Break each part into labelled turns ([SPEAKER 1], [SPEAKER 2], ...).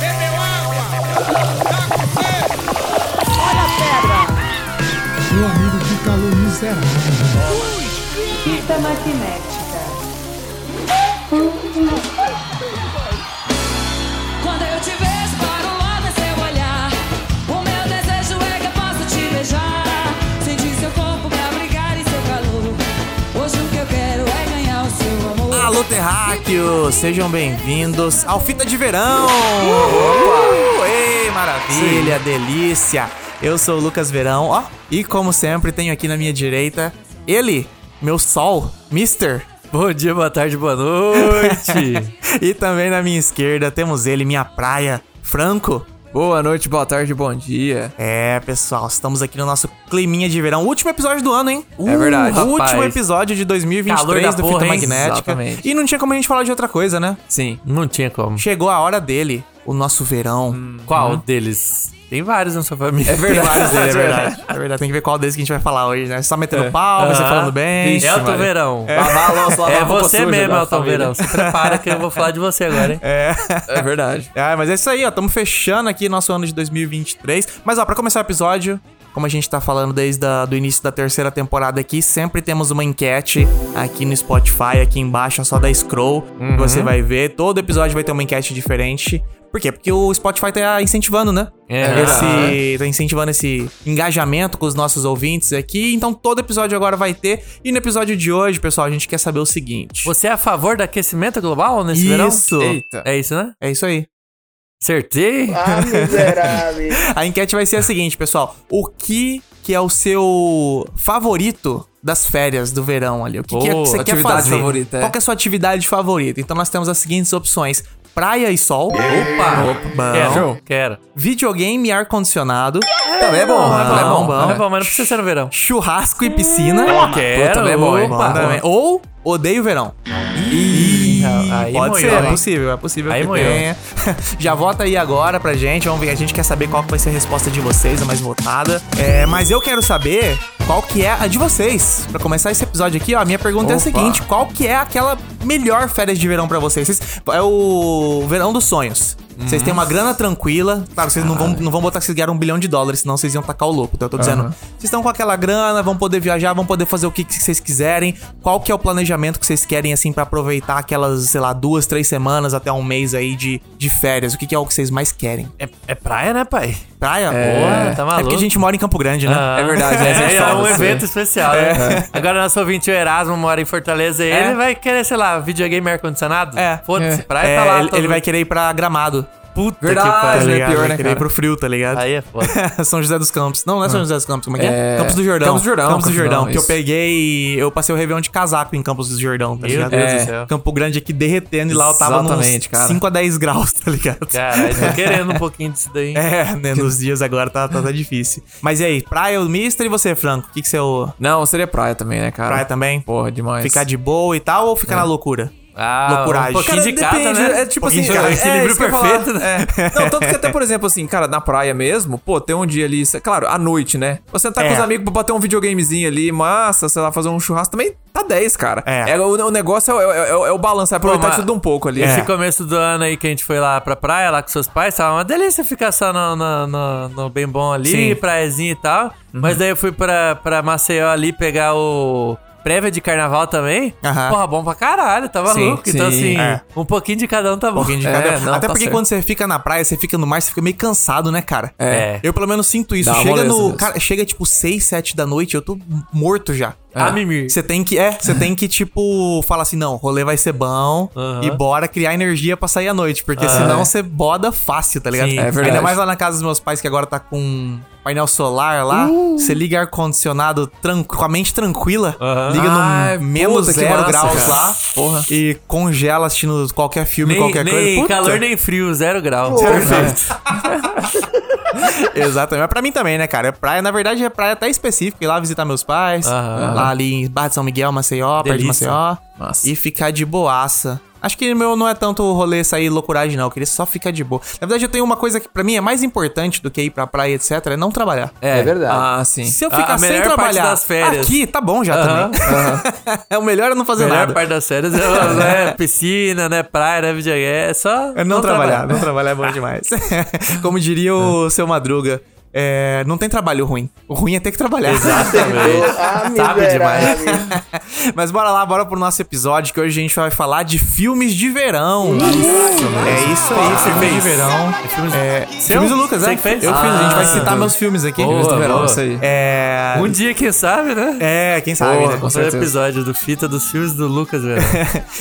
[SPEAKER 1] Bebeu água! Tá com sede!
[SPEAKER 2] Olha a pedra!
[SPEAKER 3] Meu amigo que calor miserável.
[SPEAKER 2] Fita magnética.
[SPEAKER 4] Quando eu te vejo, paro logo em seu olhar. O meu desejo é que eu possa te beijar. Sentir seu corpo me abrigar e seu calor. Hoje o que eu quero é ganhar o seu amor.
[SPEAKER 5] Alô, terráqueos! Sejam bem-vindos ao Fita de Verão! Opa! Ei, maravilha, delícia! Eu sou o Lucas Verão, ó, e como sempre, tenho aqui na minha direita ele, meu sol, Mister.
[SPEAKER 6] Bom dia, boa tarde, boa noite.
[SPEAKER 5] e também na minha esquerda temos ele, minha praia, Franco.
[SPEAKER 6] boa noite, boa tarde, bom dia.
[SPEAKER 5] É, pessoal, estamos aqui no nosso climinha de verão. Último episódio do ano, hein?
[SPEAKER 6] É verdade,
[SPEAKER 5] Último
[SPEAKER 6] rapaz.
[SPEAKER 5] episódio de 2023
[SPEAKER 6] Calor da
[SPEAKER 5] do
[SPEAKER 6] porra,
[SPEAKER 5] Fita
[SPEAKER 6] hein?
[SPEAKER 5] Magnética.
[SPEAKER 6] Exatamente.
[SPEAKER 5] E não tinha como a gente falar de outra coisa, né?
[SPEAKER 6] Sim. Não tinha como.
[SPEAKER 5] Chegou a hora dele, o nosso verão.
[SPEAKER 6] Qual deles? Tem vários na sua família.
[SPEAKER 5] É verdade, tem vários dele, é verdade. É verdade, tem que ver qual deles que a gente vai falar hoje, né? Você tá metendo pau, você falando bem.
[SPEAKER 6] Elton Verão.
[SPEAKER 5] Lavar a louça, lavar
[SPEAKER 6] É
[SPEAKER 5] a roupa
[SPEAKER 6] você
[SPEAKER 5] suja
[SPEAKER 6] mesmo,
[SPEAKER 5] da
[SPEAKER 6] Elton
[SPEAKER 5] família.
[SPEAKER 6] Verão. Se prepara que eu vou falar de você agora, hein?
[SPEAKER 5] É.
[SPEAKER 6] É verdade.
[SPEAKER 5] É, mas é isso aí, ó. Estamos fechando aqui nosso ano de 2023. Mas, ó, pra começar o episódio, como a gente tá falando desde o início da terceira temporada aqui, sempre temos uma enquete aqui no Spotify, aqui embaixo, é só da scroll.
[SPEAKER 6] Uhum.
[SPEAKER 5] que Você vai ver. Todo episódio vai ter uma enquete diferente. Por quê? Porque o Spotify tá incentivando, né?
[SPEAKER 6] É,
[SPEAKER 5] esse, tá incentivando esse engajamento com os nossos ouvintes aqui. Então, todo episódio agora vai ter. E no episódio de hoje, pessoal, a gente quer saber o seguinte.
[SPEAKER 6] Você é a favor do aquecimento global nesse
[SPEAKER 5] Isso.
[SPEAKER 6] verão?
[SPEAKER 5] Eita.
[SPEAKER 6] É isso, né?
[SPEAKER 5] É isso aí.
[SPEAKER 6] Acertei?
[SPEAKER 2] Ah, miserável.
[SPEAKER 5] A enquete vai ser a seguinte, pessoal. O que que é o seu favorito das férias do verão ali? O que, que, é que
[SPEAKER 6] Boa,
[SPEAKER 5] você quer
[SPEAKER 6] atividade
[SPEAKER 5] fazer?
[SPEAKER 6] favorita, é.
[SPEAKER 5] Qual que é a sua atividade favorita? Então nós temos as seguintes opções. Praia e sol.
[SPEAKER 6] Opa!
[SPEAKER 5] Bom.
[SPEAKER 6] Quero, quero.
[SPEAKER 5] Videogame e ar-condicionado.
[SPEAKER 6] Também é bom,
[SPEAKER 5] também é bom.
[SPEAKER 6] Também é bom, mas não precisa ser no verão. Hum,
[SPEAKER 5] Churrasco e piscina.
[SPEAKER 6] Quero,
[SPEAKER 5] também é bom, hein?
[SPEAKER 6] opa.
[SPEAKER 5] Também. Ou odeio verão.
[SPEAKER 6] Aí
[SPEAKER 5] Pode
[SPEAKER 6] moiou,
[SPEAKER 5] ser, é
[SPEAKER 6] hein?
[SPEAKER 5] possível, é possível
[SPEAKER 6] Aí
[SPEAKER 5] que
[SPEAKER 6] moeu.
[SPEAKER 5] tenha. Já vota aí agora pra gente, vamos ver, a gente quer saber qual que vai ser a resposta de vocês, a mais votada. É, mas eu quero saber qual que é a de vocês. Pra começar esse episódio aqui, ó, a minha pergunta é a
[SPEAKER 6] Opa.
[SPEAKER 5] seguinte, qual que é aquela melhor férias de verão pra vocês? Vocês- É o verão dos sonhos. Vocês têm uma grana tranquila. Claro, vocês não vão, não vão botar que vocês ganharam um bilhão de dólares, senão vocês iam tacar o louco. Então eu tô dizendo, vocês estão com aquela grana, vão poder viajar, vão poder fazer o que, que vocês quiserem. Qual que é o planejamento que vocês querem, assim, pra aproveitar aquelas, sei lá, duas, três semanas até um mês aí de, de férias? O que, que é o que vocês mais querem?
[SPEAKER 6] É, é praia, né, pai?
[SPEAKER 5] Praia?
[SPEAKER 6] É,
[SPEAKER 5] Boa.
[SPEAKER 6] tá
[SPEAKER 5] É
[SPEAKER 6] maluco.
[SPEAKER 5] porque a gente mora em Campo Grande, né?
[SPEAKER 6] Ah,
[SPEAKER 5] É verdade, né? A gente
[SPEAKER 6] É,
[SPEAKER 5] fala
[SPEAKER 6] um
[SPEAKER 5] assim.
[SPEAKER 6] evento especial, né? Agora nosso ouvinte, o Erasmo, mora em Fortaleza e
[SPEAKER 5] É.
[SPEAKER 6] ele vai querer, sei lá, videogame ar-condicionado.
[SPEAKER 5] É.
[SPEAKER 6] Foda-se, praia
[SPEAKER 5] É,
[SPEAKER 6] tá lá.
[SPEAKER 5] ele,
[SPEAKER 6] todo
[SPEAKER 5] ele vai
[SPEAKER 6] mundo.
[SPEAKER 5] querer ir pra Gramado. Puta
[SPEAKER 6] Verdade,
[SPEAKER 5] tá
[SPEAKER 6] é
[SPEAKER 5] ligado?
[SPEAKER 6] pior,
[SPEAKER 5] Vai
[SPEAKER 6] né,
[SPEAKER 5] querer ir
[SPEAKER 6] cara?
[SPEAKER 5] pro frio, tá ligado?
[SPEAKER 6] Aí é foda.
[SPEAKER 5] São José dos Campos. Não, não é São José dos Campos, como é que é?
[SPEAKER 6] É,
[SPEAKER 5] Campos do Jordão.
[SPEAKER 6] Campos do Jordão,
[SPEAKER 5] Campos do
[SPEAKER 6] Campos do
[SPEAKER 5] Jordão.
[SPEAKER 6] Jordão,
[SPEAKER 5] Que eu
[SPEAKER 6] isso.
[SPEAKER 5] peguei. Eu passei o Réveillon de casaco em Campos do Jordão, tá
[SPEAKER 6] Meu
[SPEAKER 5] ligado?
[SPEAKER 6] Deus do céu.
[SPEAKER 5] Campo Grande aqui derretendo e lá eu tava
[SPEAKER 6] Exatamente,
[SPEAKER 5] nos
[SPEAKER 6] cara.
[SPEAKER 5] 5 a 10 graus, tá ligado?
[SPEAKER 6] Cara, eu tô querendo um pouquinho disso daí.
[SPEAKER 5] É, né? Nos dias agora tá, tá, tá difícil. Mas e aí, praia, o Mister e você, Franco? O que, que você. ô,
[SPEAKER 7] Não, seria praia também, né, cara?
[SPEAKER 5] Praia também?
[SPEAKER 7] Porra, demais.
[SPEAKER 5] Ficar de boa e tal ou ficar na loucura?
[SPEAKER 6] Ah,
[SPEAKER 5] Loucuragem.
[SPEAKER 6] um pouquinho
[SPEAKER 5] Cara,
[SPEAKER 6] de cada,
[SPEAKER 7] depende,
[SPEAKER 6] né?
[SPEAKER 7] é tipo
[SPEAKER 6] Um pouquinho
[SPEAKER 7] assim,
[SPEAKER 6] de cada.
[SPEAKER 7] cara, é
[SPEAKER 6] equilíbrio
[SPEAKER 7] isso que eu ia
[SPEAKER 6] perfeito, né?
[SPEAKER 7] falar. Não, tanto que até, por exemplo, assim, cara, na praia mesmo, pô, tem um dia ali, cê- claro, à noite, né? Você tá
[SPEAKER 5] É.
[SPEAKER 7] com os amigos pra bater um videogamezinho ali, massa, sei lá, fazer um churrasco também tá 10, cara.
[SPEAKER 5] É.
[SPEAKER 7] o, o negócio é, o- é o- é o balanço, é aproveitar
[SPEAKER 6] mas-
[SPEAKER 7] tudo um pouco ali.
[SPEAKER 6] Esse começo do ano aí que a gente foi lá pra praia, lá com seus pais, tava uma delícia ficar só no, no, no- no bem bom ali,
[SPEAKER 5] Sim. Uhum.
[SPEAKER 6] praiazinha e tal. Mas daí eu fui pra, pra Maceió ali pegar o prévia de carnaval também.
[SPEAKER 5] Aham.
[SPEAKER 6] Porra, bom pra caralho, tava
[SPEAKER 7] Sim,
[SPEAKER 6] louco. Então
[SPEAKER 7] sim,
[SPEAKER 6] assim,
[SPEAKER 5] é.
[SPEAKER 6] um pouquinho de cada um tá bom.
[SPEAKER 5] pouquinho de
[SPEAKER 7] É,
[SPEAKER 5] cada-
[SPEAKER 7] não,
[SPEAKER 5] Até
[SPEAKER 7] tá
[SPEAKER 5] porque
[SPEAKER 7] certo.
[SPEAKER 5] quando você fica na praia, você fica no mar, você fica meio cansado, né, cara?
[SPEAKER 6] É.
[SPEAKER 5] Eu pelo menos sinto isso.
[SPEAKER 7] Dá uma
[SPEAKER 5] Chega
[SPEAKER 7] moleza
[SPEAKER 5] no.
[SPEAKER 7] mesmo.
[SPEAKER 5] Cara, chega tipo 6, 7 da noite, eu tô morto já.
[SPEAKER 7] Ah,
[SPEAKER 6] A mimir.
[SPEAKER 5] Você tem que. É, você tem que, tipo, falar assim, não, rolê vai ser bom
[SPEAKER 6] Aham.
[SPEAKER 5] e bora criar energia pra sair à noite. Porque
[SPEAKER 7] Ah,
[SPEAKER 5] senão você boda fácil, tá ligado?
[SPEAKER 6] Sim. É
[SPEAKER 5] Ainda
[SPEAKER 7] é. verdade.
[SPEAKER 5] mais lá na casa dos meus pais, que agora tá com painel solar lá.
[SPEAKER 7] Uh!
[SPEAKER 5] Você liga ar-condicionado tran- com a mente tranquila,
[SPEAKER 6] Aham.
[SPEAKER 5] liga no
[SPEAKER 7] Ai,
[SPEAKER 5] menos
[SPEAKER 7] puta, que
[SPEAKER 5] zero
[SPEAKER 7] massa,
[SPEAKER 5] graus
[SPEAKER 7] cara.
[SPEAKER 5] lá
[SPEAKER 7] Porra.
[SPEAKER 5] e congela assistindo qualquer filme,
[SPEAKER 6] Nem,
[SPEAKER 5] qualquer
[SPEAKER 6] nem
[SPEAKER 5] coisa. Puta. né?
[SPEAKER 6] calor, né? nem frio, zero grau.
[SPEAKER 5] Perfeito. Exatamente. Mas pra mim também, né, cara? É praia, na verdade, é praia até específica. Ir lá visitar meus pais.
[SPEAKER 6] Aham.
[SPEAKER 5] Lá ali em Barra de São Miguel, Maceió, perto de
[SPEAKER 6] Delícia.
[SPEAKER 5] Maceió.
[SPEAKER 7] Massa.
[SPEAKER 5] E ficar de boaça. Acho que meu não é tanto rolê sair loucuragem, não. Eu queria só ficar de boa. Na verdade, eu tenho uma coisa que pra mim é mais importante do que ir pra praia, etc. É não trabalhar.
[SPEAKER 6] É,
[SPEAKER 2] verdade.
[SPEAKER 7] Ah, sim.
[SPEAKER 5] Se eu
[SPEAKER 6] A-
[SPEAKER 5] ficar
[SPEAKER 6] a
[SPEAKER 5] sem
[SPEAKER 6] melhor parte
[SPEAKER 5] trabalhar
[SPEAKER 6] das férias.
[SPEAKER 5] aqui, tá bom já
[SPEAKER 6] Aham,
[SPEAKER 5] também. é o melhor é não
[SPEAKER 6] A
[SPEAKER 5] fazer
[SPEAKER 6] melhor
[SPEAKER 5] nada.
[SPEAKER 6] parte das férias é né, piscina, né? Praia, né? Videogame. É só.
[SPEAKER 5] É não, trabalhar. Não trabalhar é bom demais. Como diria o seu Madruga, é, não tem trabalho ruim. O ruim é ter que trabalhar.
[SPEAKER 6] Exatamente.
[SPEAKER 2] Ah,
[SPEAKER 6] Sabe demais.
[SPEAKER 2] miserável.
[SPEAKER 5] Mas bora lá, bora pro nosso episódio que hoje a gente vai falar de filmes de verão. é isso aí,
[SPEAKER 6] Qual que
[SPEAKER 5] filmes de
[SPEAKER 6] fez?
[SPEAKER 5] verão. É, filmes do Lucas,
[SPEAKER 6] Você
[SPEAKER 5] né?
[SPEAKER 6] que fez?
[SPEAKER 5] Eu fiz, a gente vai
[SPEAKER 6] Ah.
[SPEAKER 5] citar meus filmes aqui.
[SPEAKER 6] Boa,
[SPEAKER 5] filmes do verão,
[SPEAKER 6] boa.
[SPEAKER 5] isso aí. É,
[SPEAKER 6] Um dia, quem sabe, né?
[SPEAKER 5] é quem sabe,
[SPEAKER 6] Porra,
[SPEAKER 5] né?
[SPEAKER 6] com certeza. episódio do Fita dos filmes do Lucas, velho.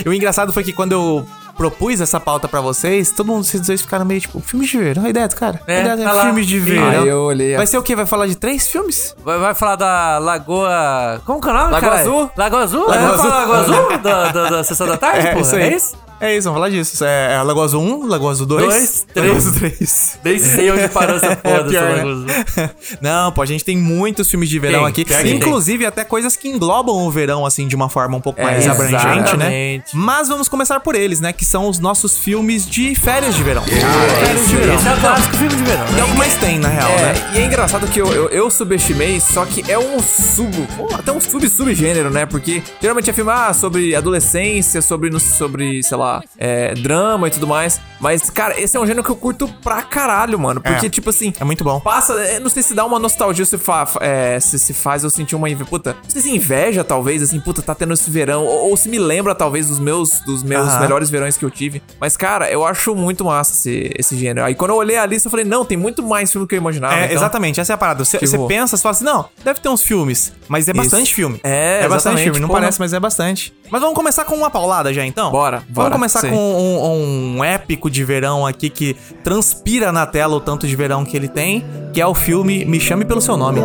[SPEAKER 5] E o engraçado foi que quando eu propus essa pauta pra vocês, todo mundo, vocês dois ficaram meio tipo, filmes de verão, a ideia do cara.
[SPEAKER 6] É,
[SPEAKER 5] a ideia do
[SPEAKER 6] tá lá.
[SPEAKER 5] filmes de verão.
[SPEAKER 7] Aí eu olhei.
[SPEAKER 5] Vai ser o quê? Vai falar de três filmes?
[SPEAKER 6] Vai, vai falar da Lagoa. Como que é o nome,
[SPEAKER 7] Lagoa
[SPEAKER 6] cara?
[SPEAKER 7] Azul?
[SPEAKER 6] Lagoa Azul?
[SPEAKER 5] Lagoa
[SPEAKER 6] Lagoa Azul?
[SPEAKER 5] Azul.
[SPEAKER 6] Lagoa Azul? Da, da, da sessão da tarde, porra? É isso?
[SPEAKER 5] É isso, vamos falar disso. É, é Lagoa Azul 1, Lagoa Azul 2,
[SPEAKER 6] Dois,
[SPEAKER 5] Lagoa
[SPEAKER 6] três.
[SPEAKER 5] Azul 3.
[SPEAKER 6] Nem sei onde parou essa porra
[SPEAKER 5] É
[SPEAKER 6] dessa
[SPEAKER 5] pior, né?
[SPEAKER 6] Lagoa Azul.
[SPEAKER 5] Não, pô, a gente tem muitos filmes de verão
[SPEAKER 6] Tem,
[SPEAKER 5] aqui.
[SPEAKER 6] pior que tem.
[SPEAKER 5] Inclusive, até coisas que englobam o verão, assim, de uma forma um pouco mais
[SPEAKER 6] É,
[SPEAKER 5] abrangente, né?
[SPEAKER 6] exatamente.
[SPEAKER 5] Mas vamos começar por eles, né? Que são os nossos filmes de férias de verão. férias de verão.
[SPEAKER 6] Esse é o clássico filme de verão,
[SPEAKER 5] É
[SPEAKER 6] né?
[SPEAKER 5] o que mais tem, na real, né?
[SPEAKER 7] É, e é engraçado que eu, eu, eu subestimei, só que é um sub, pô, até um sub-subgênero, né? Porque geralmente é filme ah, sobre adolescência, sobre, no- sobre sei lá, é, drama e tudo mais. Mas, cara, esse é um gênero que eu curto pra caralho, mano. Porque,
[SPEAKER 5] É.
[SPEAKER 7] tipo assim,
[SPEAKER 5] É muito bom.
[SPEAKER 7] passa, é, não sei se dá uma nostalgia, se, fa, fa- é, se, se faz eu sentir uma inveja. Puta, não sei se é inveja, talvez, assim, puta, tá tendo esse verão. Ou, ou se me lembra, talvez, dos meus, dos meus
[SPEAKER 5] Aham.
[SPEAKER 7] melhores verões que eu tive. Mas, cara, eu acho muito massa esse, esse gênero. Aí quando eu olhei a lista, eu falei, não, tem muito mais filme do que eu imaginava.
[SPEAKER 5] É,
[SPEAKER 7] então-
[SPEAKER 5] exatamente, essa é a parada. Você,
[SPEAKER 7] Tipo-
[SPEAKER 5] você pensa, você fala assim, não, deve ter uns filmes, mas é bastante filme.
[SPEAKER 7] É,
[SPEAKER 5] bastante
[SPEAKER 7] exatamente,
[SPEAKER 5] filme, não
[SPEAKER 7] porra.
[SPEAKER 5] parece, mas é bastante. Mas vamos começar com uma paulada já, então?
[SPEAKER 7] Bora,
[SPEAKER 5] Vamos
[SPEAKER 7] bora,
[SPEAKER 5] começar
[SPEAKER 7] sim.
[SPEAKER 5] com um, um épico de verão aqui que transpira na tela o tanto de verão que ele tem, que é o filme Me Chame Pelo Seu Nome.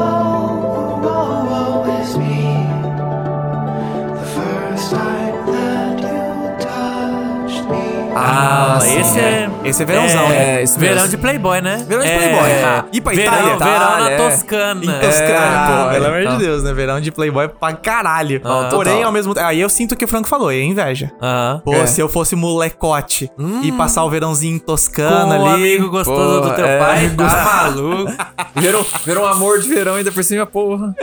[SPEAKER 8] always be the first time that you touched me.
[SPEAKER 6] Ah,
[SPEAKER 7] sim,
[SPEAKER 6] esse é.
[SPEAKER 5] Esse é verãozão, né?
[SPEAKER 7] esse
[SPEAKER 6] verão
[SPEAKER 7] mesmo.
[SPEAKER 6] de Playboy, né?
[SPEAKER 5] Verão de
[SPEAKER 6] É,
[SPEAKER 5] Playboy.
[SPEAKER 6] é.
[SPEAKER 5] E pra
[SPEAKER 6] verão,
[SPEAKER 5] Itália?
[SPEAKER 6] Verão na
[SPEAKER 7] Itália, é.
[SPEAKER 6] Toscana.
[SPEAKER 5] Em Toscana,
[SPEAKER 7] É,
[SPEAKER 5] pô,
[SPEAKER 7] pô,
[SPEAKER 5] pelo
[SPEAKER 7] é,
[SPEAKER 5] amor de
[SPEAKER 7] tá.
[SPEAKER 5] Deus, né? Verão de Playboy pra caralho.
[SPEAKER 6] Ah,
[SPEAKER 5] Porém,
[SPEAKER 7] total.
[SPEAKER 5] ao mesmo tempo. Aí eu sinto o que o Franco falou, é inveja.
[SPEAKER 6] Aham.
[SPEAKER 5] Pô,
[SPEAKER 7] É. Hum.
[SPEAKER 5] se eu fosse molecote e passar o verãozinho em
[SPEAKER 6] Com
[SPEAKER 5] Toscana
[SPEAKER 7] um
[SPEAKER 6] o
[SPEAKER 5] ali.
[SPEAKER 6] amigo gostoso
[SPEAKER 7] Pô,
[SPEAKER 6] do teu
[SPEAKER 7] é,
[SPEAKER 6] pai, tá
[SPEAKER 7] gostoso.
[SPEAKER 6] maluco.
[SPEAKER 7] Verão, verão um amor de verão ainda por cima, porra.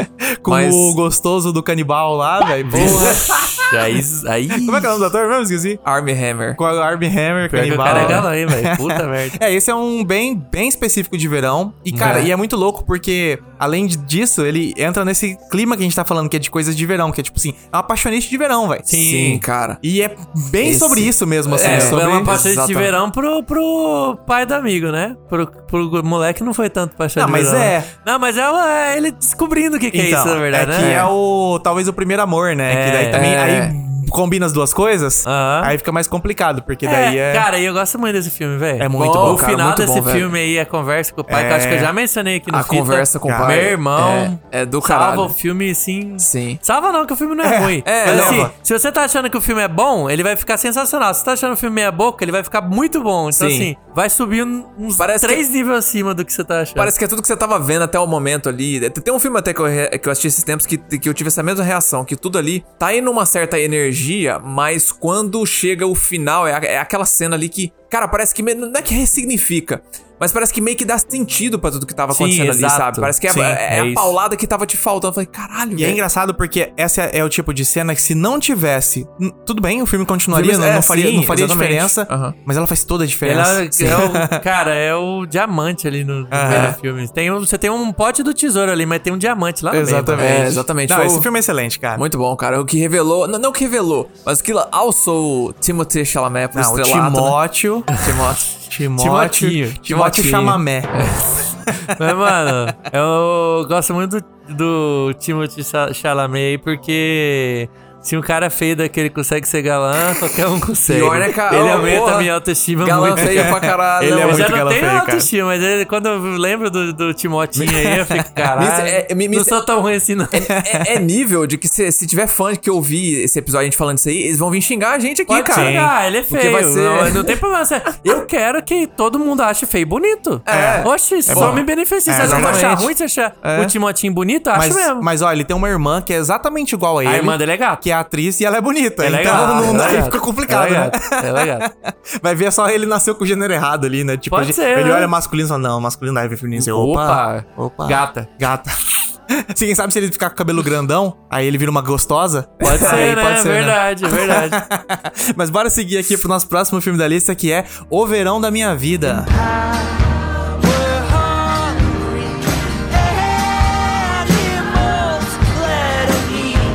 [SPEAKER 5] com
[SPEAKER 7] Mas-
[SPEAKER 5] o gostoso do canibal lá, velho.
[SPEAKER 6] Porra. aí, aí.
[SPEAKER 5] Como é que é o nome do ator mesmo? Esqueci.
[SPEAKER 7] Army Hammer.
[SPEAKER 5] Com a Armie
[SPEAKER 6] Pior
[SPEAKER 5] Hammer,
[SPEAKER 6] que o
[SPEAKER 5] canibal.
[SPEAKER 6] cara é galã, hein, velho? Puta merda.
[SPEAKER 5] É, esse é um bem, bem específico de verão. E, cara,
[SPEAKER 7] É.
[SPEAKER 5] e é muito louco porque, além de- disso, ele entra nesse clima que a gente tá falando, que é de coisas de verão, que é tipo assim, é um apaixonante de verão, velho.
[SPEAKER 7] Sim, cara.
[SPEAKER 5] E é bem
[SPEAKER 7] Esse-
[SPEAKER 5] sobre isso mesmo, assim.
[SPEAKER 6] É,
[SPEAKER 5] sobre...
[SPEAKER 6] é uma paixão de
[SPEAKER 7] Exatamente.
[SPEAKER 6] verão pro, pro pai do amigo, né? Pro, pro moleque não foi tanto paixão
[SPEAKER 5] Não,
[SPEAKER 6] de
[SPEAKER 5] mas
[SPEAKER 6] verão.
[SPEAKER 5] é.
[SPEAKER 6] Não, mas é, uma- é ele descobrindo o que, que é
[SPEAKER 5] Então,
[SPEAKER 6] isso, na verdade,
[SPEAKER 5] é que
[SPEAKER 6] né?
[SPEAKER 5] é o, talvez o primeiro amor, né?
[SPEAKER 6] É.
[SPEAKER 5] que daí também,
[SPEAKER 7] É.
[SPEAKER 5] aí combina as duas coisas,
[SPEAKER 6] Aham.
[SPEAKER 5] aí fica mais complicado, porque daí é...
[SPEAKER 6] Cara, eu gosto muito desse filme, velho.
[SPEAKER 5] É muito bom, É.
[SPEAKER 6] O
[SPEAKER 7] cara,
[SPEAKER 6] final
[SPEAKER 7] muito
[SPEAKER 6] desse
[SPEAKER 7] bom, velho.
[SPEAKER 6] filme aí, a conversa com o pai, que eu acho que eu já mencionei aqui no
[SPEAKER 7] A
[SPEAKER 6] Fita.
[SPEAKER 7] conversa com o
[SPEAKER 5] Ah,
[SPEAKER 6] Meu
[SPEAKER 7] pai
[SPEAKER 6] irmão.
[SPEAKER 7] é- é do
[SPEAKER 6] Salva
[SPEAKER 7] caralho.
[SPEAKER 6] o filme, assim, sim.
[SPEAKER 7] Sim.
[SPEAKER 6] Salva não, que o filme não é, ruim.
[SPEAKER 7] é,
[SPEAKER 6] Mas
[SPEAKER 7] não.
[SPEAKER 6] assim, se você tá achando que o filme é bom, ele vai ficar sensacional. Se você tá achando o filme meia boca, ele vai ficar muito bom. Então
[SPEAKER 7] Sim.
[SPEAKER 6] assim, vai subir um- uns
[SPEAKER 7] Parece
[SPEAKER 6] três níveis acima do que você tá achando.
[SPEAKER 7] Parece que é tudo que você tava vendo até o momento ali. Tem- Tem um filme até que eu, re- que eu assisti esses tempos que, que eu tive essa mesma reação, que tudo ali tá indo uma certa energia, mas quando chega o final, é, a- é aquela cena ali que, cara, parece que me- não é que ressignifica, mas parece que meio que dá sentido pra tudo que tava
[SPEAKER 6] Sim,
[SPEAKER 7] acontecendo ali,
[SPEAKER 6] exato.
[SPEAKER 7] sabe? Parece que é,
[SPEAKER 6] Sim,
[SPEAKER 7] é
[SPEAKER 6] é
[SPEAKER 7] a
[SPEAKER 6] isso.
[SPEAKER 7] paulada que tava te faltando. Eu falei, caralho,
[SPEAKER 5] E é
[SPEAKER 7] velho.
[SPEAKER 5] engraçado porque essa é o tipo de cena que se não tivesse, n- tudo bem, o filme continuaria,
[SPEAKER 7] Filmes-
[SPEAKER 5] não, não
[SPEAKER 7] é,
[SPEAKER 5] faria,
[SPEAKER 7] sim,
[SPEAKER 5] não faria
[SPEAKER 7] exatamente.
[SPEAKER 5] diferença,
[SPEAKER 7] Aham.
[SPEAKER 5] mas ela faz toda a
[SPEAKER 6] Ele
[SPEAKER 5] diferença.
[SPEAKER 6] é, é o, cara, é o diamante ali no, no meio do filme. Tem um- você tem um pote do tesouro ali, mas tem um diamante lá no meio.
[SPEAKER 5] Exatamente.
[SPEAKER 7] É, exatamente.
[SPEAKER 5] Não,
[SPEAKER 7] Foi
[SPEAKER 5] esse
[SPEAKER 7] o-
[SPEAKER 5] filme é excelente, cara.
[SPEAKER 7] Muito bom, cara. O que revelou. Não, não o que revelou, mas o que alçou o Timothée Chalamet pro
[SPEAKER 5] Não, o
[SPEAKER 7] estrelato. né?
[SPEAKER 5] Timóteo.
[SPEAKER 7] Timóteo.
[SPEAKER 5] Timóteo.
[SPEAKER 6] Timotinho.
[SPEAKER 5] Timóteo É.
[SPEAKER 7] Timotinho.
[SPEAKER 5] Chamamé.
[SPEAKER 6] Mas, mano, eu gosto muito do, do Timothy Cha- Chalamet aí, porque se um cara feio daquele consegue ser galã, qualquer um consegue.
[SPEAKER 7] Pior, né, cara?
[SPEAKER 6] Ele
[SPEAKER 7] Ô,
[SPEAKER 6] aumenta
[SPEAKER 7] porra,
[SPEAKER 6] a minha autoestima
[SPEAKER 7] Galã
[SPEAKER 6] muito.
[SPEAKER 7] feio pra caralho. né,
[SPEAKER 5] Ele é
[SPEAKER 6] eu
[SPEAKER 5] muito
[SPEAKER 6] já Ah, não
[SPEAKER 5] galã
[SPEAKER 6] tenho
[SPEAKER 5] feio, cara.
[SPEAKER 6] autoestima, mas ele- quando eu lembro do, do Timotinho aí, eu fico, caralho,
[SPEAKER 7] Miss- é- é-
[SPEAKER 6] não
[SPEAKER 7] Miss-
[SPEAKER 6] sou tão ruim assim não.
[SPEAKER 7] é, é nível de que se, se tiver fã que ouvir esse episódio a gente falando isso aí, eles vão vir xingar a gente aqui,
[SPEAKER 6] Pode
[SPEAKER 7] cara.
[SPEAKER 6] xingar, ele é
[SPEAKER 7] Porque
[SPEAKER 6] feio.
[SPEAKER 7] vai ser-
[SPEAKER 6] Não, não tem problema. você- Eu quero que todo mundo ache feio bonito.
[SPEAKER 7] É.
[SPEAKER 6] Oxe, só
[SPEAKER 5] bom.
[SPEAKER 6] me beneficia.
[SPEAKER 5] É,
[SPEAKER 6] se você
[SPEAKER 5] exatamente. É.
[SPEAKER 6] achar ruim, se achar o Timotinho bonito, eu acho
[SPEAKER 5] Mas,
[SPEAKER 6] mesmo.
[SPEAKER 5] mas, ó, ele tem uma irmã que é exatamente igual a ele.
[SPEAKER 6] irmã dele é gata.
[SPEAKER 5] Que é a a atriz e ela é bonita.
[SPEAKER 6] Ela é
[SPEAKER 5] então
[SPEAKER 6] gata,
[SPEAKER 5] não,
[SPEAKER 6] ela é
[SPEAKER 5] aí
[SPEAKER 6] gata.
[SPEAKER 5] fica
[SPEAKER 6] Ela
[SPEAKER 5] complicado,
[SPEAKER 6] é
[SPEAKER 5] né?
[SPEAKER 6] gata, ela é gata.
[SPEAKER 5] Vai ver só ele nasceu com o gênero errado ali, né? Tipo,
[SPEAKER 6] Pode
[SPEAKER 5] ele-
[SPEAKER 6] ser,
[SPEAKER 5] ele
[SPEAKER 6] né?
[SPEAKER 5] olha masculino e fala, não, masculino não é feminino. Você, Opa,
[SPEAKER 6] Opa, gata.
[SPEAKER 5] Gata. Se quem sabe se ele ficar com o cabelo grandão, aí ele vira uma gostosa.
[SPEAKER 6] Pode
[SPEAKER 5] Aí
[SPEAKER 6] ser, né?
[SPEAKER 5] pode ser, né?
[SPEAKER 6] verdade, verdade.
[SPEAKER 5] Mas bora seguir aqui pro nosso próximo filme da lista, que é O Verão da Minha Vida.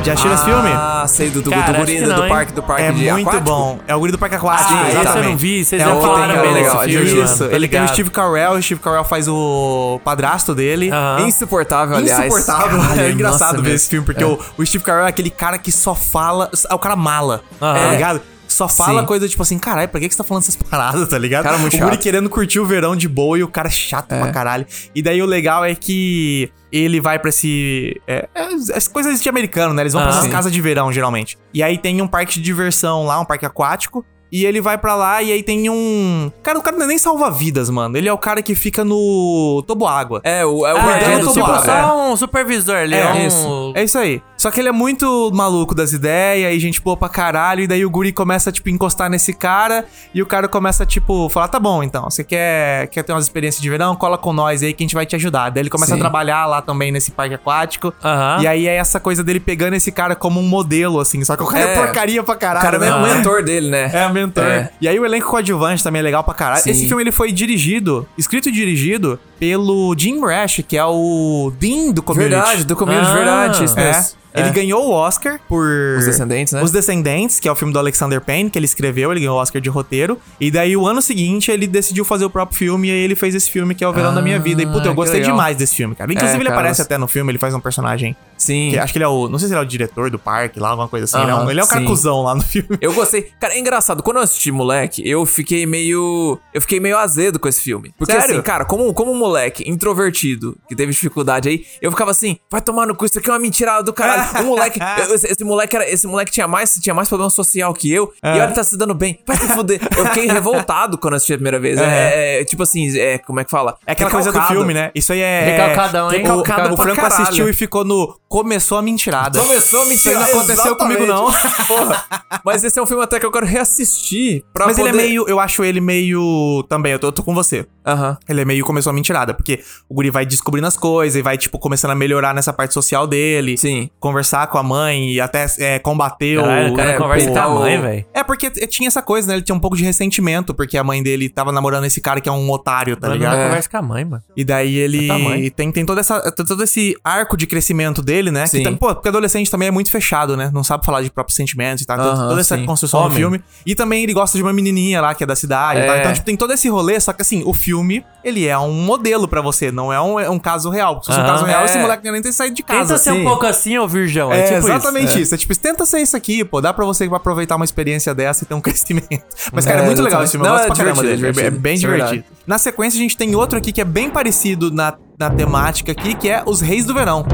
[SPEAKER 5] Já assistiram esse filme?
[SPEAKER 7] Ah, sei, do, do,
[SPEAKER 6] Cara,
[SPEAKER 7] do
[SPEAKER 6] acho
[SPEAKER 7] guri
[SPEAKER 6] que
[SPEAKER 7] do,
[SPEAKER 6] não,
[SPEAKER 7] do
[SPEAKER 6] hein?
[SPEAKER 7] parque, do parque
[SPEAKER 5] É
[SPEAKER 7] de
[SPEAKER 5] muito
[SPEAKER 7] aquático?
[SPEAKER 5] bom. É o Guri do Parque Aquático.
[SPEAKER 6] Ah, esse eu
[SPEAKER 5] exatamente.
[SPEAKER 6] não vi, vocês
[SPEAKER 5] é
[SPEAKER 6] já
[SPEAKER 5] o que
[SPEAKER 6] falaram
[SPEAKER 5] tem
[SPEAKER 7] bem
[SPEAKER 5] o-
[SPEAKER 7] legal, é
[SPEAKER 5] Isso,
[SPEAKER 7] divertido.
[SPEAKER 5] isso.
[SPEAKER 6] Tô
[SPEAKER 5] Ele tem o
[SPEAKER 6] ligado.
[SPEAKER 5] Steve Carell, o Steve Carell faz o padrasto dele.
[SPEAKER 6] Aham.
[SPEAKER 7] Insuportável, aliás.
[SPEAKER 5] Ah. Insuportável.
[SPEAKER 7] Caralho,
[SPEAKER 5] é engraçado
[SPEAKER 7] nossa,
[SPEAKER 5] ver
[SPEAKER 7] meu.
[SPEAKER 5] esse filme, porque o, o Steve Carell é aquele cara que só fala. É o cara mala, tá
[SPEAKER 6] Aham.
[SPEAKER 5] ligado? Só fala
[SPEAKER 7] Sim.
[SPEAKER 5] coisa tipo assim, caralho, pra que que você tá falando essas paradas, tá ligado?
[SPEAKER 7] Cara, muito
[SPEAKER 5] o guri
[SPEAKER 7] chato. É.
[SPEAKER 5] querendo curtir o verão de boa e o cara é chato pra caralho. E daí o legal é que ele vai pra esse. É, é- as coisas de americano, né? Eles vão pra
[SPEAKER 6] Ah,
[SPEAKER 5] essas
[SPEAKER 6] sim.
[SPEAKER 5] casas de verão, geralmente. E aí tem um parque de diversão lá, um parque aquático. E ele vai pra lá e aí tem um. Cara, o cara não é nem salva vidas, mano. Ele é o cara que fica no. tobo água.
[SPEAKER 7] É, o, é o
[SPEAKER 6] Ah,
[SPEAKER 5] é,
[SPEAKER 7] guardião
[SPEAKER 6] ele é
[SPEAKER 7] do
[SPEAKER 6] tipo
[SPEAKER 5] tipo,
[SPEAKER 7] Suave,
[SPEAKER 5] é.
[SPEAKER 6] só um supervisor ali, é,
[SPEAKER 5] É,
[SPEAKER 6] um...
[SPEAKER 5] isso. é isso aí. Só que ele é muito maluco das ideias e gente boa pra caralho. E daí o guri começa, tipo, encostar nesse cara. E o cara começa, tipo, falar: tá bom, então, você quer, quer ter umas experiências de verão? Cola com nós aí que a gente vai te ajudar. Daí ele começa a
[SPEAKER 7] Sim.
[SPEAKER 5] trabalhar lá também nesse parque aquático.
[SPEAKER 6] Aham.
[SPEAKER 5] E aí é essa coisa dele pegando esse cara como um modelo, assim. Só que o cara é,
[SPEAKER 7] É.
[SPEAKER 5] porcaria pra
[SPEAKER 7] O
[SPEAKER 5] caralho.
[SPEAKER 7] cara
[SPEAKER 5] né?
[SPEAKER 7] é o
[SPEAKER 6] Ah.
[SPEAKER 7] mentor dele, né?
[SPEAKER 5] É, mentor.
[SPEAKER 7] É.
[SPEAKER 5] E aí o elenco coadjuvante também é legal pra caralho.
[SPEAKER 7] Sim.
[SPEAKER 5] Esse filme ele foi dirigido, escrito e dirigido pelo Jim Rash, que é o Dean do Community.
[SPEAKER 7] Verdade, do começo de
[SPEAKER 6] Ah.
[SPEAKER 7] verdade, isso
[SPEAKER 5] É.
[SPEAKER 7] mesmo.
[SPEAKER 5] Ele ganhou o Oscar por.
[SPEAKER 7] Os Descendentes, né?
[SPEAKER 5] Os Descendentes, que é o filme do Alexander Payne, que ele escreveu, ele ganhou o Oscar de roteiro. E daí, o ano seguinte, ele decidiu fazer o próprio filme e aí ele fez esse filme que é O Verão da Minha Vida. E puta, eu
[SPEAKER 7] Ah, que
[SPEAKER 5] gostei
[SPEAKER 7] legal.
[SPEAKER 5] demais desse filme, cara. Inclusive,
[SPEAKER 7] É,
[SPEAKER 5] ele
[SPEAKER 7] cara,
[SPEAKER 5] aparece
[SPEAKER 7] você-
[SPEAKER 5] até no filme, ele faz um personagem.
[SPEAKER 7] Sim.
[SPEAKER 5] Que acho que ele é o. Não sei se ele é o diretor do parque lá, alguma coisa assim. ele é um,
[SPEAKER 7] Aham,
[SPEAKER 5] ele é um cara
[SPEAKER 7] sim.
[SPEAKER 5] cuzão lá no filme.
[SPEAKER 7] Eu gostei. Cara, é engraçado. Quando eu assisti moleque, eu fiquei meio. Eu fiquei meio azedo com esse filme. Porque
[SPEAKER 5] Sério?
[SPEAKER 7] assim, cara, como, como um moleque introvertido, que teve dificuldade aí, eu ficava assim, vai tomar no cu, isso aqui é uma mentirada do caralho. O moleque. eu- esse, esse moleque era. Esse moleque tinha mais, tinha mais problema social que eu.
[SPEAKER 5] Ah.
[SPEAKER 7] E olha, ele tá se dando bem. Vai se fuder. Eu fiquei revoltado quando eu assisti a primeira vez. É, é, é, tipo assim, é, como é que fala?
[SPEAKER 5] É aquela coisa do
[SPEAKER 7] Recalcado.
[SPEAKER 5] filme, né? Isso aí é.
[SPEAKER 6] Recalcadão, hein?
[SPEAKER 5] Recalcado
[SPEAKER 7] Recalcado
[SPEAKER 5] o, o
[SPEAKER 7] pra
[SPEAKER 5] Franco
[SPEAKER 7] caralho.
[SPEAKER 5] assistiu e ficou no. Começou a mentirada.
[SPEAKER 7] Começou a
[SPEAKER 5] Isso aí não
[SPEAKER 7] mentirada,
[SPEAKER 5] aconteceu comigo, não.
[SPEAKER 7] Porra. Mas esse é um filme até que eu quero reassistir pra
[SPEAKER 5] Mas ele
[SPEAKER 7] poder-
[SPEAKER 5] é meio. Eu acho ele meio. Também, eu tô, eu tô com você.
[SPEAKER 7] Aham.
[SPEAKER 5] Ele é meio começou a mentirada, porque o Guri vai descobrindo as coisas e vai, tipo, começando a melhorar nessa parte social dele.
[SPEAKER 7] Sim.
[SPEAKER 5] Conversar com a mãe e até é, combater
[SPEAKER 6] Caralho,
[SPEAKER 5] o.
[SPEAKER 6] o cara
[SPEAKER 5] é,
[SPEAKER 6] conversa
[SPEAKER 5] o-
[SPEAKER 6] com a mãe, velho.
[SPEAKER 5] É, porque t- tinha essa coisa, né? Ele tinha um pouco de ressentimento, porque a mãe dele tava namorando esse cara que é um otário, tá
[SPEAKER 6] Mano, é
[SPEAKER 5] ligado?
[SPEAKER 6] não conversa com a mãe, mano.
[SPEAKER 5] E daí
[SPEAKER 7] É
[SPEAKER 6] Tá mãe.
[SPEAKER 5] ele tem, tem toda essa, t- todo esse arco de crescimento dele, né? Que
[SPEAKER 7] Sim.
[SPEAKER 5] tam- pô, porque adolescente também é muito fechado, né? Não sabe falar de próprios sentimentos e tal. Toda-
[SPEAKER 7] Aham,
[SPEAKER 5] toda essa
[SPEAKER 7] sim.
[SPEAKER 5] construção do
[SPEAKER 6] Homem.
[SPEAKER 5] filme. E também ele gosta de uma menininha lá que é da cidade e tal.
[SPEAKER 7] É.
[SPEAKER 5] Então, tipo, tem todo esse rolê, só que assim, o filme, ele é um modelo pra você, não é um, é um caso real. Se fosse um
[SPEAKER 6] Aham.
[SPEAKER 5] caso real, esse
[SPEAKER 7] É.
[SPEAKER 5] moleque não ia nem ter saído de casa.
[SPEAKER 6] Tenta ser um
[SPEAKER 5] assim.
[SPEAKER 6] pouco assim, ô virgão.
[SPEAKER 5] É,
[SPEAKER 6] É, tipo
[SPEAKER 5] exatamente
[SPEAKER 6] isso.
[SPEAKER 5] isso. É tipo, tenta ser isso aqui, pô. Dá pra você aproveitar uma experiência dessa e ter um crescimento. Mas, cara, é,
[SPEAKER 7] É,
[SPEAKER 5] muito legal
[SPEAKER 7] exatamente.
[SPEAKER 5] esse filme.
[SPEAKER 7] Não,
[SPEAKER 5] eu gosto
[SPEAKER 7] é
[SPEAKER 5] pra caramba
[SPEAKER 7] divertido,
[SPEAKER 5] dele. É
[SPEAKER 7] divertido.
[SPEAKER 5] bem
[SPEAKER 7] Isso é
[SPEAKER 5] divertido.
[SPEAKER 7] verdade.
[SPEAKER 5] Na sequência, a gente tem outro aqui que é bem parecido na, na temática aqui, que é Os Reis do Verão.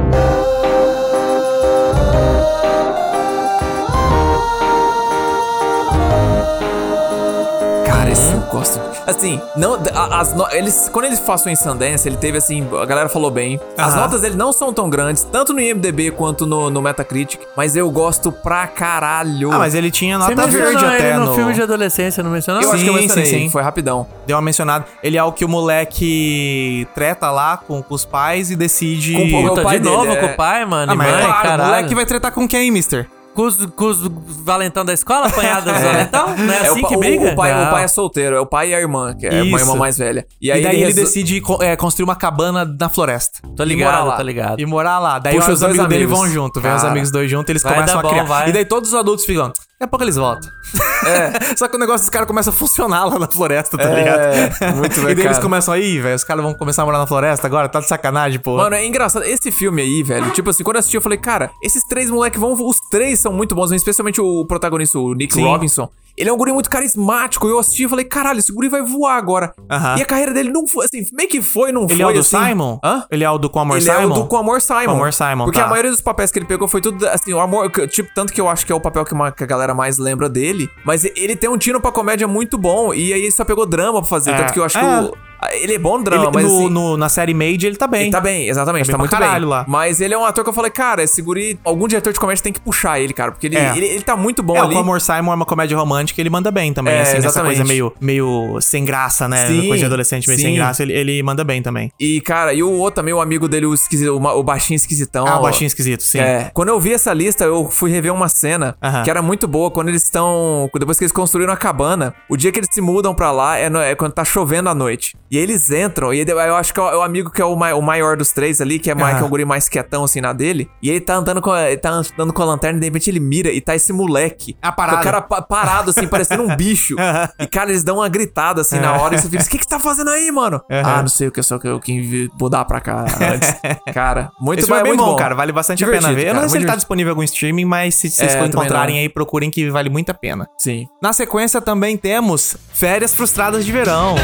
[SPEAKER 7] Cara, esse eu gosto. Assim, não, a- as no- eles, quando ele passou em Sundance, ele teve assim, a galera falou bem. As
[SPEAKER 5] Aham.
[SPEAKER 7] notas dele não são tão grandes, tanto no IMDB quanto no, no Metacritic, mas eu gosto pra caralho.
[SPEAKER 5] Ah, mas ele tinha
[SPEAKER 6] Você
[SPEAKER 5] nota
[SPEAKER 6] mencionou
[SPEAKER 5] verde
[SPEAKER 6] ele
[SPEAKER 5] até
[SPEAKER 6] tá no
[SPEAKER 5] no...
[SPEAKER 6] filme de adolescência, não mencionou?
[SPEAKER 7] eu acho que eu
[SPEAKER 5] sim,
[SPEAKER 7] mencionei,
[SPEAKER 5] sim, sim.
[SPEAKER 7] foi rapidão.
[SPEAKER 5] Deu uma mencionada. Ele é o que o moleque treta lá com, com os pais e decide...
[SPEAKER 7] Com o-
[SPEAKER 6] Puta,
[SPEAKER 7] pai
[SPEAKER 6] de
[SPEAKER 7] dele,
[SPEAKER 6] novo
[SPEAKER 7] é.
[SPEAKER 6] com o pai, mano.
[SPEAKER 5] Ah,
[SPEAKER 6] e
[SPEAKER 5] mas é
[SPEAKER 6] mãe,
[SPEAKER 5] claro, o
[SPEAKER 6] caralho.
[SPEAKER 5] moleque vai tretar com quem, mister?
[SPEAKER 6] Com os, com os valentão da escola, apanhado dos valentão? Não é
[SPEAKER 7] É,
[SPEAKER 6] assim
[SPEAKER 7] o, pa-
[SPEAKER 6] que
[SPEAKER 7] o-
[SPEAKER 6] briga?
[SPEAKER 7] O, pai, o
[SPEAKER 6] Não.
[SPEAKER 7] pai é solteiro, é o pai e a irmã, que é
[SPEAKER 5] Isso.
[SPEAKER 7] uma irmã mais velha. E
[SPEAKER 5] E,
[SPEAKER 7] aí
[SPEAKER 5] daí ele,
[SPEAKER 7] resol-
[SPEAKER 5] decide co- é, construir uma cabana na floresta.
[SPEAKER 6] Tô
[SPEAKER 7] morar
[SPEAKER 6] ligado,
[SPEAKER 7] lá.
[SPEAKER 6] tá ligado.
[SPEAKER 5] E morar lá. Daí
[SPEAKER 7] Puxa
[SPEAKER 5] os
[SPEAKER 7] os dois
[SPEAKER 5] amigos dele
[SPEAKER 7] amigos.
[SPEAKER 5] vão junto. Vem os
[SPEAKER 7] Cara.
[SPEAKER 5] amigos dois juntos, eles
[SPEAKER 6] Vai
[SPEAKER 5] começam
[SPEAKER 6] dar
[SPEAKER 5] a
[SPEAKER 6] bom,
[SPEAKER 5] criar.
[SPEAKER 6] vai.
[SPEAKER 5] E daí todos os adultos ficam. Daqui a pouco eles voltam.
[SPEAKER 7] É.
[SPEAKER 5] Só que o negócio dos caras começa a funcionar lá na floresta, tá ligado?
[SPEAKER 7] muito
[SPEAKER 5] e
[SPEAKER 7] bem,
[SPEAKER 5] daí eles
[SPEAKER 7] cara.
[SPEAKER 5] começam aí, velho. Os caras vão começar a morar na floresta agora, tá de sacanagem, pô.
[SPEAKER 7] Mano, é engraçado. Esse filme aí, velho, tipo assim, quando eu assisti, eu falei, cara, esses três moleques vão. Os três são muito bons, especialmente o protagonista, o Nick
[SPEAKER 5] Sim.
[SPEAKER 7] Robinson. Ele é um guri muito carismático. Eu assisti e falei, caralho, esse guri vai voar agora.
[SPEAKER 5] Aham.
[SPEAKER 7] E a carreira dele não foi, assim, meio que foi, não
[SPEAKER 5] ele
[SPEAKER 7] foi.
[SPEAKER 5] é o do
[SPEAKER 7] assim.
[SPEAKER 5] Simon?
[SPEAKER 7] Hã?
[SPEAKER 5] Ele é o do Com Amor
[SPEAKER 7] ele
[SPEAKER 5] Simon?
[SPEAKER 7] é o do Com Amor Simon.
[SPEAKER 5] Com Amor Simon,
[SPEAKER 7] Porque
[SPEAKER 5] tá.
[SPEAKER 7] a maioria dos papéis que ele pegou foi tudo, assim, o amor. que- Tipo, tanto que eu acho que é o papel que, uma- que a galera mais lembra dele. Mas ele tem um tino pra comédia muito bom. E aí ele só pegou drama pra fazer.
[SPEAKER 5] É.
[SPEAKER 7] Tanto que eu acho
[SPEAKER 5] É.
[SPEAKER 7] que o. Ah, Ele é bom no
[SPEAKER 5] Ele-
[SPEAKER 7] drama, mas
[SPEAKER 5] no-
[SPEAKER 7] assim,
[SPEAKER 5] no- na série Made ele tá bem.
[SPEAKER 7] Ele tá bem, exatamente,
[SPEAKER 5] Tá
[SPEAKER 7] tá,
[SPEAKER 5] bem
[SPEAKER 7] muito
[SPEAKER 5] pra caralho
[SPEAKER 7] bem.
[SPEAKER 5] lá.
[SPEAKER 7] Mas ele é um ator que eu falei, cara, esse guri, algum diretor de comédia tem que puxar ele, cara, porque ele,
[SPEAKER 5] É.
[SPEAKER 7] ele, ele tá muito bom
[SPEAKER 5] É,
[SPEAKER 7] ali.
[SPEAKER 5] o Amor Simon é uma comédia romântica, ele manda bem também,
[SPEAKER 7] É,
[SPEAKER 5] assim, nessa
[SPEAKER 7] exatamente.
[SPEAKER 5] coisa meio, meio sem graça, né?
[SPEAKER 7] Sim,
[SPEAKER 5] coisa de adolescente meio sem
[SPEAKER 7] sim.
[SPEAKER 5] graça, ele, ele manda bem também.
[SPEAKER 7] E, cara, e o outro também, o amigo dele, o, esquisito, o, ma- o baixinho esquisitão.
[SPEAKER 5] Ah, o
[SPEAKER 7] ó.
[SPEAKER 5] baixinho esquisito, sim.
[SPEAKER 7] É, quando eu vi essa lista, eu fui rever uma cena
[SPEAKER 5] Aham.
[SPEAKER 7] que era muito boa. Quando eles estão. Depois que eles construíram a cabana, o dia que eles se mudam pra lá é, no- é quando tá chovendo à noite. E eles entram, e ele- eu acho que é o, é o amigo que é o, mai- o maior dos três ali, que é,
[SPEAKER 6] Ah.
[SPEAKER 7] mais,
[SPEAKER 5] Aham.
[SPEAKER 7] que é um guri mais quietão assim na dele. E ele tá andando com a, ele tá andando com a lanterna e de repente ele mira e tá esse moleque.
[SPEAKER 5] Ah, parado.
[SPEAKER 7] Com O cara pa- parado, assim, parecendo um bicho.
[SPEAKER 5] Aham.
[SPEAKER 7] E, cara, eles dão uma gritada assim na hora e você fica: o que, que você tá fazendo aí, mano? Ah, não sei o que, só que eu que mudar pra cá antes. cara, muito
[SPEAKER 5] Esse filme é bem
[SPEAKER 7] muito
[SPEAKER 5] bom, cara. Vale bastante a
[SPEAKER 7] Divertido,
[SPEAKER 5] pena ver. eu não
[SPEAKER 7] cara,
[SPEAKER 5] sei se
[SPEAKER 7] muito
[SPEAKER 5] ele tá
[SPEAKER 7] divertido.
[SPEAKER 5] disponível em algum streaming, mas se vocês
[SPEAKER 7] É,
[SPEAKER 5] for
[SPEAKER 7] também não.
[SPEAKER 5] encontrarem aí, procurem que vale muito a pena.
[SPEAKER 7] Sim.
[SPEAKER 5] Na sequência também temos Férias Frustradas de Verão.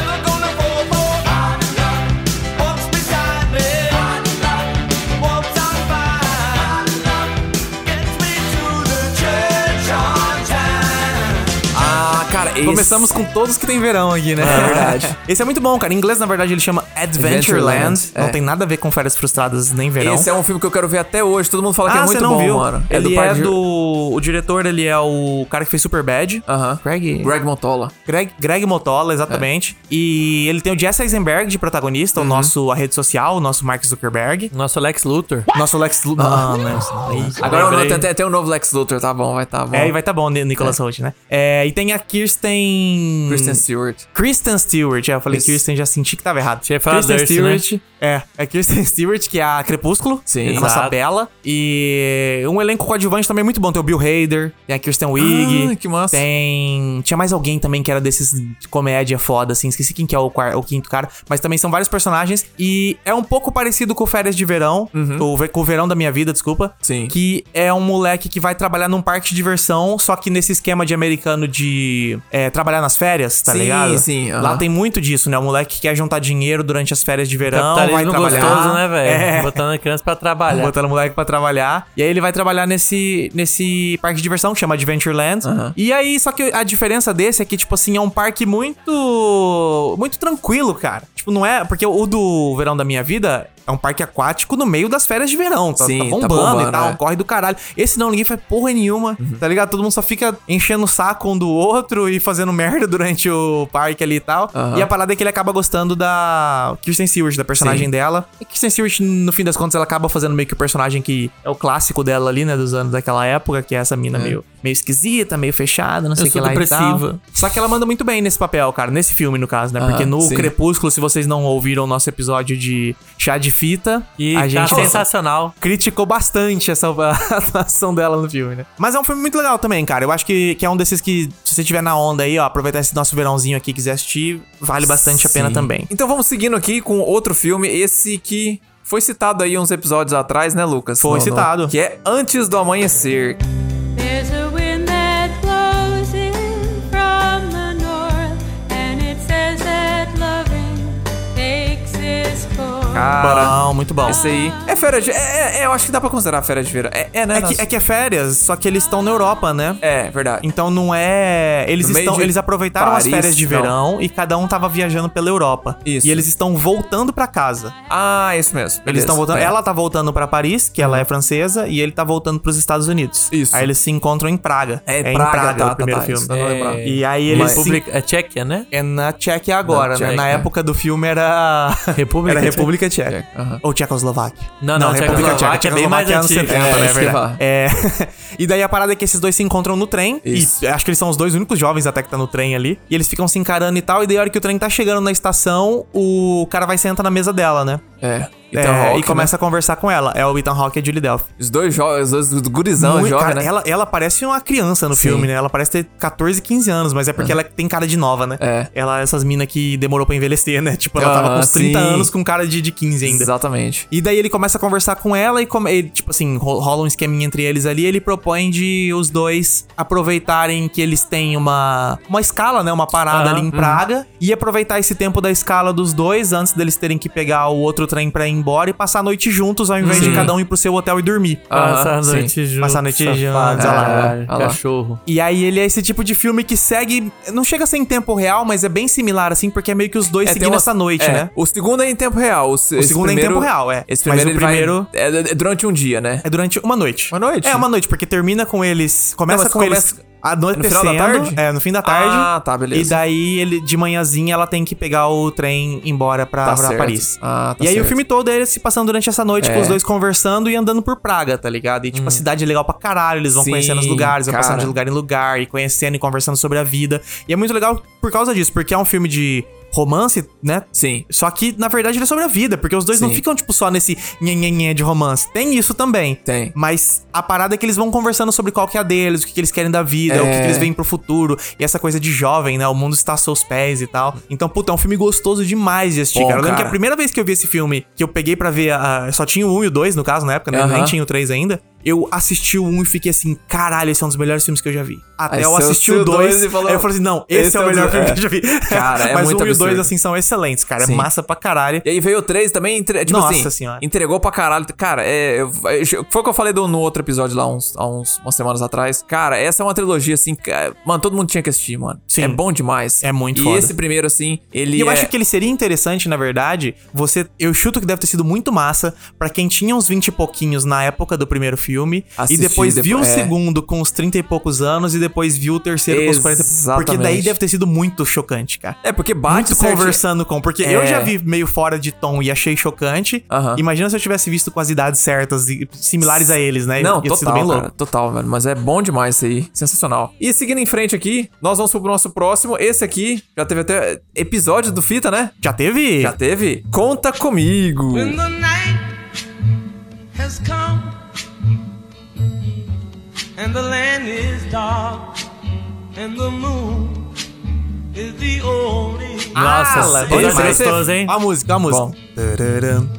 [SPEAKER 7] Ah, cara, esse...
[SPEAKER 5] Começamos com todos que tem verão aqui, né?
[SPEAKER 7] É verdade.
[SPEAKER 5] Esse é muito bom, cara. Em inglês, na verdade, ele chama Adventureland.
[SPEAKER 7] Adventureland,
[SPEAKER 5] Não
[SPEAKER 7] é.
[SPEAKER 5] tem nada a ver com Férias Frustradas nem verão.
[SPEAKER 7] Esse é um filme que eu quero ver até hoje. Todo mundo fala que é
[SPEAKER 5] Ah,
[SPEAKER 7] muito
[SPEAKER 5] você não
[SPEAKER 7] bom,
[SPEAKER 5] viu?
[SPEAKER 7] mano.
[SPEAKER 5] Ele é
[SPEAKER 7] par
[SPEAKER 5] do,
[SPEAKER 7] de-
[SPEAKER 5] O diretor, ele é o cara que fez Superbad. Ah,
[SPEAKER 7] Aham.
[SPEAKER 5] Greg... É.
[SPEAKER 7] Greg Montola.
[SPEAKER 5] Greg, Greg Motola, exatamente. E ele tem o Jesse Eisenberg de protagonista, o nosso, a rede social, o nosso Mark Zuckerberg.
[SPEAKER 6] Nosso Lex Luthor.
[SPEAKER 5] Nosso Lex Luthor. Ah, Não, não, não, não.
[SPEAKER 7] Agora
[SPEAKER 6] lembrei.
[SPEAKER 7] não, tem, tem o novo Lex Luthor, tá bom, vai tá bom.
[SPEAKER 5] É, e vai tá bom, Ni- Nicolas Holt, né? É, e tem a Kirsten.
[SPEAKER 7] Kristen Stewart.
[SPEAKER 5] Kristen Stewart. É, eu falei
[SPEAKER 7] Isso.
[SPEAKER 5] Kirsten, já senti que tava errado.
[SPEAKER 6] Tinha falado
[SPEAKER 5] Kristen
[SPEAKER 6] Darcy,
[SPEAKER 5] Stewart. É, é Kirsten Stewart, que é a Crepúsculo.
[SPEAKER 7] né? Sim.
[SPEAKER 5] a Nossa
[SPEAKER 6] Exato.
[SPEAKER 5] Bela. E um elenco coadjuvante também muito bom. Tem o Bill Hader, tem a Kirsten Wig.
[SPEAKER 7] Ah, que massa.
[SPEAKER 5] Tem. Tinha mais alguém também que era desses de comédia foda, assim. Esqueci quem que é o, quar- o quinto cara. Mas também são vários personagens. E é um pouco parecido com o Férias de Verão. O, ve- com o Verão da Minha Vida, desculpa.
[SPEAKER 7] Sim.
[SPEAKER 5] Que é um moleque que vai trabalhar num parque de diversão, só que nesse esquema de americano de é, trabalhar nas férias, tá
[SPEAKER 7] Sim,
[SPEAKER 5] ligado?
[SPEAKER 7] sim, aham.
[SPEAKER 5] Lá tem muito disso, né? O moleque que quer juntar dinheiro durante as férias de verão, vai
[SPEAKER 6] Capitalismo
[SPEAKER 5] trabalhar.
[SPEAKER 6] Tá gostoso, né, velho?
[SPEAKER 5] É.
[SPEAKER 6] Botando a criança pra trabalhar.
[SPEAKER 5] Botando o moleque pra trabalhar. E aí ele vai trabalhar nesse, nesse parque de diversão que chama Adventureland. E aí, só que a diferença desse é que, tipo assim, é um parque muito. muito tranquilo, cara. Tipo, não é. Porque o do verão da minha vida. É um parque aquático no meio das férias de verão. Tá,
[SPEAKER 7] Sim,
[SPEAKER 5] tá
[SPEAKER 7] tá
[SPEAKER 5] bombando, e
[SPEAKER 7] bombando,
[SPEAKER 5] tal,
[SPEAKER 7] é.
[SPEAKER 5] corre do caralho. Esse não, ninguém faz porra nenhuma, tá ligado? Todo mundo só fica enchendo o saco um do outro e fazendo merda durante o parque ali e tal. E a parada é que ele acaba gostando da Kirsten Stewart, da personagem
[SPEAKER 7] Sim.
[SPEAKER 5] dela. E Kirsten Stewart, no fim das contas, ela acaba fazendo meio que o personagem que é o clássico dela ali, né? Dos anos daquela época, que é essa mina meio, meio esquisita, meio fechada, não sei o que
[SPEAKER 6] sou
[SPEAKER 5] lá e tal.
[SPEAKER 6] depressiva.
[SPEAKER 5] Só que ela manda muito bem nesse papel, cara. Nesse filme, no caso, né? Porque
[SPEAKER 7] Ah,
[SPEAKER 5] no
[SPEAKER 7] sim.
[SPEAKER 5] Crepúsculo, se vocês não ouviram o nosso episódio de Chá de Fita...
[SPEAKER 6] E tá sensacional.
[SPEAKER 5] criticou bastante essa a atuação dela no filme, né? Mas é um filme muito legal também, cara. Eu acho que, que é um desses que, se você tiver na onda aí, ó, aproveitar esse nosso verãozinho aqui e quiser assistir, vale bastante a pena
[SPEAKER 7] Sim.
[SPEAKER 5] também.
[SPEAKER 7] Então vamos seguindo aqui com outro filme, esse que foi citado aí uns episódios atrás, né, Lucas?
[SPEAKER 5] Foi citado.
[SPEAKER 7] que é Antes do Amanhecer.
[SPEAKER 4] There's a wind that blows in from the north, and it says that loving takes its course.
[SPEAKER 5] Ah.
[SPEAKER 7] Cara,
[SPEAKER 5] bom, muito bom.
[SPEAKER 7] esse aí. É férias de. É, é, é, eu acho que dá pra considerar férias de verão. É, é né?
[SPEAKER 5] É que, é que é férias, só que eles estão na Europa, né?
[SPEAKER 7] É, verdade.
[SPEAKER 5] Então não é. Eles
[SPEAKER 7] No meio
[SPEAKER 5] estão.
[SPEAKER 7] de
[SPEAKER 5] Eles aproveitaram as
[SPEAKER 7] Paris,
[SPEAKER 5] férias de
[SPEAKER 7] não.
[SPEAKER 5] verão e cada um tava viajando pela Europa.
[SPEAKER 7] Isso.
[SPEAKER 5] E eles estão voltando pra casa.
[SPEAKER 7] Ah, isso mesmo.
[SPEAKER 5] Eles
[SPEAKER 7] beleza.
[SPEAKER 5] estão voltando.
[SPEAKER 7] Tá.
[SPEAKER 5] Ela tá voltando pra Paris, que ela é francesa, e ele tá voltando pros Estados Unidos.
[SPEAKER 7] Isso.
[SPEAKER 5] Aí eles se encontram em Praga.
[SPEAKER 7] É, Praga, tá,
[SPEAKER 5] é o
[SPEAKER 7] tá,
[SPEAKER 5] primeiro
[SPEAKER 7] tá,
[SPEAKER 5] filme.
[SPEAKER 7] isso eu não lembrava.
[SPEAKER 5] E aí eles
[SPEAKER 6] Eles
[SPEAKER 5] se-
[SPEAKER 6] public... É Tchequia, né?
[SPEAKER 5] É na Tchequia agora,
[SPEAKER 7] Na
[SPEAKER 5] né?
[SPEAKER 7] Tchequia.
[SPEAKER 5] Na época do filme era
[SPEAKER 6] República
[SPEAKER 5] era
[SPEAKER 6] Tcheca.
[SPEAKER 5] República Tcheca.
[SPEAKER 7] Tcheca, aham.
[SPEAKER 5] Ou Tchecoslováquia.
[SPEAKER 6] Não, não, Tchecoslováquia é bem mais
[SPEAKER 5] Tchecoslováquia anos
[SPEAKER 6] antiga.
[SPEAKER 5] 70, né,
[SPEAKER 7] É, isso que eu ia
[SPEAKER 5] verdade.
[SPEAKER 7] falar.
[SPEAKER 5] É. E daí a parada é que esses dois se encontram no trem.
[SPEAKER 7] Isso.
[SPEAKER 5] E acho que eles são os dois únicos jovens até que tá no trem ali. E eles ficam se encarando e tal. E daí a hora que o trem tá chegando na estação, o cara vai sentar na mesa dela, né?
[SPEAKER 7] É.
[SPEAKER 5] É,
[SPEAKER 7] Ethan Hawke,
[SPEAKER 5] e
[SPEAKER 7] né?
[SPEAKER 5] começa a conversar com ela. É o Ethan Hawke e a Julie Delphi.
[SPEAKER 7] Os dois jovens, os dois gurizão
[SPEAKER 5] Muito-
[SPEAKER 7] jovem,
[SPEAKER 5] cara, é
[SPEAKER 7] né?
[SPEAKER 5] ela, ela parece uma criança no
[SPEAKER 7] Sim. Uhum.
[SPEAKER 5] filme, né? Ela parece ter 14, 15 anos, mas é porque ela tem cara de nova, né?
[SPEAKER 7] É.
[SPEAKER 5] Ela é essas minas que demorou pra envelhecer, né? Tipo, ela tava
[SPEAKER 7] Ah,
[SPEAKER 5] com uns 30
[SPEAKER 7] sim.
[SPEAKER 5] anos com cara de, de 15 ainda.
[SPEAKER 7] Exatamente.
[SPEAKER 5] E daí ele começa a conversar com ela e, come- ele, tipo assim, ro- rola um esqueminha entre eles ali. Ele propõe de os dois aproveitarem que eles têm uma, uma escala, né? Uma parada
[SPEAKER 6] Ah,
[SPEAKER 5] ali em Praga. E aproveitar esse tempo da escala dos dois antes deles terem que pegar o outro trem pra ir embora e passar a noite juntos ao invés de cada um ir pro seu hotel e dormir.
[SPEAKER 6] Passar É, a
[SPEAKER 5] Sim.
[SPEAKER 6] noite junto.
[SPEAKER 5] Passar a noite juntos.
[SPEAKER 6] safado. É.
[SPEAKER 5] olha lá.
[SPEAKER 6] Caralho,
[SPEAKER 7] olha lá.
[SPEAKER 6] Cachorro.
[SPEAKER 5] E aí ele é esse tipo de filme que segue. Não chega a ser em tempo real, mas é bem similar, assim, porque é meio que os dois
[SPEAKER 7] tem
[SPEAKER 5] seguindo
[SPEAKER 7] uma-
[SPEAKER 5] essa noite,
[SPEAKER 7] é,
[SPEAKER 5] né?
[SPEAKER 7] O segundo é em tempo real. O, esse
[SPEAKER 5] segundo é em tempo real, é.
[SPEAKER 7] Esse
[SPEAKER 5] Mas
[SPEAKER 7] primeiro,
[SPEAKER 5] o
[SPEAKER 7] ele vai-
[SPEAKER 5] primeiro-
[SPEAKER 7] é, é durante um dia, né?
[SPEAKER 5] É durante uma noite.
[SPEAKER 7] Uma noite?
[SPEAKER 5] É, uma noite, porque termina com eles. Começa
[SPEAKER 7] mas
[SPEAKER 5] com
[SPEAKER 7] começa-
[SPEAKER 5] eles anoitecendo.
[SPEAKER 7] no final da tarde?
[SPEAKER 5] É, no fim da tarde.
[SPEAKER 7] Ah, tá, beleza.
[SPEAKER 5] E daí, ele, de manhãzinha, ela tem que pegar o trem e ir embora pra,
[SPEAKER 7] Tá
[SPEAKER 5] pra
[SPEAKER 7] certo.
[SPEAKER 5] Paris.
[SPEAKER 7] Ah, tá
[SPEAKER 5] e aí o
[SPEAKER 7] certo.
[SPEAKER 5] filme todo é eles se passando durante essa noite, com os dois conversando e andando por Praga, tá ligado? E tipo, a cidade é legal pra caralho, eles vão
[SPEAKER 7] Uhum. Sim,
[SPEAKER 5] conhecendo os lugares, vão
[SPEAKER 7] cara.
[SPEAKER 5] passando de lugar em lugar, e conhecendo e conversando sobre a vida. E é muito legal por causa disso, porque é um filme de romance, né?
[SPEAKER 7] Sim.
[SPEAKER 5] Só que, na verdade, ele é sobre a vida, porque os dois não
[SPEAKER 7] Sim.
[SPEAKER 5] ficam, tipo, só nesse nhenhenhen de romance. Tem isso também.
[SPEAKER 7] Tem.
[SPEAKER 5] Mas a parada é que eles vão conversando sobre qual que é a deles, o que, que eles querem da
[SPEAKER 7] É.
[SPEAKER 5] vida, o que, que eles veem pro futuro. E essa coisa de jovem, né? O mundo está aos seus pés e tal. Então, puta, é um filme gostoso demais de assistir,
[SPEAKER 7] Bom,
[SPEAKER 5] cara. Eu lembro
[SPEAKER 7] cara.
[SPEAKER 5] que a primeira vez que eu vi esse filme, que eu peguei pra ver, a- só tinha o 1 e o 2, no caso, na época, né? Nem
[SPEAKER 7] Aham.
[SPEAKER 5] tinha o 3 ainda. Eu assisti o 1 e fiquei assim, caralho, esse é um dos melhores filmes que eu já vi. Até
[SPEAKER 7] Aí
[SPEAKER 5] eu
[SPEAKER 7] você
[SPEAKER 5] assisti o
[SPEAKER 7] assistiu o
[SPEAKER 5] 2
[SPEAKER 7] dois e falou,
[SPEAKER 5] eu falei assim, não, esse, é o melhor filme que eu já vi.
[SPEAKER 7] Cara, é
[SPEAKER 5] Mas
[SPEAKER 7] muito
[SPEAKER 5] o 1 e o 2,
[SPEAKER 7] absurdo.
[SPEAKER 5] assim, são excelentes, cara. É
[SPEAKER 7] Sim.
[SPEAKER 5] massa pra caralho.
[SPEAKER 7] E aí veio o 3 também, entre, tipo
[SPEAKER 5] Nossa
[SPEAKER 7] assim,
[SPEAKER 5] Senhora.
[SPEAKER 7] entregou pra caralho. Cara, é, eu- eu- foi o que eu falei do- no outro episódio lá, uns, há uns, umas semanas atrás. Cara, essa é uma trilogia, assim, que, é, mano, todo mundo tinha que assistir, mano.
[SPEAKER 5] Sim.
[SPEAKER 7] É bom demais.
[SPEAKER 5] É muito
[SPEAKER 7] E
[SPEAKER 5] foda.
[SPEAKER 7] esse primeiro, assim, ele
[SPEAKER 5] E eu
[SPEAKER 7] é-
[SPEAKER 5] acho que ele seria interessante, na verdade, você. Eu chuto que deve ter sido muito massa pra quem tinha uns 20 e pouquinhos na época do primeiro filme.
[SPEAKER 7] Assistir
[SPEAKER 5] e depois viu
[SPEAKER 7] depois-
[SPEAKER 5] o
[SPEAKER 7] é.
[SPEAKER 5] segundo com os 30 e poucos anos e depois viu o terceiro com os 40 Porque daí
[SPEAKER 7] Exatamente.
[SPEAKER 5] deve ter sido muito chocante, cara.
[SPEAKER 7] É, porque bate
[SPEAKER 5] Muito
[SPEAKER 7] certinho.
[SPEAKER 5] conversando com. Porque eu
[SPEAKER 7] É.
[SPEAKER 5] já vi meio fora de tom e achei chocante.
[SPEAKER 7] Aham.
[SPEAKER 5] Imagina se eu tivesse visto com as idades certas e similares a eles, né?
[SPEAKER 7] Não,
[SPEAKER 5] Ia ter
[SPEAKER 7] total,
[SPEAKER 5] sido bem louco.
[SPEAKER 7] cara, total, velho. Mas é bom demais isso aí. Sensacional. E seguindo em frente aqui, nós vamos pro nosso próximo. Esse aqui já teve até episódio do Fita, né?
[SPEAKER 5] Já teve?
[SPEAKER 7] Já teve? Conta comigo.
[SPEAKER 8] When the night has come and the land is dark and the moon is the only
[SPEAKER 6] Nossa,
[SPEAKER 5] Ah,
[SPEAKER 6] ah,
[SPEAKER 5] bom
[SPEAKER 6] coisa
[SPEAKER 5] demais.
[SPEAKER 6] gostosa, hein?
[SPEAKER 5] A música, a música.
[SPEAKER 7] é Bom.
[SPEAKER 5] Tararam,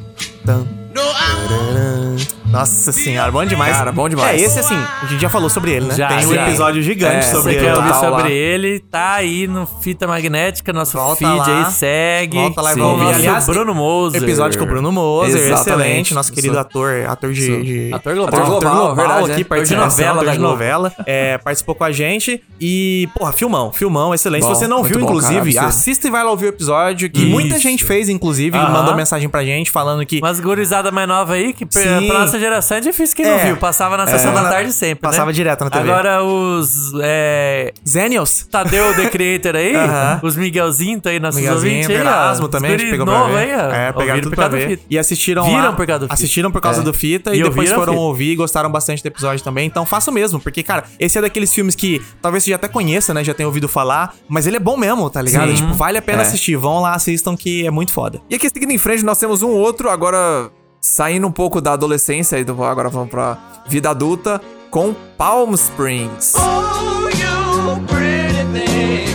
[SPEAKER 5] tam.
[SPEAKER 8] no I
[SPEAKER 5] Nossa senhora, bom demais.
[SPEAKER 7] Cara, bom demais.
[SPEAKER 5] É, esse assim, a gente já falou sobre ele, né?
[SPEAKER 6] Já,
[SPEAKER 5] Tem um
[SPEAKER 6] já.
[SPEAKER 5] episódio gigante
[SPEAKER 7] É,
[SPEAKER 5] sobre
[SPEAKER 6] Você
[SPEAKER 5] ele.
[SPEAKER 6] quer ouvir
[SPEAKER 7] Tá lá.
[SPEAKER 6] sobre ele? Tá aí no Fita Magnética, nosso
[SPEAKER 5] Volta
[SPEAKER 6] feed
[SPEAKER 5] lá.
[SPEAKER 6] aí, segue.
[SPEAKER 5] Volta lá e
[SPEAKER 6] Sim.
[SPEAKER 5] vamos ouvir.
[SPEAKER 6] Nosso
[SPEAKER 5] Aliás,
[SPEAKER 6] Bruno Moser.
[SPEAKER 5] Um Episódio com o Bruno Moser,
[SPEAKER 7] Exatamente.
[SPEAKER 5] excelente, nosso querido
[SPEAKER 7] Isso.
[SPEAKER 5] ator, ator de, de-
[SPEAKER 6] Ator global.
[SPEAKER 5] ator
[SPEAKER 7] Ator
[SPEAKER 5] global,
[SPEAKER 7] global, verdade,
[SPEAKER 5] aqui,
[SPEAKER 7] né?
[SPEAKER 5] participou
[SPEAKER 6] Ator de novela
[SPEAKER 5] ator
[SPEAKER 6] da
[SPEAKER 5] de
[SPEAKER 6] Globo.
[SPEAKER 5] novela, é, participou com a gente e, porra, filmão, filmão, excelente.
[SPEAKER 7] Bom,
[SPEAKER 5] Se você não
[SPEAKER 7] muito
[SPEAKER 5] viu,
[SPEAKER 7] bom, cara,
[SPEAKER 5] inclusive,
[SPEAKER 7] absurdo.
[SPEAKER 5] assista e vai lá ouvir o episódio que muita
[SPEAKER 6] Isso.
[SPEAKER 5] gente fez, inclusive,
[SPEAKER 6] Aham.
[SPEAKER 5] mandou mensagem pra gente falando que
[SPEAKER 6] Mas gurizada mais nova aí, que pra,
[SPEAKER 5] Sim.
[SPEAKER 6] pra nossa geração é difícil que
[SPEAKER 5] É.
[SPEAKER 6] não viu. Passava na sessão da
[SPEAKER 5] Passava na-
[SPEAKER 6] tarde sempre, né?
[SPEAKER 5] passava direto na TV.
[SPEAKER 6] Agora os... É,
[SPEAKER 5] Zenials
[SPEAKER 6] Tadeu The Creator aí,
[SPEAKER 5] Aham.
[SPEAKER 6] os Miguelzinho tá aí, nossos
[SPEAKER 5] Miguelzinho,
[SPEAKER 6] ouvintes aí, ó.
[SPEAKER 5] Erasmo
[SPEAKER 6] Os
[SPEAKER 5] também, a gente
[SPEAKER 6] guri
[SPEAKER 5] pegou
[SPEAKER 6] novo
[SPEAKER 5] pra ver.
[SPEAKER 6] aí, ó.
[SPEAKER 5] é, pegaram
[SPEAKER 6] Ouviram
[SPEAKER 5] tudo
[SPEAKER 6] por
[SPEAKER 5] pra
[SPEAKER 6] causa do
[SPEAKER 5] ver.
[SPEAKER 6] Fita.
[SPEAKER 5] E assistiram lá,
[SPEAKER 6] Viram por causa do Fita.
[SPEAKER 5] Assistiram por causa
[SPEAKER 6] É.
[SPEAKER 5] do Fita e,
[SPEAKER 6] E
[SPEAKER 5] depois
[SPEAKER 6] ouviram
[SPEAKER 5] foram
[SPEAKER 6] Fita.
[SPEAKER 5] ouvir e gostaram bastante do episódio também. Então faça o mesmo, porque, cara, esse é daqueles filmes que talvez você já até conheça, né? Já tenha ouvido falar, mas ele é bom mesmo, tá ligado?
[SPEAKER 7] Sim.
[SPEAKER 5] Tipo, vale a pena
[SPEAKER 7] É.
[SPEAKER 5] assistir. Vão lá, assistam que é muito foda.
[SPEAKER 7] E aqui seguindo em frente, nós temos um outro, agora saindo um pouco da adolescência, e do- agora vamos pra vida adulta, com Palm Springs.
[SPEAKER 8] Oh, you pretty thing.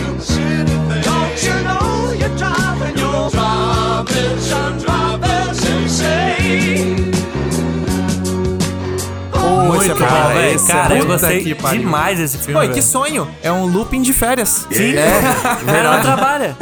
[SPEAKER 8] Don't you know you're driving your prohibition drivers insane?
[SPEAKER 5] Oh,
[SPEAKER 7] Pô,
[SPEAKER 6] Muito
[SPEAKER 7] esse é
[SPEAKER 6] bom,
[SPEAKER 7] cara,
[SPEAKER 6] velho.
[SPEAKER 7] esse é
[SPEAKER 6] Cara, eu
[SPEAKER 7] muito-
[SPEAKER 6] gostei
[SPEAKER 5] que pariu.
[SPEAKER 6] demais desse filme,
[SPEAKER 5] Pô, e
[SPEAKER 6] velho.
[SPEAKER 5] que sonho! É um looping de férias. Sim.
[SPEAKER 7] É.
[SPEAKER 6] O cara não trabalha.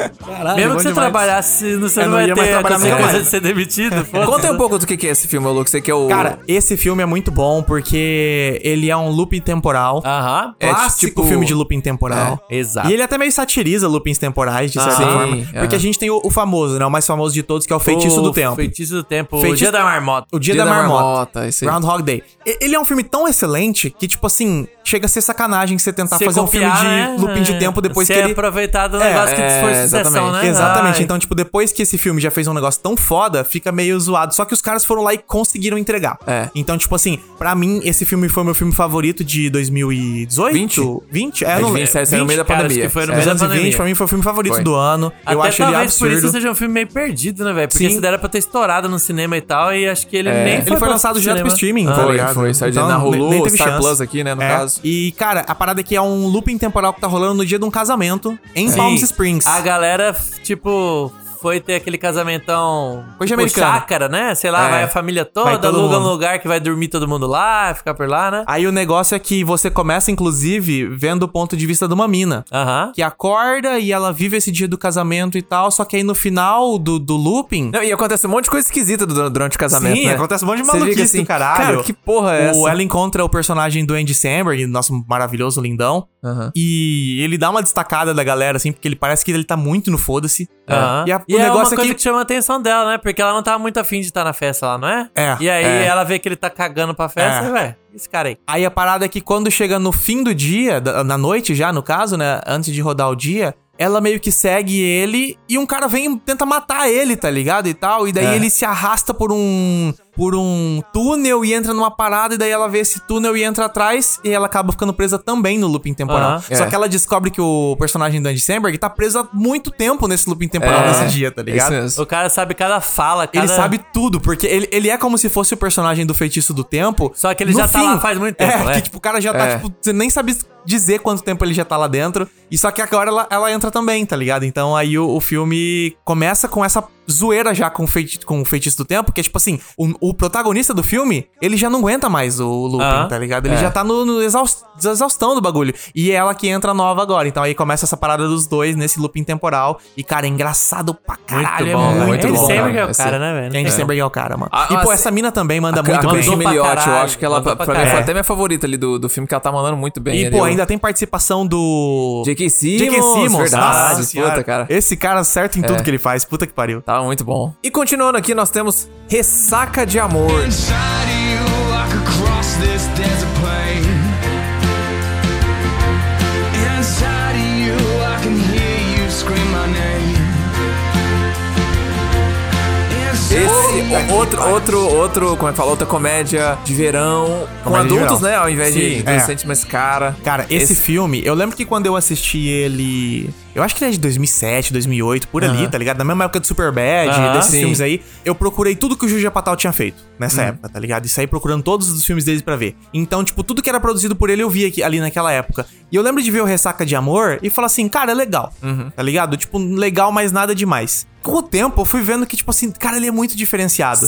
[SPEAKER 6] Mesmo
[SPEAKER 5] bom
[SPEAKER 6] que você
[SPEAKER 5] demais.
[SPEAKER 6] trabalhasse, não- você
[SPEAKER 5] Eu
[SPEAKER 6] não
[SPEAKER 5] não
[SPEAKER 6] vai
[SPEAKER 5] ia mais
[SPEAKER 6] ter a
[SPEAKER 5] trabalhar nunca
[SPEAKER 6] consequência
[SPEAKER 5] mais.
[SPEAKER 6] de ser demitido.
[SPEAKER 7] Conta
[SPEAKER 6] foda-se.
[SPEAKER 7] aí um pouco do que que é esse filme, Lu, que você que é o...
[SPEAKER 5] Cara, esse filme é muito bom porque ele é um looping temporal.
[SPEAKER 6] Aham.
[SPEAKER 7] É,
[SPEAKER 5] clássico
[SPEAKER 7] tipo-
[SPEAKER 5] filme de looping temporal.
[SPEAKER 6] Ah, É, exato. Ah,
[SPEAKER 5] E ele até meio satiriza loopings temporais, de certa
[SPEAKER 7] sim,
[SPEAKER 5] forma.
[SPEAKER 7] aham.
[SPEAKER 5] Porque a gente tem o, o famoso, né? O mais famoso de todos, que é o Feitiço
[SPEAKER 6] O
[SPEAKER 5] do Tempo.
[SPEAKER 6] Feitiço do Tempo. O
[SPEAKER 5] Feitiço-
[SPEAKER 6] Dia da Marmota.
[SPEAKER 5] O Dia,
[SPEAKER 7] Dia
[SPEAKER 5] da,
[SPEAKER 7] da
[SPEAKER 5] Marmota.
[SPEAKER 7] Marmota, esse aí.
[SPEAKER 5] Groundhog Day. E- Ele é um filme tão excelente que, tipo assim, chega a ser sacanagem você tentar
[SPEAKER 6] Você
[SPEAKER 5] fazer um
[SPEAKER 6] copiar,
[SPEAKER 5] filme de
[SPEAKER 6] né?
[SPEAKER 5] looping de tempo depois
[SPEAKER 6] Você
[SPEAKER 5] que ele...
[SPEAKER 6] aproveitar do
[SPEAKER 5] É,
[SPEAKER 6] um negócio que
[SPEAKER 7] é,
[SPEAKER 6] foi sucessão,
[SPEAKER 7] exatamente.
[SPEAKER 6] né?
[SPEAKER 5] Exatamente.
[SPEAKER 6] Ai,
[SPEAKER 5] Então, tipo, depois que esse filme já fez um negócio tão foda, fica meio zoado. Só que os caras foram lá e conseguiram entregar.
[SPEAKER 7] É.
[SPEAKER 5] Então, tipo assim, pra mim, esse filme foi meu filme favorito de 2018?
[SPEAKER 7] 20?
[SPEAKER 5] 20? É,
[SPEAKER 7] É
[SPEAKER 5] eu
[SPEAKER 7] de
[SPEAKER 5] não
[SPEAKER 7] 20,
[SPEAKER 5] lembro.
[SPEAKER 7] saiu no meio da
[SPEAKER 6] cara, acho
[SPEAKER 7] pandemia.
[SPEAKER 6] que foi no
[SPEAKER 7] É.
[SPEAKER 6] meio da
[SPEAKER 5] 2020,
[SPEAKER 6] pandemia.
[SPEAKER 5] pra mim foi o filme favorito
[SPEAKER 7] Foi.
[SPEAKER 5] do ano. eu
[SPEAKER 6] Até
[SPEAKER 5] acho ele
[SPEAKER 6] talvez
[SPEAKER 5] absurdo.
[SPEAKER 6] por isso seja um filme meio perdido, né, velho? Porque
[SPEAKER 5] Sim. É.
[SPEAKER 6] isso dera pra ter estourado no cinema e tal, e acho que ele nem
[SPEAKER 5] Ele foi,
[SPEAKER 6] pra
[SPEAKER 5] lançado direto pro
[SPEAKER 6] cinema.
[SPEAKER 5] streaming,
[SPEAKER 6] Ah,
[SPEAKER 5] tá
[SPEAKER 7] É. foi,
[SPEAKER 5] ligado?
[SPEAKER 7] foi. Saiu na Hulu,
[SPEAKER 5] nem teve
[SPEAKER 7] Star
[SPEAKER 5] chance. É.
[SPEAKER 7] Plus aqui, né, no caso.
[SPEAKER 5] E, cara, a parada aqui é um looping temporal que tá rolando no dia de um casamento em
[SPEAKER 7] Ah,
[SPEAKER 6] Sim.
[SPEAKER 5] Palm Springs.
[SPEAKER 6] A galera, f- tipo, foi ter aquele casamentão.
[SPEAKER 5] Coisa
[SPEAKER 6] tipo
[SPEAKER 5] americana.
[SPEAKER 6] chácara, né? Sei lá,
[SPEAKER 5] É.
[SPEAKER 6] vai a família
[SPEAKER 5] Vai
[SPEAKER 6] toda,
[SPEAKER 5] todo
[SPEAKER 6] aluga um
[SPEAKER 5] mundo.
[SPEAKER 6] lugar que vai dormir todo mundo lá, ficar por lá, né?
[SPEAKER 5] Aí o negócio é que você começa, inclusive, vendo o ponto de vista de uma mina.
[SPEAKER 6] Aham.
[SPEAKER 5] Que acorda e ela vive esse dia do casamento e tal, só que aí no final do, do looping.
[SPEAKER 7] Não, e acontece um monte de coisa esquisita du- durante o casamento,
[SPEAKER 5] Sim,
[SPEAKER 7] né?
[SPEAKER 5] acontece um monte de
[SPEAKER 7] Você fica
[SPEAKER 5] maluquice
[SPEAKER 7] assim,
[SPEAKER 5] do caralho.
[SPEAKER 7] Cara, que porra é
[SPEAKER 5] o,
[SPEAKER 7] essa?
[SPEAKER 5] ela encontra o personagem do Andy Samberg, nosso maravilhoso lindão.
[SPEAKER 7] Aham.
[SPEAKER 5] E ele dá uma destacada da galera, assim, porque ele parece que ele tá muito no foda-se.
[SPEAKER 6] Aham.
[SPEAKER 5] E, a-
[SPEAKER 6] E
[SPEAKER 5] o
[SPEAKER 6] é
[SPEAKER 5] negócio
[SPEAKER 6] uma
[SPEAKER 5] é
[SPEAKER 6] coisa
[SPEAKER 5] que.
[SPEAKER 6] que... chama a atenção dela, né? Porque ela não tava muito afim de estar na festa lá, não é?
[SPEAKER 5] É,
[SPEAKER 6] E aí
[SPEAKER 5] é.
[SPEAKER 6] ela vê que ele tá cagando pra festa,
[SPEAKER 5] É.
[SPEAKER 6] e, ué, esse cara aí.
[SPEAKER 5] Aí a parada é que quando chega no fim do dia, da- na noite já, no caso, né? Antes de rodar o dia, ela meio que segue ele e um cara vem e tenta matar ele, tá ligado? E tal. E daí
[SPEAKER 7] É.
[SPEAKER 5] ele se arrasta por um. Por um túnel e entra numa parada, e daí ela vê esse túnel e entra atrás, e ela acaba ficando presa também no looping temporal.
[SPEAKER 6] Aham.
[SPEAKER 5] Só
[SPEAKER 7] É.
[SPEAKER 5] que ela descobre que o personagem do Andy Samberg tá preso há muito tempo nesse looping temporal
[SPEAKER 7] É.
[SPEAKER 5] nesse dia, tá
[SPEAKER 7] É isso
[SPEAKER 5] ligado?
[SPEAKER 7] mesmo.
[SPEAKER 6] O cara sabe cada fala, cada...
[SPEAKER 5] Ele sabe tudo, porque ele, ele é como se fosse o personagem do feitiço do tempo.
[SPEAKER 6] Só que ele
[SPEAKER 5] no
[SPEAKER 6] já tá lá faz muito tempo,
[SPEAKER 5] É,
[SPEAKER 6] né?
[SPEAKER 5] que tipo, o cara já tá,
[SPEAKER 7] É.
[SPEAKER 5] tipo, você nem sabe dizer quanto tempo ele já tá lá dentro. E só que agora ela, ela entra também, tá ligado? Então aí o, o filme começa com essa zoeira já com o, feiti com o feitiço do tempo, que é tipo assim, o, o protagonista do filme, ele já não aguenta mais o looping,
[SPEAKER 6] Aham. É.
[SPEAKER 5] tá ligado? Ele já tá no, no exaus- exaustão do bagulho. E é ela que entra nova agora. Então aí começa essa parada dos dois nesse looping temporal. E, cara, é engraçado pra caralho. é
[SPEAKER 6] Muito bom,
[SPEAKER 7] muito
[SPEAKER 6] muito
[SPEAKER 7] bom,
[SPEAKER 6] sempre
[SPEAKER 7] cara.
[SPEAKER 6] que é o
[SPEAKER 7] Esse-
[SPEAKER 6] cara, né, velho? Não
[SPEAKER 5] Andy
[SPEAKER 6] tem como.
[SPEAKER 5] Samberg é o cara, mano.
[SPEAKER 7] Ah,
[SPEAKER 5] e, pô,
[SPEAKER 7] ah,
[SPEAKER 5] essa mina também manda muito
[SPEAKER 7] a
[SPEAKER 5] bem.
[SPEAKER 7] Kim
[SPEAKER 6] mandou pra
[SPEAKER 7] Elliott, eu
[SPEAKER 6] caralho,
[SPEAKER 7] acho que ela,
[SPEAKER 6] mandou
[SPEAKER 7] pra,
[SPEAKER 6] pra
[SPEAKER 7] mim, foi
[SPEAKER 6] caralho.
[SPEAKER 7] até minha favorita ali do, do filme, que ela tá mandando muito bem.
[SPEAKER 5] E,
[SPEAKER 7] ali,
[SPEAKER 5] pô,
[SPEAKER 7] o-
[SPEAKER 5] ainda tem participação do...
[SPEAKER 7] J.K. Simmons,
[SPEAKER 5] J.K.
[SPEAKER 7] verdade,
[SPEAKER 5] Nossa
[SPEAKER 7] puta,
[SPEAKER 5] senhora.
[SPEAKER 7] cara. É.
[SPEAKER 5] Esse cara certo em tudo que ele faz. Puta que pariu.
[SPEAKER 7] Tá muito bom. E continuando aqui, nós temos Ressaca de Amor.
[SPEAKER 8] Inside of you, I could cross this desert plain. Inside of you, I can hear you scream my name. Inside
[SPEAKER 7] Esse, o- outro, outro, outro, como é que fala? Outra comédia de verão. com
[SPEAKER 5] Comédia de
[SPEAKER 7] adultos,
[SPEAKER 5] verão.
[SPEAKER 7] né? Ao invés de
[SPEAKER 5] Sim, é.
[SPEAKER 7] adolescente, mas cara.
[SPEAKER 5] Cara, esse,
[SPEAKER 7] filme.
[SPEAKER 5] filme, eu lembro que quando eu assisti ele. Eu acho que ele é de 2007, 2008, por ali, tá ligado? Na mesma época do Superbad,
[SPEAKER 6] Aham,
[SPEAKER 5] desses
[SPEAKER 7] sim.
[SPEAKER 5] filmes aí. Eu procurei tudo que o Juja Patal tinha feito nessa época, tá ligado? E saí procurando todos os filmes dele pra ver. Então, tipo, tudo que era produzido por ele eu vi aqui, ali naquela época. E eu lembro de ver o Ressaca de Amor e falar assim, cara, é legal, tá ligado? Tipo, legal, mas nada demais. Com o tempo, eu fui vendo que, tipo assim, cara, ele é muito diferenciado.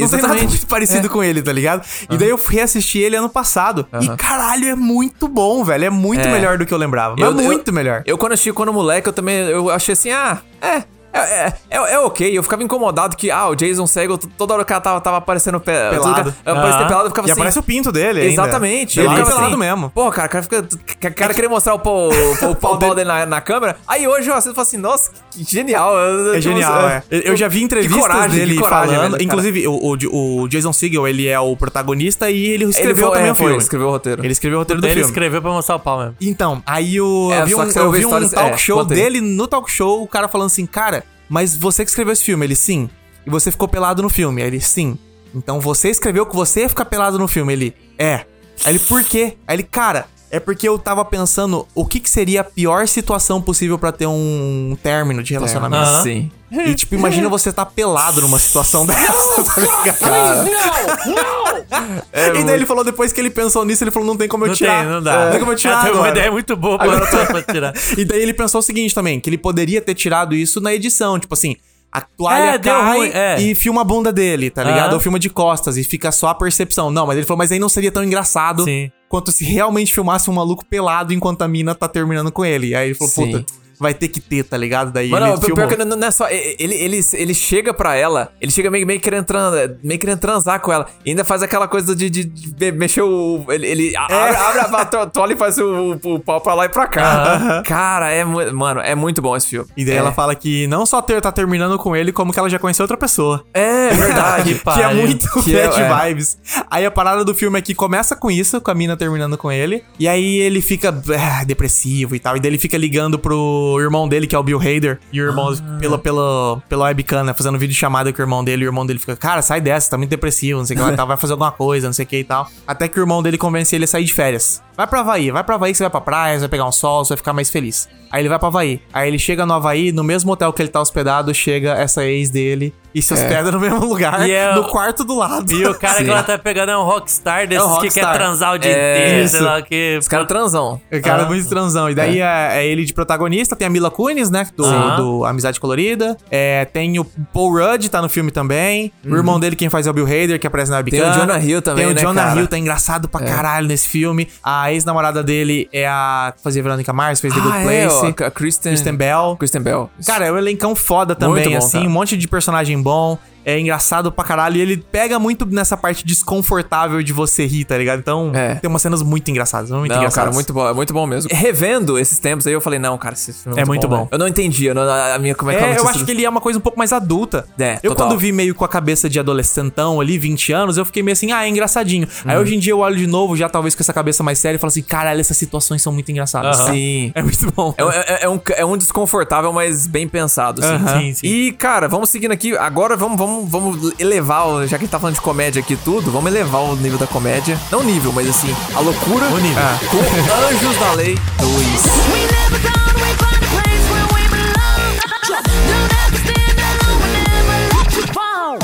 [SPEAKER 5] Não tem nada
[SPEAKER 7] exatamente.
[SPEAKER 5] muito parecido com ele, tá ligado? E daí eu fui reassistir ele ano passado. E caralho, é muito bom, velho. É muito
[SPEAKER 7] É.
[SPEAKER 5] melhor do que eu lembrava. Mas
[SPEAKER 7] Eu-
[SPEAKER 5] muito
[SPEAKER 7] eu-
[SPEAKER 5] melhor.
[SPEAKER 7] Eu, quando assisti quando moleque, eu também eu achei assim, ah, é. É, é, é- é ok, eu ficava incomodado que, ah, o Jason Segel, t- toda hora que ela tava, tava aparecendo pe
[SPEAKER 5] Pelado.
[SPEAKER 7] Eu aparecia
[SPEAKER 6] Ah.
[SPEAKER 7] pelado, eu ficava
[SPEAKER 5] e
[SPEAKER 7] assim.
[SPEAKER 5] aparece o pinto dele ainda.
[SPEAKER 7] Exatamente.
[SPEAKER 5] Ele
[SPEAKER 7] eu
[SPEAKER 5] é
[SPEAKER 7] ficava
[SPEAKER 5] pelado
[SPEAKER 7] assim,
[SPEAKER 5] mesmo. É
[SPEAKER 7] Pô, cara, o cara fica. O cara queria mostrar o pau, o pau dele, na, na câmera. Aí hoje eu assisto e falo assim, nossa, que genial.
[SPEAKER 5] É genial, é. Eu eu já vi entrevistas dele falando.
[SPEAKER 7] né,
[SPEAKER 5] Inclusive, o, o- o Jason Segel, ele é o protagonista e ele escreveu
[SPEAKER 7] escreveu
[SPEAKER 5] também
[SPEAKER 7] também
[SPEAKER 5] o filme.
[SPEAKER 7] Ele é, escreveu o roteiro.
[SPEAKER 5] Ele escreveu o roteiro do
[SPEAKER 6] Ele
[SPEAKER 5] filme.
[SPEAKER 6] escreveu pra mostrar o pau mesmo.
[SPEAKER 5] Então, aí eu,
[SPEAKER 7] É,
[SPEAKER 5] eu vi
[SPEAKER 7] só
[SPEAKER 5] um,
[SPEAKER 7] que você
[SPEAKER 5] eu vi
[SPEAKER 7] ouve
[SPEAKER 5] um
[SPEAKER 7] histórias-
[SPEAKER 5] talk
[SPEAKER 7] é,
[SPEAKER 5] show
[SPEAKER 7] conta aí.
[SPEAKER 5] dele, no talk show, o cara falando assim, cara, mas você que escreveu esse filme, ele sim. E você ficou pelado no filme. Aí ele, sim. Então você escreveu que você ia ficar pelado no filme. Ele, é. Aí ele, por quê? Aí ele, cara, é porque eu tava pensando o que, que seria a pior situação possível pra ter um término de relacionamento.
[SPEAKER 6] Aham.
[SPEAKER 7] Sim.
[SPEAKER 5] E tipo, imagina você tá pelado numa situação dessa, É tá ligado? e daí ele falou, depois que ele pensou nisso, ele falou, não tem como eu
[SPEAKER 6] Não
[SPEAKER 5] tirar.
[SPEAKER 6] tem, não dá.
[SPEAKER 7] é
[SPEAKER 5] Não tem como eu tirar
[SPEAKER 6] Ela teve uma
[SPEAKER 5] agora.
[SPEAKER 6] ideia muito boa pra, pra tirar.
[SPEAKER 5] E daí ele pensou o seguinte também, que ele poderia ter tirado isso na edição, tipo assim, a toalha
[SPEAKER 6] É, deu
[SPEAKER 5] cai
[SPEAKER 6] ruim, é.
[SPEAKER 5] e filma a bunda dele, tá ligado?
[SPEAKER 6] Aham.
[SPEAKER 5] Ou filma de costas e fica só a percepção. Não, mas ele falou, mas aí não seria tão engraçado
[SPEAKER 6] Sim.
[SPEAKER 5] quanto se realmente filmasse um maluco pelado enquanto a mina tá terminando com ele. Aí ele falou,
[SPEAKER 7] Sim.
[SPEAKER 5] puta, vai ter que ter, tá ligado? Daí
[SPEAKER 7] Mano,
[SPEAKER 5] ele
[SPEAKER 7] pior
[SPEAKER 5] filmou.
[SPEAKER 7] que não, não é só. Ele, ele, ele chega pra ela, ele chega meio, meio, querendo, tran- meio querendo transar com ela. E ainda faz aquela coisa de, de- de be- mexer o. Ele, ele a-
[SPEAKER 5] É.
[SPEAKER 7] abre, abre a to- toalha e faz o, o- o pau pra lá e pra cá. Cara, é mu- Mano, é muito bom esse filme.
[SPEAKER 5] E daí
[SPEAKER 7] é.
[SPEAKER 5] ela fala que não só ter, tá terminando com ele, como que ela já conheceu outra pessoa.
[SPEAKER 7] É
[SPEAKER 6] Que
[SPEAKER 7] verdade.
[SPEAKER 5] que é
[SPEAKER 6] pariu.
[SPEAKER 5] muito
[SPEAKER 7] Que é-
[SPEAKER 5] bad
[SPEAKER 7] é.
[SPEAKER 5] vibes. Aí a parada do filme é que começa com isso, com a mina terminando com ele. E aí ele fica ah, depressivo e tal. E daí ele fica ligando pro irmão dele, que é o Bill Hader. E o irmão,
[SPEAKER 6] Ah.
[SPEAKER 5] pelo, pelo, pelo webcam, né, fazendo vídeo chamada com o irmão dele. E o irmão dele fica, cara, sai dessa, tá muito depressivo, não sei o que lá, e tal, vai fazer alguma coisa, não sei o que e tal. Até que o irmão dele convence ele a sair de férias. Vai pra Havaí, vai pra Havaí que você vai pra praia, você vai pegar um sol, você vai ficar mais feliz. Aí ele vai pra Havaí. Aí ele chega no Havaí, no mesmo hotel que ele tá hospedado, chega essa ex dele e e se hospeda no mesmo lugar,
[SPEAKER 6] É. E é
[SPEAKER 5] no
[SPEAKER 6] o-
[SPEAKER 5] quarto do lado.
[SPEAKER 6] E o cara que ela tá pegando é um rockstar desses que quer
[SPEAKER 5] rockstar.
[SPEAKER 6] transar o dia
[SPEAKER 7] É,
[SPEAKER 6] inteiro, sei
[SPEAKER 5] isso.
[SPEAKER 6] lá o que.
[SPEAKER 7] Os caras transão. Ah.
[SPEAKER 5] O cara é muito transão. E daí é. é ele de protagonista, tem a Mila Kunis, né? Do,
[SPEAKER 6] Sim.
[SPEAKER 5] do Amizade Colorida. É, tem o Paul Rudd, tá no filme também. O irmão dele, quem faz é o Bill Hader, que aparece na webcam.
[SPEAKER 7] Uhum. o Jonah Hill também,
[SPEAKER 5] Tem o
[SPEAKER 7] né,
[SPEAKER 5] Jonah
[SPEAKER 7] cara? É.
[SPEAKER 5] Hill, tá engraçado pra caralho nesse filme. A ex-namorada dele é a... que Fazia Veronica Mars, fez The Good
[SPEAKER 7] é,
[SPEAKER 5] Place.
[SPEAKER 7] ó, a Kristen,
[SPEAKER 5] Kristen Bell.
[SPEAKER 7] Kristen Bell.
[SPEAKER 5] Cara, é um elencão foda também,
[SPEAKER 7] Muito bom,
[SPEAKER 5] assim,
[SPEAKER 7] cara.
[SPEAKER 5] um monte de personagem bom, é engraçado pra caralho, e ele pega muito nessa parte desconfortável de você rir, tá ligado? Então,
[SPEAKER 7] É.
[SPEAKER 5] tem umas cenas muito engraçadas, muito
[SPEAKER 7] Não,
[SPEAKER 5] engraçadas.
[SPEAKER 7] cara, muito bom, é muito bom mesmo. Revendo esses tempos aí, eu falei, não, cara, esse filme
[SPEAKER 5] É muito bom.
[SPEAKER 7] velho. né?" Eu não entendi, eu não- a minha como é que
[SPEAKER 5] É,
[SPEAKER 7] ela
[SPEAKER 5] eu
[SPEAKER 7] tinha
[SPEAKER 5] acho
[SPEAKER 7] sido-
[SPEAKER 5] que ele é uma coisa um pouco mais adulta.
[SPEAKER 7] É,
[SPEAKER 5] eu
[SPEAKER 7] total.
[SPEAKER 5] quando vi meio com a cabeça de adolescentão ali, 20 anos, eu fiquei meio assim, ah, é engraçadinho. Aí
[SPEAKER 7] Uhum.
[SPEAKER 5] hoje em dia eu olho de novo, já talvez com essa cabeça mais séria, e falo assim, caralho, essas situações são muito engraçadas.
[SPEAKER 6] Aham.
[SPEAKER 7] Sim.
[SPEAKER 5] É muito bom.
[SPEAKER 7] É, um- é- é um, é um desconfortável, mas bem pensado, assim.
[SPEAKER 5] Aham. Sim, sim.
[SPEAKER 7] E, cara, vamos seguindo aqui. Agora vamos, vamos, vamos elevar, o- já que a gente tá falando de comédia aqui e tudo, vamos elevar o nível da comédia. Não o nível, mas assim, a loucura. Ah. O nível. com Anjos da Lei 2.
[SPEAKER 9] We never thought we'd find a place where we belong. Don't have to stand alone. We never let you fall.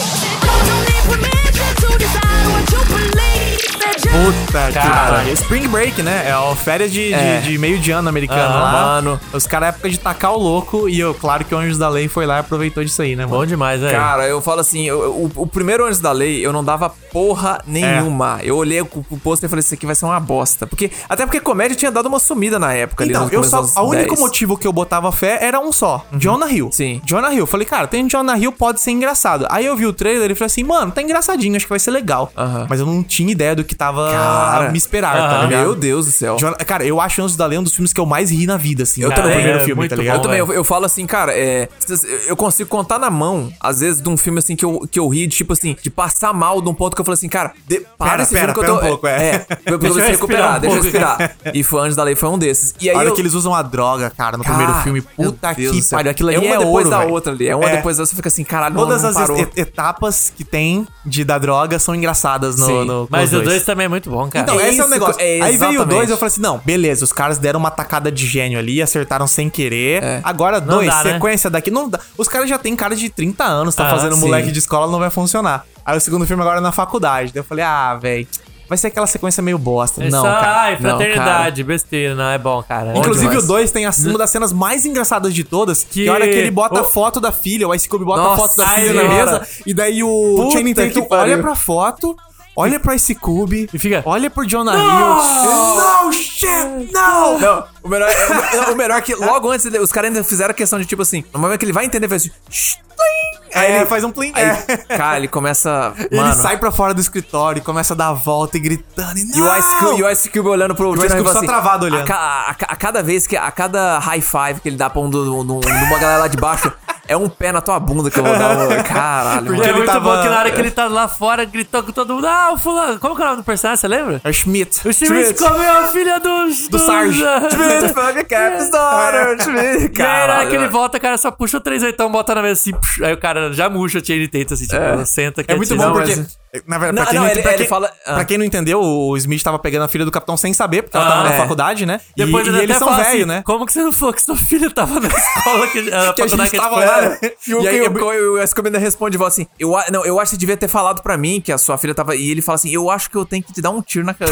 [SPEAKER 9] Don't need permission to decide what you believe. That you
[SPEAKER 5] Puta que
[SPEAKER 6] Cara.
[SPEAKER 5] pariu. Spring Break, né? É o férias de, de-
[SPEAKER 7] É.
[SPEAKER 5] de meio de ano americano
[SPEAKER 6] Ah,
[SPEAKER 5] lá.
[SPEAKER 7] mano.
[SPEAKER 5] Os caras, é época de tacar o louco. E eu, claro que o Anjos da Lei foi lá e aproveitou disso aí, né, mano?
[SPEAKER 6] Bom demais, velho.
[SPEAKER 7] Cara, eu falo assim, eu- eu- o, o primeiro Anjos da Lei eu não dava porra nenhuma. Eu olhei o, o pôster e falei, isso aqui vai ser uma bosta. Porque, até porque comédia tinha dado uma sumida na época
[SPEAKER 5] Então,
[SPEAKER 7] ali.
[SPEAKER 5] eu só. O único
[SPEAKER 7] motivo.
[SPEAKER 5] motivo que eu botava fé era um só: Jonah Hill.
[SPEAKER 7] Uhum. Sim.
[SPEAKER 5] Jonah Hill. Falei, cara, tem Jonah Hill, pode ser engraçado. Aí eu vi o trailer e falei assim, mano, tá engraçadinho, acho que vai ser legal.
[SPEAKER 7] Aham.
[SPEAKER 5] Mas eu não tinha ideia do que tava
[SPEAKER 7] Cara.
[SPEAKER 5] a me esperar, tá
[SPEAKER 6] Aham.
[SPEAKER 5] ligado?
[SPEAKER 7] Meu Deus do céu.
[SPEAKER 5] Jonah- cara, eu acho Anjos da Lei um dos filmes que eu mais ri na vida, assim.
[SPEAKER 7] Eu
[SPEAKER 5] cara,
[SPEAKER 7] também,
[SPEAKER 5] O primeiro
[SPEAKER 6] é
[SPEAKER 5] filme, tá
[SPEAKER 6] muito
[SPEAKER 5] ligado?
[SPEAKER 7] Eu também,
[SPEAKER 6] velho.
[SPEAKER 7] eu, eu falo assim, cara, é, vocês- eu consigo contar na mão, às vezes, de um filme assim que eu, que eu ri, de, tipo assim, de passar mal de um ponto que eu falo assim, cara, de, para
[SPEAKER 5] Pera,
[SPEAKER 7] esse
[SPEAKER 5] pera,
[SPEAKER 7] filme que
[SPEAKER 5] pera
[SPEAKER 7] eu tô.
[SPEAKER 5] um pouco, é.
[SPEAKER 7] é
[SPEAKER 5] Deixa
[SPEAKER 7] eu preciso
[SPEAKER 5] eu respirar
[SPEAKER 7] recuperar,
[SPEAKER 5] um
[SPEAKER 7] deixa eu
[SPEAKER 5] pouco.
[SPEAKER 7] respirar. E foi Anjos da Lei, foi um desses. E aí
[SPEAKER 5] A hora
[SPEAKER 7] eu,
[SPEAKER 5] que eles usam a droga, cara, no primeiro filme, puta
[SPEAKER 7] Deus do
[SPEAKER 5] que
[SPEAKER 7] céu.
[SPEAKER 5] pariu. Aquilo
[SPEAKER 7] é
[SPEAKER 5] ali
[SPEAKER 7] uma
[SPEAKER 5] é
[SPEAKER 7] depois
[SPEAKER 5] ouro,
[SPEAKER 7] da
[SPEAKER 5] velho.
[SPEAKER 7] outra ali. É uma
[SPEAKER 5] É.
[SPEAKER 7] depois da outra, você fica assim, caralho,
[SPEAKER 5] Todas
[SPEAKER 7] não, não
[SPEAKER 5] as
[SPEAKER 7] parou.
[SPEAKER 5] et- etapas que tem de da droga são engraçadas no.
[SPEAKER 7] Sim,
[SPEAKER 5] no
[SPEAKER 6] Mas
[SPEAKER 5] nos
[SPEAKER 6] o 2 também é muito bom, cara.
[SPEAKER 5] Então,
[SPEAKER 7] É
[SPEAKER 5] esse é o
[SPEAKER 7] isso,
[SPEAKER 5] negócio.
[SPEAKER 7] é
[SPEAKER 5] Aí veio o
[SPEAKER 7] exatamente.
[SPEAKER 5] 2 eu falei assim: não, beleza, os caras deram uma tacada de gênio ali, acertaram sem querer.
[SPEAKER 7] É.
[SPEAKER 5] Agora,
[SPEAKER 6] Não
[SPEAKER 5] dois,
[SPEAKER 6] dá, né?
[SPEAKER 5] sequência daqui. Não dá. Os caras já têm cara de 30 anos, tá
[SPEAKER 6] Ah,
[SPEAKER 5] fazendo
[SPEAKER 6] sim.
[SPEAKER 5] moleque de escola, não vai funcionar. Aí o segundo filme agora é na faculdade. Daí eu falei, ah, velho, vai ser aquela sequência meio bosta.
[SPEAKER 6] É
[SPEAKER 5] não,
[SPEAKER 6] só,
[SPEAKER 5] cara.
[SPEAKER 6] ai,
[SPEAKER 7] não,
[SPEAKER 6] fraternidade, besteira, não, é bom, cara. É
[SPEAKER 5] Inclusive,
[SPEAKER 7] demais.
[SPEAKER 5] o 2 tem assim, uma das cenas mais engraçadas de todas, que,
[SPEAKER 6] Que-
[SPEAKER 5] é a hora que ele bota a
[SPEAKER 6] o-
[SPEAKER 5] foto da filha, o Ice Cube bota a
[SPEAKER 7] Nossa
[SPEAKER 5] foto da filha na
[SPEAKER 7] senhora.
[SPEAKER 5] mesa, e daí o
[SPEAKER 7] Puta
[SPEAKER 5] Channing
[SPEAKER 7] que
[SPEAKER 5] Tatum
[SPEAKER 7] pariu.
[SPEAKER 5] olha pra foto, olha pra Ice Cube,
[SPEAKER 6] E fica-
[SPEAKER 5] olha pro Jonah Hill. No shit, não!
[SPEAKER 7] Não, o melhor, é- o melhor é que logo antes ele- os caras ainda fizeram a questão de tipo assim, no momento que ele vai entender, ele faz assim, "Shh, plim".
[SPEAKER 5] Aí
[SPEAKER 7] ele-
[SPEAKER 5] ele faz um plim.
[SPEAKER 7] Aí,
[SPEAKER 5] é.
[SPEAKER 7] cara, ele começa. Mano,
[SPEAKER 5] Ele sai pra fora do escritório, e começa a dar a volta e gritando.
[SPEAKER 7] E o, Ice Cube, e o Ice Cube olhando pro Jonah
[SPEAKER 5] Ah, Ice
[SPEAKER 7] Hill
[SPEAKER 5] Cube
[SPEAKER 7] e fala
[SPEAKER 5] só travado olhando.
[SPEAKER 7] A, ca- a ca- a cada vez que. A cada high five que ele dá pra um do, do- do- de uma galera lá de baixo, é um pé na tua bunda que eu vou dar. mano. Caralho.
[SPEAKER 6] Porque
[SPEAKER 7] mano.
[SPEAKER 6] é
[SPEAKER 5] ele
[SPEAKER 6] muito
[SPEAKER 5] tava-
[SPEAKER 6] bom que na hora que ele tá lá fora, gritou com todo mundo. Ah, o fulano, como que é o nome do personagem, você lembra?
[SPEAKER 5] É o Schmidt.
[SPEAKER 6] é O Schmidt comeu a filha do...
[SPEAKER 5] Do Sarge.
[SPEAKER 7] Schmidt, fuck, cap's
[SPEAKER 5] tá É.
[SPEAKER 7] daughter, Schmidt.
[SPEAKER 6] E aí, na hora que ele
[SPEAKER 7] mano.
[SPEAKER 6] volta, o cara só puxa o 3 oitão, bota na mesa assim, psh, aí o cara já murcha, tira e tenta assim, tipo, senta aqui.
[SPEAKER 5] É muito
[SPEAKER 6] atira.
[SPEAKER 5] bom
[SPEAKER 6] Não,
[SPEAKER 5] porque.
[SPEAKER 6] mas-
[SPEAKER 5] Na verdade,
[SPEAKER 7] Não,
[SPEAKER 5] pra quem,
[SPEAKER 7] não,
[SPEAKER 5] não,
[SPEAKER 7] ele-
[SPEAKER 5] pra
[SPEAKER 7] ele
[SPEAKER 5] quem-
[SPEAKER 7] fala- ah.
[SPEAKER 5] pra quem não entendeu, o Smith tava pegando a filha do capitão sem saber, porque ela
[SPEAKER 6] Ah,
[SPEAKER 5] tava na
[SPEAKER 6] é.
[SPEAKER 5] faculdade, né? E-
[SPEAKER 6] Depois
[SPEAKER 5] e,
[SPEAKER 6] ele
[SPEAKER 5] eles
[SPEAKER 6] até
[SPEAKER 5] são
[SPEAKER 6] fala
[SPEAKER 5] velhos,
[SPEAKER 6] assim,
[SPEAKER 5] né?
[SPEAKER 6] Como que você não falou que seu filho tava na escola, que, a
[SPEAKER 5] Que a
[SPEAKER 6] faculdade
[SPEAKER 5] gente
[SPEAKER 6] que a gente
[SPEAKER 5] tava
[SPEAKER 6] foi?
[SPEAKER 5] lá.
[SPEAKER 7] E o,
[SPEAKER 5] E aí,
[SPEAKER 7] e
[SPEAKER 5] é bu-
[SPEAKER 7] o, e o Ice Cube ainda responde e fala assim: eu, a- não, eu acho que você devia ter falado pra mim que a sua filha tava. E ele fala assim: Eu acho que eu tenho que te dar um tiro na cara.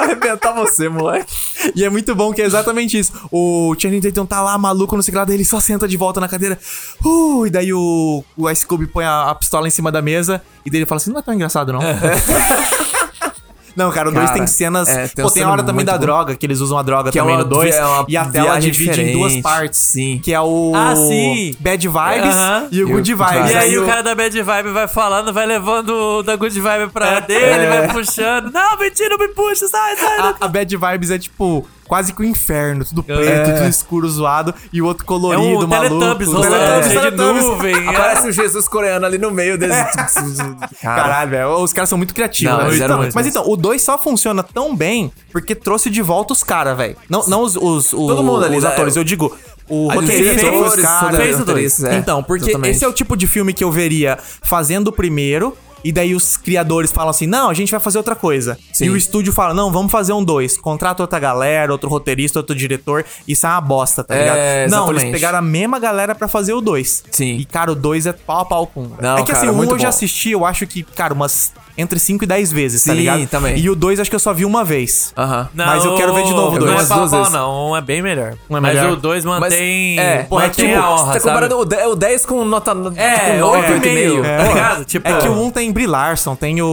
[SPEAKER 7] Arrebentar você, moleque.
[SPEAKER 5] E é muito bom que é exatamente isso. O Channing Tatum tá lá, maluco, no ciclado, ele só senta de volta na cadeira. Uh, e daí o, o Ice Cube põe a, a pistola em cima da mesa e daí ele fala assim, não é tão engraçado, não. Não, cara, o 2
[SPEAKER 7] Cara,
[SPEAKER 5] tem cenas.
[SPEAKER 7] é, tem
[SPEAKER 5] pô,
[SPEAKER 7] uma
[SPEAKER 5] tem a
[SPEAKER 7] cena
[SPEAKER 5] hora também
[SPEAKER 7] muito
[SPEAKER 5] da
[SPEAKER 7] boa.
[SPEAKER 5] droga, que eles usam a droga
[SPEAKER 7] Que é
[SPEAKER 5] também
[SPEAKER 7] uma-
[SPEAKER 5] no 2.
[SPEAKER 7] é uma
[SPEAKER 5] E a tela
[SPEAKER 7] viagem
[SPEAKER 5] divide em duas
[SPEAKER 7] diferente,
[SPEAKER 5] partes.
[SPEAKER 7] sim.
[SPEAKER 5] Que é o
[SPEAKER 6] Ah, sim.
[SPEAKER 5] Bad Vibes
[SPEAKER 6] Aham.
[SPEAKER 5] e o Good Vibes.
[SPEAKER 6] E aí
[SPEAKER 5] o
[SPEAKER 6] o cara da Bad Vibe vai falando, vai levando o da Good Vibe
[SPEAKER 5] É,
[SPEAKER 6] pra dele, vai puxando. Não, mentira, não me puxa, sai, sai.
[SPEAKER 5] a, a Bad Vibes é tipo quase que o inferno, tudo preto, tudo escuro, zoado, e o outro
[SPEAKER 6] É
[SPEAKER 5] colorido,
[SPEAKER 6] um
[SPEAKER 5] maluco.
[SPEAKER 6] Teletubbies
[SPEAKER 5] Um
[SPEAKER 6] rolando,
[SPEAKER 5] Teletubbies,
[SPEAKER 6] cheio de
[SPEAKER 5] Teletubbies.
[SPEAKER 6] nuvem. é.
[SPEAKER 7] Aparece o Jesus coreano ali no meio desse.
[SPEAKER 5] Caralho, velho. Os caras são muito criativos.
[SPEAKER 7] Não,
[SPEAKER 5] né?
[SPEAKER 7] eles
[SPEAKER 5] Então,
[SPEAKER 7] eram
[SPEAKER 5] mas
[SPEAKER 7] muito bons.
[SPEAKER 5] então, o 2 só funciona tão bem porque trouxe de volta os caras, velho. Não, não os, os,
[SPEAKER 7] Todo mundo ali,
[SPEAKER 5] os
[SPEAKER 7] né?
[SPEAKER 5] atores, eu digo. O
[SPEAKER 7] Aí os
[SPEAKER 5] roteirista
[SPEAKER 7] atores,
[SPEAKER 5] foi os
[SPEAKER 7] todos
[SPEAKER 5] caras.
[SPEAKER 7] os atores, é,
[SPEAKER 5] Então, porque
[SPEAKER 7] exatamente.
[SPEAKER 5] esse é o tipo de filme que eu veria fazendo o primeiro. E daí os criadores falam assim: não, a gente vai fazer outra coisa. E o estúdio fala: não, vamos fazer um dois. Contrata outra galera, outro roteirista, outro diretor. Isso é uma bosta, tá
[SPEAKER 7] É,
[SPEAKER 5] ligado? Não,
[SPEAKER 7] exatamente.
[SPEAKER 5] eles pegaram a mesma galera pra fazer o dois.
[SPEAKER 7] Sim.
[SPEAKER 5] E, cara, o dois é pau a pau com. um, velho.
[SPEAKER 7] Não,
[SPEAKER 5] é que
[SPEAKER 7] cara,
[SPEAKER 5] assim, um
[SPEAKER 7] muito
[SPEAKER 5] eu já
[SPEAKER 7] bom.
[SPEAKER 5] assisti, eu acho que, cara, umas entre 5 e 10 vezes, tá
[SPEAKER 7] Sim,
[SPEAKER 5] ligado?
[SPEAKER 7] também.
[SPEAKER 5] E o dois acho que eu só vi uma vez.
[SPEAKER 7] Aham.
[SPEAKER 5] Mas eu quero ver de novo o dois.
[SPEAKER 7] eu
[SPEAKER 6] Não é
[SPEAKER 7] umas
[SPEAKER 6] pau a
[SPEAKER 7] duas
[SPEAKER 6] pau,
[SPEAKER 7] vezes.
[SPEAKER 6] não. Um é bem melhor.
[SPEAKER 5] Um é
[SPEAKER 6] Mas
[SPEAKER 5] melhor.
[SPEAKER 6] o 2 mantém.
[SPEAKER 7] é,
[SPEAKER 5] Pô,
[SPEAKER 7] pô, é
[SPEAKER 5] mantém
[SPEAKER 7] tipo,
[SPEAKER 6] a honra,
[SPEAKER 7] você tá
[SPEAKER 6] sabe?
[SPEAKER 7] comparando o de- o 10 com nota
[SPEAKER 5] tipo,
[SPEAKER 6] É,
[SPEAKER 5] um
[SPEAKER 7] com
[SPEAKER 6] oito e
[SPEAKER 7] oito e
[SPEAKER 6] meio.
[SPEAKER 7] meio.
[SPEAKER 6] tá ligado? Tipo-
[SPEAKER 7] Ah.
[SPEAKER 5] é que o um tem Brie Larson, tem o,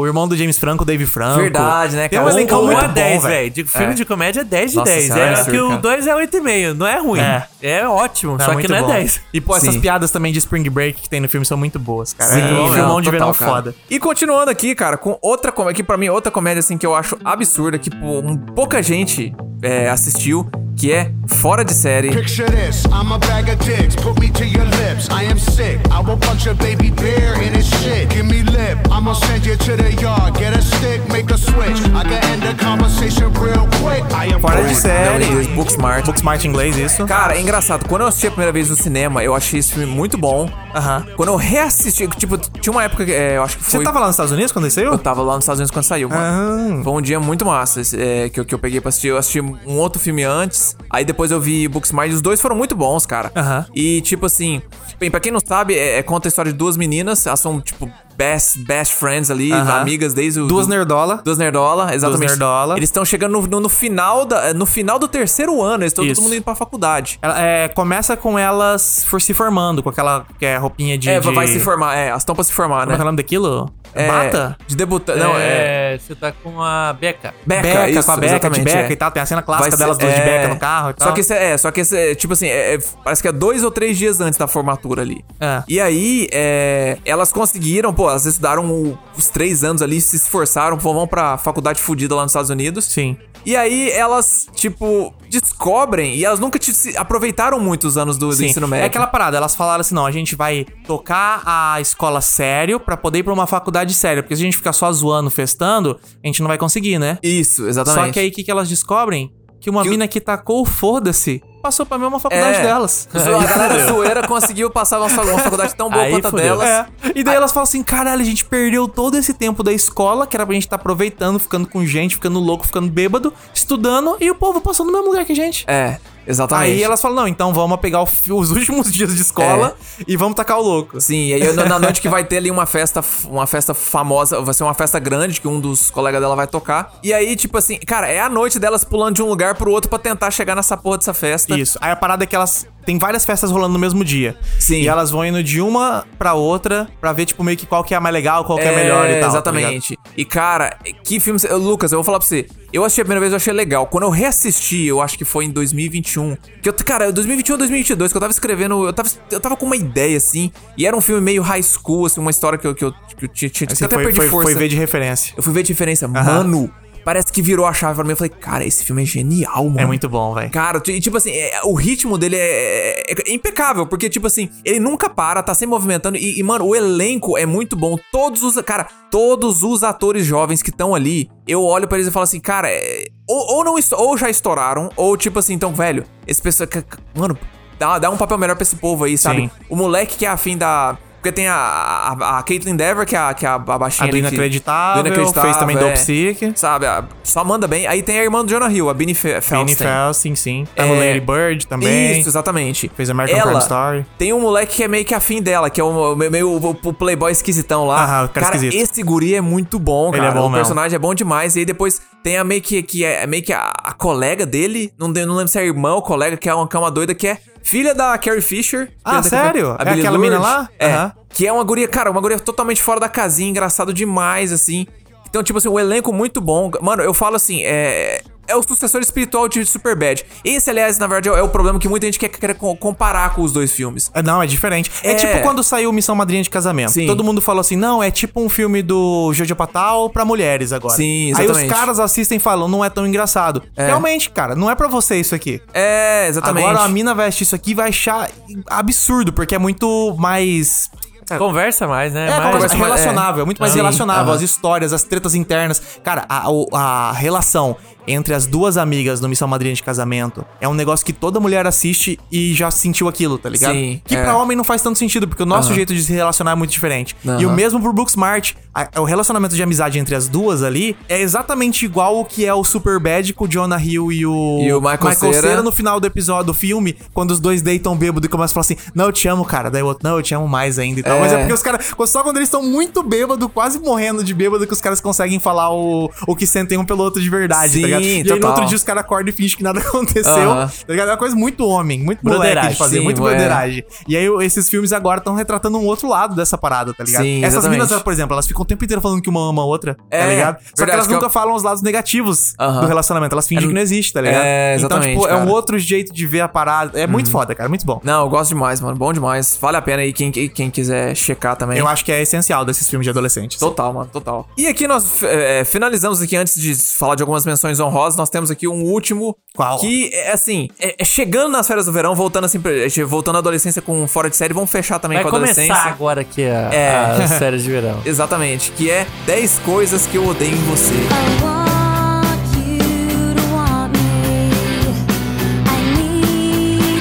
[SPEAKER 5] o irmão do James Franco, o Dave Franco.
[SPEAKER 7] Verdade, né,
[SPEAKER 5] Tem
[SPEAKER 7] cara?
[SPEAKER 5] um
[SPEAKER 7] Um-
[SPEAKER 5] elencão
[SPEAKER 7] um
[SPEAKER 5] muito
[SPEAKER 6] é
[SPEAKER 5] bom,
[SPEAKER 6] 10,
[SPEAKER 5] velho.
[SPEAKER 6] velho. De filme
[SPEAKER 7] É.
[SPEAKER 6] de comédia é 10 de
[SPEAKER 7] Nossa
[SPEAKER 6] 10.
[SPEAKER 7] senhora,
[SPEAKER 6] É,
[SPEAKER 7] é
[SPEAKER 6] que
[SPEAKER 7] absurdo,
[SPEAKER 6] o
[SPEAKER 7] cara.
[SPEAKER 6] 2 é 8,5. Não é ruim.
[SPEAKER 5] É.
[SPEAKER 6] É, ótimo,
[SPEAKER 5] Não,
[SPEAKER 6] só que
[SPEAKER 5] muito
[SPEAKER 6] não é
[SPEAKER 5] bom.
[SPEAKER 6] 10.
[SPEAKER 5] E, pô, essas
[SPEAKER 7] Sim.
[SPEAKER 5] piadas também de Spring Break que tem no filme são muito boas, cara.
[SPEAKER 7] Sim,
[SPEAKER 5] é um
[SPEAKER 7] não,
[SPEAKER 5] filmão de
[SPEAKER 7] total,
[SPEAKER 5] verão
[SPEAKER 7] cara.
[SPEAKER 5] foda.
[SPEAKER 7] E continuando aqui, cara, com outra comédia, que pra mim é outra comédia, assim, que eu acho absurda, que pô, um- pouca gente é, assistiu, que é Fora de Série.
[SPEAKER 10] Picture this, I'm a bag of dicks, put me to your lips. I am sick, I will punch a baby bear in his shit. Give me lip, I'ma send you to the yard. Get a stick, make a switch. I can end the conversation real quick. I am
[SPEAKER 5] Fora de
[SPEAKER 10] cool.
[SPEAKER 5] série.
[SPEAKER 7] Não, em Booksmart.
[SPEAKER 5] Booksmart em inglês, isso.
[SPEAKER 7] Cara, é engraçado. Quando eu assisti a primeira vez no cinema, eu achei esse filme muito bom.
[SPEAKER 5] Aham.
[SPEAKER 7] Quando eu reassisti, tipo, tinha uma época que é, eu acho que
[SPEAKER 5] Você
[SPEAKER 7] foi.
[SPEAKER 5] tava lá nos Estados Unidos quando isso
[SPEAKER 7] Eu
[SPEAKER 5] saiu?
[SPEAKER 7] tava lá nos Estados Unidos quando saiu,
[SPEAKER 5] É.
[SPEAKER 7] mano. Foi um dia muito massa esse, é, que, eu- que eu peguei pra assistir. Eu assisti um outro filme antes, aí depois eu vi Booksmart. e Os dois foram muito bons, cara.
[SPEAKER 5] Aham.
[SPEAKER 7] E, tipo assim... Bem, pra quem não sabe, é, é- conta a história de duas meninas. Elas são, tipo, best, best friends ali,
[SPEAKER 5] Aham.
[SPEAKER 7] amigas desde o...
[SPEAKER 5] Duas
[SPEAKER 7] do-
[SPEAKER 5] nerdola.
[SPEAKER 7] Duas nerdola, exatamente.
[SPEAKER 5] nerdola.
[SPEAKER 7] Eles estão chegando no, no- no final da, é, no final do terceiro ano. Eles estão
[SPEAKER 5] Isso.
[SPEAKER 7] todo mundo indo pra faculdade.
[SPEAKER 5] Ela- é, começa com elas for se formando, com aquela que é, roupinha de.
[SPEAKER 7] é,
[SPEAKER 5] de...
[SPEAKER 7] vai se formar. É, elas estão pra se formar,
[SPEAKER 5] Como é que é o
[SPEAKER 7] né?
[SPEAKER 5] nome daquilo?
[SPEAKER 7] É,
[SPEAKER 5] Bata?
[SPEAKER 7] De debutante. Não, é...
[SPEAKER 6] Você tá com a Beca.
[SPEAKER 7] Beca,
[SPEAKER 5] Beca,
[SPEAKER 7] isso,
[SPEAKER 5] com a Beca, de
[SPEAKER 7] exatamente,
[SPEAKER 5] Beca
[SPEAKER 7] é.
[SPEAKER 5] e tal. Tem a cena clássica
[SPEAKER 7] Vai ser-
[SPEAKER 5] delas duas de
[SPEAKER 7] é.
[SPEAKER 5] Beca no carro e tal.
[SPEAKER 7] Só que esse é, só que esse é, tipo assim, é- é- parece que é dois ou três dias antes da formatura ali.
[SPEAKER 5] É.
[SPEAKER 7] E aí, é, elas conseguiram, pô, elas estudaram o- os um, três anos ali, se esforçaram, pô, vão pra faculdade fudida lá nos Estados Unidos.
[SPEAKER 5] Sim.
[SPEAKER 7] E aí elas, tipo, descobrem, e elas nunca te- se aproveitaram muito os anos do, do
[SPEAKER 5] Sim.
[SPEAKER 7] ensino médio.
[SPEAKER 5] É aquela parada, elas falaram assim: não, a gente vai tocar a escola sério pra poder ir pra uma faculdade séria. Porque se a gente ficar só zoando, festando, a gente não vai conseguir, né?
[SPEAKER 7] Isso, exatamente.
[SPEAKER 5] Só que aí o que, que elas descobrem? Que uma
[SPEAKER 7] Que o-
[SPEAKER 5] mina que tacou o foda-se passou pra mesma faculdade
[SPEAKER 7] É.
[SPEAKER 5] delas.
[SPEAKER 7] A galera zoeira conseguiu passar uma fa- uma faculdade tão boa
[SPEAKER 6] Aí
[SPEAKER 7] quanto a
[SPEAKER 6] fudeu.
[SPEAKER 7] delas.
[SPEAKER 5] É. E daí elas falam assim: caralho, a gente perdeu todo esse tempo da escola, que era pra gente estar aproveitando, ficando com gente, ficando louco, ficando bêbado, estudando, e o povo passou no mesmo lugar que a gente.
[SPEAKER 7] É, exatamente.
[SPEAKER 5] Aí elas falam: não, então vamos pegar o fi- os últimos dias de escola
[SPEAKER 7] É.
[SPEAKER 5] e vamos tacar o louco.
[SPEAKER 7] Sim, e aí na na noite que vai ter ali uma festa, uma festa famosa, vai ser uma festa grande que um dos colegas dela vai tocar. E aí, tipo assim, cara, é a noite delas pulando de um lugar pro outro pra tentar chegar nessa porra dessa festa.
[SPEAKER 5] Isso. Aí a parada é que elas. Tem várias festas rolando no mesmo dia.
[SPEAKER 7] Sim.
[SPEAKER 5] E elas vão indo de uma pra outra pra ver, tipo, meio que qual que é a mais legal, qual que é a melhor e tal. tá ligado?
[SPEAKER 7] Exatamente. e, cara, que filme. você- Lucas, eu vou falar pra você. Eu assisti a primeira vez, eu achei legal. Quando eu reassisti, eu acho que foi em 2021. Que eu, cara, 2021 ou 2022, que eu tava escrevendo. Eu tava, eu tava com uma ideia, assim. E era um filme meio high school, assim, uma história que eu, que eu, que eu tinha. tinha
[SPEAKER 5] Aí
[SPEAKER 7] que
[SPEAKER 5] Você
[SPEAKER 7] eu até
[SPEAKER 5] foi,
[SPEAKER 7] perdi
[SPEAKER 5] foi,
[SPEAKER 7] força.
[SPEAKER 5] foi ver de referência.
[SPEAKER 7] Eu fui ver a diferença. Mano, parece que virou a chave pra mim. Eu falei, cara, esse filme é genial, mano.
[SPEAKER 5] É muito bom, velho.
[SPEAKER 7] Cara, e tipo assim, é- o ritmo dele é, é- é impecável, porque, tipo assim, ele nunca para, tá sempre movimentando. E, e, mano, o elenco é muito bom. Todos os. Cara, todos os atores jovens que estão ali, eu olho pra eles e falo assim, cara, é- ou, ou não esto- ou já estouraram, ou tipo assim, então, velho, esse pessoal. que- que- Mano, dá, dá um papel melhor pra esse povo aí, sabe?
[SPEAKER 5] Sim.
[SPEAKER 7] O moleque que é afim da. Porque tem a, a, a Caitlyn Dever, que é a, que é a, a baixinha.
[SPEAKER 5] A do
[SPEAKER 7] ali que-
[SPEAKER 5] Inacreditável,
[SPEAKER 7] do Inacreditável,
[SPEAKER 5] fez também
[SPEAKER 7] é.
[SPEAKER 5] Dope Sick.
[SPEAKER 7] Sabe, a- só manda bem. Aí tem a irmã do Jonah Hill, a Bini Felstein.
[SPEAKER 5] Penny Felsen, sim. Tá no
[SPEAKER 7] É.
[SPEAKER 5] Lady Bird também.
[SPEAKER 7] Isso, exatamente.
[SPEAKER 5] Fez American
[SPEAKER 7] Ela
[SPEAKER 5] Crime Story.
[SPEAKER 7] Tem um moleque que é meio que afim dela, que é o meio, meio o, o playboy esquisitão lá.
[SPEAKER 5] Aham, o cara esquisito.
[SPEAKER 7] esse guri é muito bom,
[SPEAKER 5] Ele
[SPEAKER 7] cara.
[SPEAKER 5] é bom
[SPEAKER 7] o
[SPEAKER 5] mesmo.
[SPEAKER 7] personagem é bom demais. E aí depois tem a meio que, que é meio que a, a colega dele, não, de- não lembro se é irmão ou colega, que é uma, que é uma doida que é filha da Carrie Fisher.
[SPEAKER 5] Ah,
[SPEAKER 7] Filha da-
[SPEAKER 5] sério?
[SPEAKER 7] a
[SPEAKER 5] É
[SPEAKER 7] Billie
[SPEAKER 5] aquela mina
[SPEAKER 7] Lourdes.
[SPEAKER 5] lá?
[SPEAKER 7] É.
[SPEAKER 5] Aham.
[SPEAKER 7] Que é uma guria, cara, uma guria totalmente fora da casinha, engraçado demais, assim. Então, tipo assim, um elenco muito bom. Mano, eu falo assim, é. É o sucessor espiritual de Superbad. Esse, aliás, na verdade, é o problema que muita gente quer, quer co- comparar com os dois filmes.
[SPEAKER 5] É, Não, é diferente. É,
[SPEAKER 7] É.
[SPEAKER 5] tipo quando saiu Missão Madrinha de Casamento.
[SPEAKER 7] Sim.
[SPEAKER 5] Todo mundo falou assim: não, é tipo um filme do Jojo Patal pra mulheres agora.
[SPEAKER 7] Sim,
[SPEAKER 5] Aí
[SPEAKER 7] exatamente.
[SPEAKER 5] os caras assistem e falam: não é tão engraçado. Realmente, cara, não é pra você isso aqui.
[SPEAKER 7] É, exatamente.
[SPEAKER 5] Agora a mina vai assistir isso aqui e vai achar absurdo, porque é muito mais.
[SPEAKER 6] Conversa mais, né?
[SPEAKER 5] É,
[SPEAKER 6] Mais-
[SPEAKER 5] conversa
[SPEAKER 7] mais-
[SPEAKER 5] relacionável, muito mais
[SPEAKER 6] Sim,
[SPEAKER 5] relacionável.
[SPEAKER 7] aham.
[SPEAKER 5] As histórias, as tretas internas. Cara, a, o- a relação entre as duas amigas no Missão Madrinha de Casamento é um negócio que toda mulher assiste e já sentiu aquilo, tá ligado?
[SPEAKER 7] Sim,
[SPEAKER 5] Que
[SPEAKER 7] é.
[SPEAKER 5] pra homem não faz tanto sentido, porque o nosso
[SPEAKER 7] Aham.
[SPEAKER 5] jeito de se relacionar é muito diferente. E o
[SPEAKER 7] Aham.
[SPEAKER 5] mesmo pro Booksmart, a- o relacionamento de amizade entre as duas ali é exatamente igual o que é o Superbad com o Jonah Hill e o,
[SPEAKER 7] E o Michael Cera.
[SPEAKER 5] no final do episódio, do filme, quando os dois deitam bêbado e começam a falar assim, não, eu te amo, cara. Daí o outro, não, eu te amo mais ainda e tal. Mas é
[SPEAKER 7] É.
[SPEAKER 5] porque os caras, só quando eles estão muito bêbado, quase morrendo de bêbado, que os caras conseguem falar o, o que sentem um pelo outro de verdade,
[SPEAKER 7] Sim,
[SPEAKER 5] tá ligado? E aí no
[SPEAKER 7] total.
[SPEAKER 5] outro dia os caras acordam e fingem que nada aconteceu,
[SPEAKER 7] Aham.
[SPEAKER 5] tá ligado? É uma coisa muito homem, muito moleque de
[SPEAKER 7] Broderagem,
[SPEAKER 5] fazer,
[SPEAKER 7] sim,
[SPEAKER 5] muito
[SPEAKER 7] é.
[SPEAKER 5] broderagem. E aí esses filmes agora estão retratando um outro lado dessa parada, tá ligado?
[SPEAKER 7] Sim,
[SPEAKER 5] Essas
[SPEAKER 7] exatamente.
[SPEAKER 5] minas, por exemplo, elas ficam o tempo inteiro falando que uma ama a outra, tá
[SPEAKER 7] É,
[SPEAKER 5] ligado? Só que
[SPEAKER 7] verdade,
[SPEAKER 5] elas
[SPEAKER 7] que é
[SPEAKER 5] nunca
[SPEAKER 7] o-
[SPEAKER 5] falam os lados negativos
[SPEAKER 7] Aham.
[SPEAKER 5] do relacionamento, elas fingem
[SPEAKER 7] É-
[SPEAKER 5] que não existe, tá ligado?
[SPEAKER 7] É, exatamente,
[SPEAKER 5] então, tipo, é um
[SPEAKER 7] cara. Uhum.
[SPEAKER 5] outro jeito de ver a parada. É muito foda, cara, muito bom.
[SPEAKER 7] Não, eu gosto demais, mano. Bom demais. Vale a pena aí quem, quem quiser checar também.
[SPEAKER 5] Eu acho que é essencial desses filmes de adolescentes.
[SPEAKER 7] Total, mano, total. E aqui nós eh, finalizamos aqui, antes de falar de algumas menções honrosas, nós temos aqui um último.
[SPEAKER 5] Qual?
[SPEAKER 7] Que, é, assim, é, é chegando nas férias do verão, voltando assim, pra- voltando à adolescência com fora de série, vamos fechar também
[SPEAKER 6] Vai
[SPEAKER 7] com a adolescência.
[SPEAKER 6] começar agora aqui a,
[SPEAKER 7] É.
[SPEAKER 6] a série de verão.
[SPEAKER 7] Exatamente, que é 10 coisas que eu odeio em você.
[SPEAKER 9] I want you to want me. I need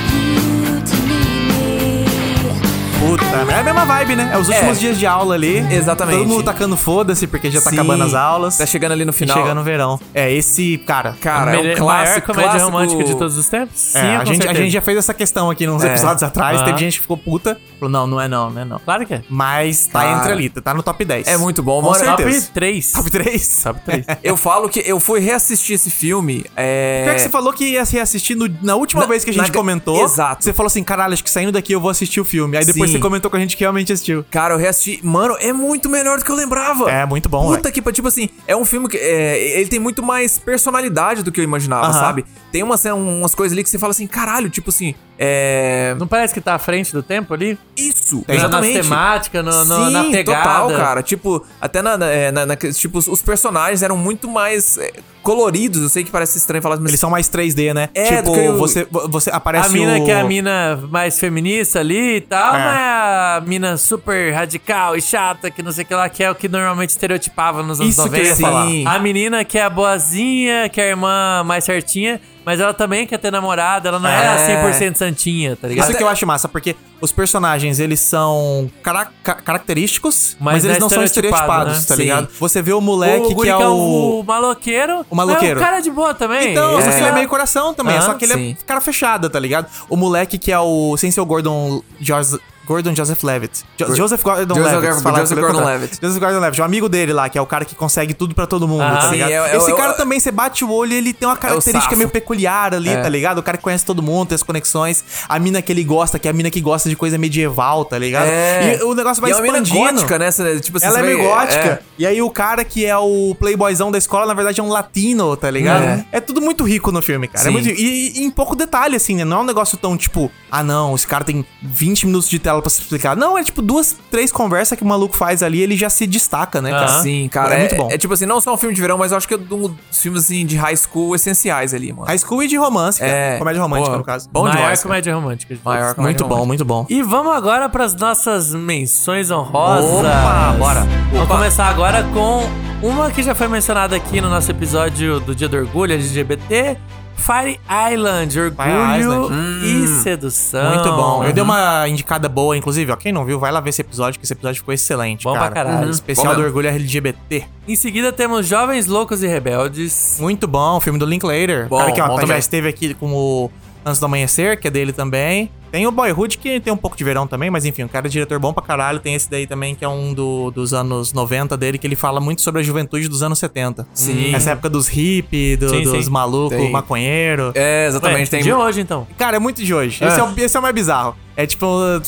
[SPEAKER 9] you to need me.
[SPEAKER 5] Puta, é a mesma vibe, né? É os últimos dias de aula ali.
[SPEAKER 7] Exatamente.
[SPEAKER 5] Todo mundo tacando foda-se porque já tá
[SPEAKER 7] Sim,
[SPEAKER 5] acabando as aulas.
[SPEAKER 7] Tá chegando ali no
[SPEAKER 5] e
[SPEAKER 7] final.
[SPEAKER 5] chegando o verão. É, esse, cara.
[SPEAKER 7] Cara, é um
[SPEAKER 6] Melhor- maior
[SPEAKER 7] clássico,
[SPEAKER 6] comédia
[SPEAKER 7] clássico-
[SPEAKER 6] romântica de todos os tempos?
[SPEAKER 5] É, a,
[SPEAKER 6] com
[SPEAKER 5] gente, a
[SPEAKER 6] certeza.
[SPEAKER 5] gente já fez essa questão aqui nos
[SPEAKER 7] É.
[SPEAKER 5] episódios atrás.
[SPEAKER 6] Aham.
[SPEAKER 5] Teve gente que ficou puta. Falou, não, não é não, não é não.
[SPEAKER 6] Claro que é.
[SPEAKER 5] Mas tá
[SPEAKER 7] Cara.
[SPEAKER 5] entre ali, tá no top 10.
[SPEAKER 7] É muito É. bom,
[SPEAKER 5] Com
[SPEAKER 7] mano.
[SPEAKER 5] certeza. Tá
[SPEAKER 6] Top 3.
[SPEAKER 5] Top 3?
[SPEAKER 6] Top 3.
[SPEAKER 7] Eu falo que eu fui reassistir esse filme. É...
[SPEAKER 5] Pior que você falou que ia se reassistir no- na última
[SPEAKER 7] Na-
[SPEAKER 5] vez que a gente
[SPEAKER 7] na-
[SPEAKER 5] comentou.
[SPEAKER 7] Exato.
[SPEAKER 5] Você falou assim, caralho, acho que saindo daqui eu vou assistir o filme. Aí depois
[SPEAKER 7] Sim.
[SPEAKER 5] você comentou com a gente que realmente assistiu.
[SPEAKER 7] Cara, eu reassisti. Mano, é muito melhor do que eu lembrava.
[SPEAKER 5] É, muito bom,
[SPEAKER 7] Puta que pa- tipo assim, é um filme que. é, ele tem muito mais personalidade do que eu imaginava,
[SPEAKER 5] Aham.
[SPEAKER 7] sabe? Tem umas, umas coisas ali que você fala assim, caralho, tipo assim, é.
[SPEAKER 6] Não parece que tá à frente do tempo ali?
[SPEAKER 7] Isso,
[SPEAKER 5] Tem.
[SPEAKER 6] Na-
[SPEAKER 7] exatamente.
[SPEAKER 6] Nas temáticas, no, no- na pegada.
[SPEAKER 7] total, cara. Tipo, até na, na, é, na- na- tipo, os- os personagens eram muito mais é, coloridos. Eu sei que parece estranho falar, mas
[SPEAKER 5] Eles são mais 3D, né?
[SPEAKER 7] É,
[SPEAKER 5] tipo,
[SPEAKER 7] do que o-
[SPEAKER 5] você, você aparece
[SPEAKER 6] A mina
[SPEAKER 5] o...
[SPEAKER 6] que é a mina mais feminista ali e tal,
[SPEAKER 5] É.
[SPEAKER 6] mas a mina super radical e chata, que não sei o que lá, que é o que normalmente estereotipava nos anos
[SPEAKER 5] Isso que
[SPEAKER 6] 90.
[SPEAKER 5] eu ia falar.
[SPEAKER 7] Sim.
[SPEAKER 6] A menina que é a boazinha, que é a irmã mais certinha, mas ela também quer ter namorada, ela não
[SPEAKER 7] É.
[SPEAKER 6] é 100% santinha, tá ligado?
[SPEAKER 5] Isso que eu acho massa, porque os personagens, eles são carac- ca- característicos, mas,
[SPEAKER 6] Mas não
[SPEAKER 5] eles
[SPEAKER 6] é
[SPEAKER 5] não são
[SPEAKER 6] estereotipado,
[SPEAKER 5] estereotipados,
[SPEAKER 6] né?
[SPEAKER 5] tá
[SPEAKER 6] Sim.
[SPEAKER 5] ligado? Você vê o
[SPEAKER 6] o
[SPEAKER 5] moleque que
[SPEAKER 6] guri um
[SPEAKER 5] é o...
[SPEAKER 6] maloqueiro.
[SPEAKER 5] O maloqueiro.
[SPEAKER 6] Mas é um cara de boa também.
[SPEAKER 5] Então,
[SPEAKER 6] é.
[SPEAKER 5] só que ele é meio coração também,
[SPEAKER 6] Ah,
[SPEAKER 5] só que ele
[SPEAKER 7] sim.
[SPEAKER 5] é cara fechada, tá ligado? O moleque que é o... Sem ser o Gordon... Jos- Gordon Joseph Levitt. Jo- Joseph Gordon
[SPEAKER 7] Joseph
[SPEAKER 5] Levitt.
[SPEAKER 7] Gar-
[SPEAKER 5] falar- falei ao
[SPEAKER 7] Joseph Gordon
[SPEAKER 5] contrário.
[SPEAKER 7] Levitt.
[SPEAKER 5] Joseph Gordon Levitt. O amigo dele lá, que é o cara que consegue tudo pra todo mundo,
[SPEAKER 6] Aham.
[SPEAKER 5] tá
[SPEAKER 6] Sim,
[SPEAKER 5] ligado?
[SPEAKER 7] é- é-
[SPEAKER 5] Esse
[SPEAKER 7] é-
[SPEAKER 5] cara
[SPEAKER 7] é-
[SPEAKER 5] também, você bate o olho, ele tem uma característica
[SPEAKER 7] safo.
[SPEAKER 5] meio peculiar ali,
[SPEAKER 7] É.
[SPEAKER 5] tá ligado? O cara que conhece todo mundo, tem as conexões. A mina que ele gosta, que é a mina que gosta de coisa medieval, tá ligado? E o negócio vai
[SPEAKER 7] é. e é uma mina
[SPEAKER 5] expandindo.
[SPEAKER 7] gótica, né? Você- Tipo, assim,
[SPEAKER 5] Ela é
[SPEAKER 7] você
[SPEAKER 5] meio
[SPEAKER 7] vê-
[SPEAKER 5] gótica. E aí o cara que é o playboyzão da escola, na verdade, é um latino, tá ligado? É,
[SPEAKER 7] É.
[SPEAKER 5] tudo muito rico no filme, cara. É
[SPEAKER 7] Sim.
[SPEAKER 5] muito- e, e em pouco detalhe, assim, né? Não é um negócio tão tipo, ah não, esse cara tem 20 minutos de tela pra se explicar. Não, é tipo duas, três conversas que o maluco faz ali ele já se destaca, né, cara?
[SPEAKER 6] Aham.
[SPEAKER 7] Sim, cara.
[SPEAKER 5] É, muito bom.
[SPEAKER 7] É, tipo assim, não só um filme de verão, mas eu acho que é um dos filmes assim, de high school essenciais ali, mano.
[SPEAKER 5] High School e de romance, cara.
[SPEAKER 7] É.
[SPEAKER 5] Comédia romântica,
[SPEAKER 7] Boa.
[SPEAKER 5] no caso.
[SPEAKER 7] Bom
[SPEAKER 6] Maior
[SPEAKER 7] demais, cara.
[SPEAKER 6] comédia romântica. de
[SPEAKER 7] Maior
[SPEAKER 6] todos.
[SPEAKER 7] comédia
[SPEAKER 5] muito bom,
[SPEAKER 7] romântica.
[SPEAKER 5] muito bom.
[SPEAKER 6] E vamos agora para as nossas menções honrosas.
[SPEAKER 7] Opa, bora.
[SPEAKER 6] Vamos
[SPEAKER 7] Opa.
[SPEAKER 6] começar agora com uma que já foi mencionada aqui no nosso episódio do Dia do Orgulho LGBT. Fire Island,
[SPEAKER 5] Fire
[SPEAKER 6] Orgulho
[SPEAKER 5] Island.
[SPEAKER 6] e
[SPEAKER 7] Hum.
[SPEAKER 6] Sedução.
[SPEAKER 5] Muito bom. Eu dei
[SPEAKER 6] dei
[SPEAKER 5] uma indicada boa, inclusive, ó. Quem não viu, vai lá ver esse episódio, que esse episódio ficou excelente.
[SPEAKER 6] Bom
[SPEAKER 5] cara.
[SPEAKER 6] pra caralho.
[SPEAKER 5] Uhum. Especial
[SPEAKER 7] Bom
[SPEAKER 5] do
[SPEAKER 7] mesmo.
[SPEAKER 5] Orgulho LGBT.
[SPEAKER 7] um-
[SPEAKER 6] Em seguida temos Jovens Loucos e Rebeldes.
[SPEAKER 5] Muito bom, o filme do Linklater.
[SPEAKER 7] Bom,
[SPEAKER 5] cara que ó,
[SPEAKER 7] bom
[SPEAKER 5] tá- já
[SPEAKER 7] também.
[SPEAKER 5] esteve aqui com o Antes do Amanhecer, que é dele também. Tem o Boyhood, que tem um pouco de verão também, mas enfim, o cara é diretor bom pra caralho. Tem esse daí também, que é um do- dos anos 90 dele, que ele fala muito sobre a juventude dos anos 70.
[SPEAKER 7] Sim.
[SPEAKER 5] Essa época dos hippies,
[SPEAKER 6] Sim,
[SPEAKER 5] dos
[SPEAKER 6] sim.
[SPEAKER 5] malucos,
[SPEAKER 7] Tem.
[SPEAKER 5] maconheiro.
[SPEAKER 7] É, exatamente.
[SPEAKER 6] Ué,
[SPEAKER 7] tem...
[SPEAKER 6] De hoje então.
[SPEAKER 5] Cara, é muito de hoje. Esse, é. o, esse é o mais bizarro. É tipo,